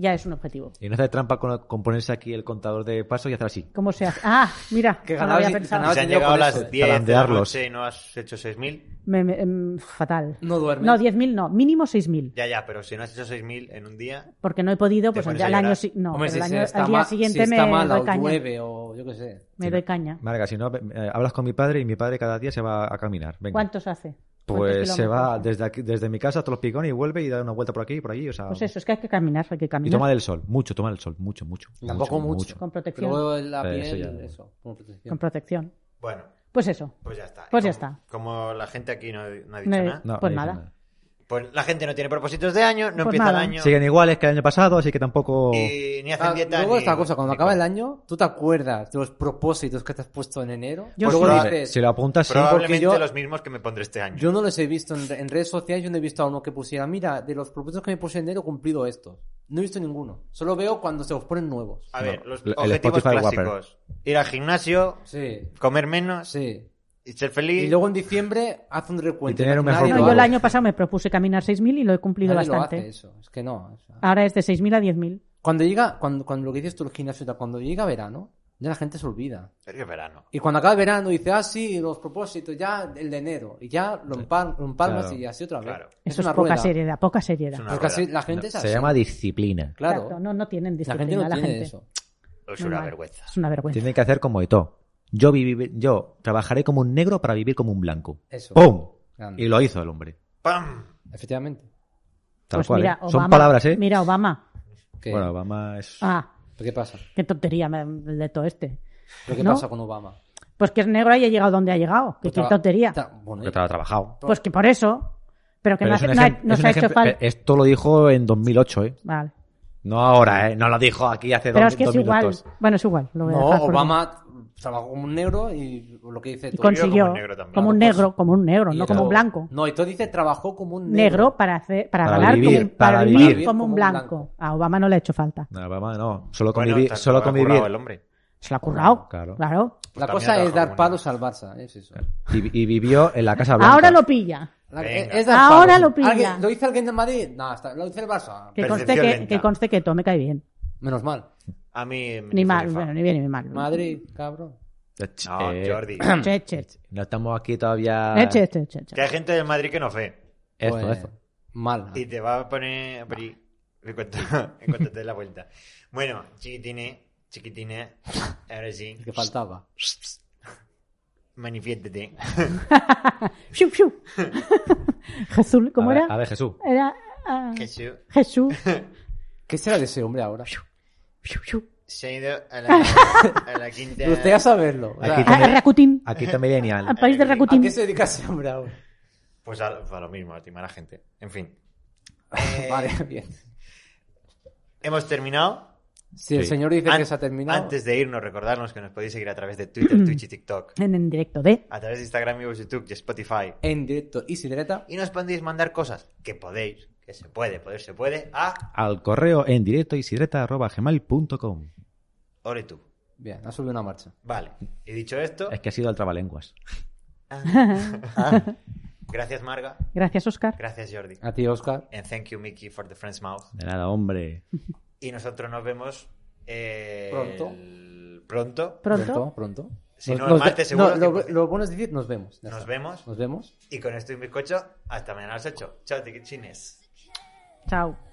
Speaker 2: Ya es un objetivo.
Speaker 4: Y no hace trampa con, con ponerse aquí el contador de pasos y hacer así.
Speaker 2: ¿Cómo se hace? Ah, mira,
Speaker 3: Que
Speaker 2: no lo
Speaker 3: ganabas-
Speaker 2: había pensado.
Speaker 3: ganabas-
Speaker 1: Se han
Speaker 3: yo
Speaker 1: llegado
Speaker 3: por eso,
Speaker 1: las 10 de la
Speaker 4: zarandearlos.
Speaker 1: noche y no has hecho 6.000.
Speaker 2: Me- me- em, fatal.
Speaker 3: No duermes.
Speaker 2: No, 10.000 no, mínimo 6.000.
Speaker 1: Ya, ya, pero si no has hecho 6.000 en un día,
Speaker 2: Porque no he podido,
Speaker 1: Te
Speaker 2: pues
Speaker 1: pones
Speaker 2: al
Speaker 1: a
Speaker 2: año,
Speaker 1: llorar.
Speaker 2: si- no,
Speaker 3: Hombre,
Speaker 2: pero
Speaker 3: si
Speaker 2: al
Speaker 3: se
Speaker 2: año-
Speaker 3: está
Speaker 2: al día
Speaker 3: ma-
Speaker 2: siguiente
Speaker 3: si
Speaker 2: me
Speaker 3: está mala
Speaker 2: doy
Speaker 3: o
Speaker 2: caña.
Speaker 3: llueve o yo qué sé.
Speaker 2: Me
Speaker 4: Sí,
Speaker 2: doy
Speaker 4: no.
Speaker 2: caña.
Speaker 4: Marga, si no, eh, hablas con mi padre y mi padre cada día se va a caminar. Venga.
Speaker 2: ¿Cuántos hace?
Speaker 4: Pues
Speaker 2: ¿Cuántos
Speaker 4: se va
Speaker 2: kilómetros?
Speaker 4: desde, aquí, desde mi casa hasta los picones y vuelve y da una vuelta por aquí y por allí. O sea,
Speaker 2: Pues eso, es que hay que caminar, hay que
Speaker 4: y
Speaker 2: caminar.
Speaker 4: toma el sol, mucho, toma el sol, mucho, mucho.
Speaker 3: Tampoco mucho.
Speaker 2: Con protección.
Speaker 3: Luego la
Speaker 4: Eh,
Speaker 3: piel, eso,
Speaker 4: eso ya no.
Speaker 3: como protección.
Speaker 2: Con protección.
Speaker 1: bueno,
Speaker 2: Pues eso.
Speaker 1: pues ya está.
Speaker 2: Pues ya
Speaker 1: Como-
Speaker 2: está.
Speaker 1: Como la gente aquí no, no ha dicho
Speaker 2: No he-
Speaker 1: nada,
Speaker 4: No, eh,
Speaker 2: Pues
Speaker 4: ahí
Speaker 2: nada.
Speaker 4: está.
Speaker 1: pues la gente no tiene propósitos de año, no
Speaker 2: Pues
Speaker 1: empieza
Speaker 2: nada.
Speaker 1: el año
Speaker 4: Siguen iguales que el año pasado, así que tampoco.
Speaker 1: y ni hacen
Speaker 3: Ah,
Speaker 1: dieta.
Speaker 3: luego
Speaker 1: ni-
Speaker 3: esta cosa, cuando
Speaker 1: ni
Speaker 4: pues.
Speaker 3: acaba el
Speaker 1: comen.
Speaker 3: año, ¿tú te acuerdas de los propósitos que te has puesto en enero?
Speaker 2: Yo
Speaker 3: luego
Speaker 2: sí.
Speaker 4: Hombre,
Speaker 3: dices,
Speaker 4: si lo apuntas, sí.
Speaker 1: Probablemente
Speaker 3: yo-
Speaker 1: los mismos que me pondré este año.
Speaker 3: yo no los he visto en, en redes sociales, yo no he visto a uno que pusiera, mira, de los propósitos que me puse en enero he cumplido estos. No he visto ninguno. Solo veo cuando se os ponen nuevos.
Speaker 1: A ver, los
Speaker 4: el
Speaker 1: objetivos
Speaker 4: Spotify Whopper.
Speaker 1: clásicos. Ir al gimnasio,
Speaker 3: Sí,
Speaker 1: comer menos
Speaker 3: sí.
Speaker 1: y ser feliz.
Speaker 3: Y luego en diciembre haz un recuento.
Speaker 4: Y tener un
Speaker 3: Nadie
Speaker 2: No,
Speaker 4: mejor
Speaker 3: lo
Speaker 4: Pero
Speaker 2: yo el
Speaker 3: hace.
Speaker 4: vamos.
Speaker 2: año pasado me propuse caminar 6.000 y lo he cumplido
Speaker 3: Nadie lo hace
Speaker 2: bastante.
Speaker 3: eso. Es que no. o sea.
Speaker 2: Ahora es de 6.000 a 10.000.
Speaker 3: Cuando llega, cuando, cuando lo que dices tú, el gimnasio, y tal, cuando llega verano, Ya la gente se olvida.
Speaker 1: Es que es verano.
Speaker 3: Y cuando acaba el verano dice, ah, sí, los propósitos, ya el de enero. Y ya lo, empal- lo empalmas
Speaker 4: Claro.
Speaker 3: y así otra vez.
Speaker 1: Claro.
Speaker 3: Es
Speaker 2: Eso es,
Speaker 3: una
Speaker 2: poca
Speaker 3: rueda.
Speaker 2: seriedad, poca seriedad.
Speaker 1: Es una
Speaker 3: Porque así
Speaker 1: rueda.
Speaker 3: la gente es
Speaker 4: Se
Speaker 3: así.
Speaker 4: llama disciplina.
Speaker 3: Claro.
Speaker 2: Exacto, no, no tienen
Speaker 3: La
Speaker 2: disciplina.
Speaker 3: gente no
Speaker 2: la
Speaker 3: tiene
Speaker 2: gente.
Speaker 3: eso.
Speaker 1: Es
Speaker 2: Muy
Speaker 1: una
Speaker 2: mal.
Speaker 1: vergüenza.
Speaker 2: Es una vergüenza.
Speaker 4: Tiene que hacer como Eto. Yo, vivi- yo trabajaré como un negro para vivir como un blanco.
Speaker 3: Eso.
Speaker 4: ¡Pum!
Speaker 3: Grande.
Speaker 4: Y lo hizo el hombre.
Speaker 1: ¡Pam!
Speaker 3: Efectivamente.
Speaker 4: Tal
Speaker 2: Pues
Speaker 4: cual.
Speaker 2: mira,
Speaker 4: ¿eh? Son
Speaker 2: Obama-
Speaker 4: palabras, ¿eh?
Speaker 2: Mira, Obama.
Speaker 3: ¿Qué,
Speaker 4: Bueno, Obama es.
Speaker 2: Ah,
Speaker 3: ¿Qué pasa?
Speaker 2: qué tontería me- el de todo este.
Speaker 3: ¿Pero qué
Speaker 2: ¿No?
Speaker 3: pasa con Obama?
Speaker 2: Pues que es negro y ha llegado donde ha llegado. Que
Speaker 3: Pues
Speaker 2: qué
Speaker 3: traba-
Speaker 2: tontería.
Speaker 3: tra- bueno,
Speaker 4: Porque estaba trabajado.
Speaker 2: Pues que por eso. Pero que
Speaker 4: Pero
Speaker 2: no,
Speaker 4: es
Speaker 2: hace-
Speaker 4: un
Speaker 2: no ha-
Speaker 4: ejem-
Speaker 2: no
Speaker 4: es
Speaker 2: se
Speaker 4: un eh,
Speaker 2: ha hecho
Speaker 4: ejem-
Speaker 2: falta.
Speaker 4: Esto lo dijo en 2008, ¿eh?
Speaker 2: Vale.
Speaker 4: No ahora, ¿eh? No lo dijo aquí hace
Speaker 2: Pero
Speaker 4: dos,
Speaker 2: es que es
Speaker 4: dos
Speaker 2: igual.
Speaker 4: minutos.
Speaker 2: Bueno, es igual. Lo voy a
Speaker 3: no,
Speaker 2: dejar por-
Speaker 3: Obama trabajó como un negro y lo que dice
Speaker 2: Y
Speaker 3: tú.
Speaker 2: consiguió.
Speaker 1: como un negro también.
Speaker 2: Como un
Speaker 3: Claro,
Speaker 2: negro, como un negro,
Speaker 3: Y
Speaker 2: no como un
Speaker 3: luego-
Speaker 2: blanco.
Speaker 3: No, y tú dices trabajó como un negro.
Speaker 2: Negro para hacer, para,
Speaker 4: Para
Speaker 2: ganar como
Speaker 4: vivir,
Speaker 2: un- para
Speaker 4: para
Speaker 2: vivir
Speaker 3: vivir
Speaker 2: como un blanco. A Obama no le ha hecho falta.
Speaker 4: No, Obama no. Solo
Speaker 1: Bueno,
Speaker 4: convivir.
Speaker 1: tanto
Speaker 4: solo
Speaker 1: ha currado eh, el
Speaker 4: convivir.
Speaker 1: hombre.
Speaker 2: Se lo ha currado.
Speaker 4: Claro.
Speaker 2: Claro.
Speaker 3: La
Speaker 1: Pues
Speaker 3: cosa
Speaker 1: también
Speaker 3: es
Speaker 1: trabajó
Speaker 3: dar
Speaker 1: como
Speaker 3: palos al Barça. ¿eh? Es eso.
Speaker 4: Y, y vivió en la Casa Blanca.
Speaker 2: Ahora lo pilla.
Speaker 3: La-
Speaker 1: Venga.
Speaker 3: es dar
Speaker 2: Ahora
Speaker 3: palos.
Speaker 2: lo pilla.
Speaker 3: ¿Alguien- ¿Lo dice alguien de Madrid? No, está- lo dice el Barça.
Speaker 2: Que
Speaker 1: Percepción
Speaker 2: conste que,
Speaker 1: lenta.
Speaker 2: que conste que todo me cae bien.
Speaker 3: Menos mal.
Speaker 1: A mí. me
Speaker 2: Ni
Speaker 1: hizo
Speaker 2: mal,
Speaker 1: rifa.
Speaker 2: bueno, ni bien ni mal.
Speaker 3: Madrid, cabrón.
Speaker 1: No,
Speaker 4: Eh,
Speaker 1: Jordi.
Speaker 2: Che, che, che.
Speaker 4: No estamos aquí todavía.
Speaker 2: Eh, che, che, che, che.
Speaker 1: Que hay gente del Madrid que no fe.
Speaker 4: Esto,
Speaker 3: Pues,
Speaker 4: esto.
Speaker 3: Mal.
Speaker 1: Y te va a poner. por ahí, En cuanto, en cuanto te dé la vuelta. Bueno, chiquitine, chiquitine. Ahora sí.
Speaker 3: Que faltaba.
Speaker 1: Manifiéntete.
Speaker 2: Fiu, fiu. Jesús, ¿cómo
Speaker 4: A ver-
Speaker 2: era?
Speaker 4: A ver, Jesús.
Speaker 2: Era ah,
Speaker 1: Jesús
Speaker 2: Jesús.
Speaker 3: ¿Qué será de ese hombre ahora?
Speaker 2: Fiu, fiu.
Speaker 1: se ha ido a la, a la quinta.
Speaker 3: Me gustaría saberlo. O sea,
Speaker 4: Aquí
Speaker 2: Ah,
Speaker 4: también-
Speaker 2: Rakutin.
Speaker 4: Aquí está Millennial.
Speaker 2: Al país de
Speaker 3: ¿A
Speaker 2: Rakutin.
Speaker 3: qué se dedica ese hombre ahora?
Speaker 1: Pues a, a lo mismo, a timar a gente. En fin. Eh,
Speaker 3: Vale, bien.
Speaker 1: Hemos terminado.
Speaker 3: Si el
Speaker 4: Sí.
Speaker 3: señor dice
Speaker 1: An-
Speaker 3: que se ha terminado.
Speaker 1: Antes de irnos, recordarnos que nos podéis seguir a través de Twitter, Twitch y TikTok.
Speaker 2: En, en directo de.
Speaker 1: A través de Instagram, Vivos, YouTube y Spotify.
Speaker 3: En directo y sin directa.
Speaker 1: Y nos podéis mandar cosas que podéis, que se puede, poder se puede, a
Speaker 4: Al correo en directo isidreta.gmail.com.
Speaker 1: Ore tú.
Speaker 3: Bien, ha subido una marcha.
Speaker 1: Vale. Y dicho esto,
Speaker 4: Es que ha sido al trabalenguas.
Speaker 1: gracias Marga,
Speaker 2: Gracias, Oscar.
Speaker 1: gracias Jordi.
Speaker 3: A ti, Oscar.
Speaker 1: And thank you Mickey for the French mouth.
Speaker 4: De nada, hombre.
Speaker 1: Y nosotros nos vemos eh,
Speaker 3: Pronto.
Speaker 1: el- Pronto.
Speaker 2: Pronto.
Speaker 3: Pronto. pronto.
Speaker 1: Si no, el
Speaker 3: Nos- nos-
Speaker 1: martes seguro
Speaker 3: no,
Speaker 1: que
Speaker 3: lo,
Speaker 1: puede.
Speaker 3: lo bueno es decir, nos vemos. Ya
Speaker 1: Nos
Speaker 3: está.
Speaker 1: vemos.
Speaker 3: Nos vemos.
Speaker 1: Y con esto y mi cocho, hasta mañana a las 8. Chao, tiquichines.
Speaker 2: Chao.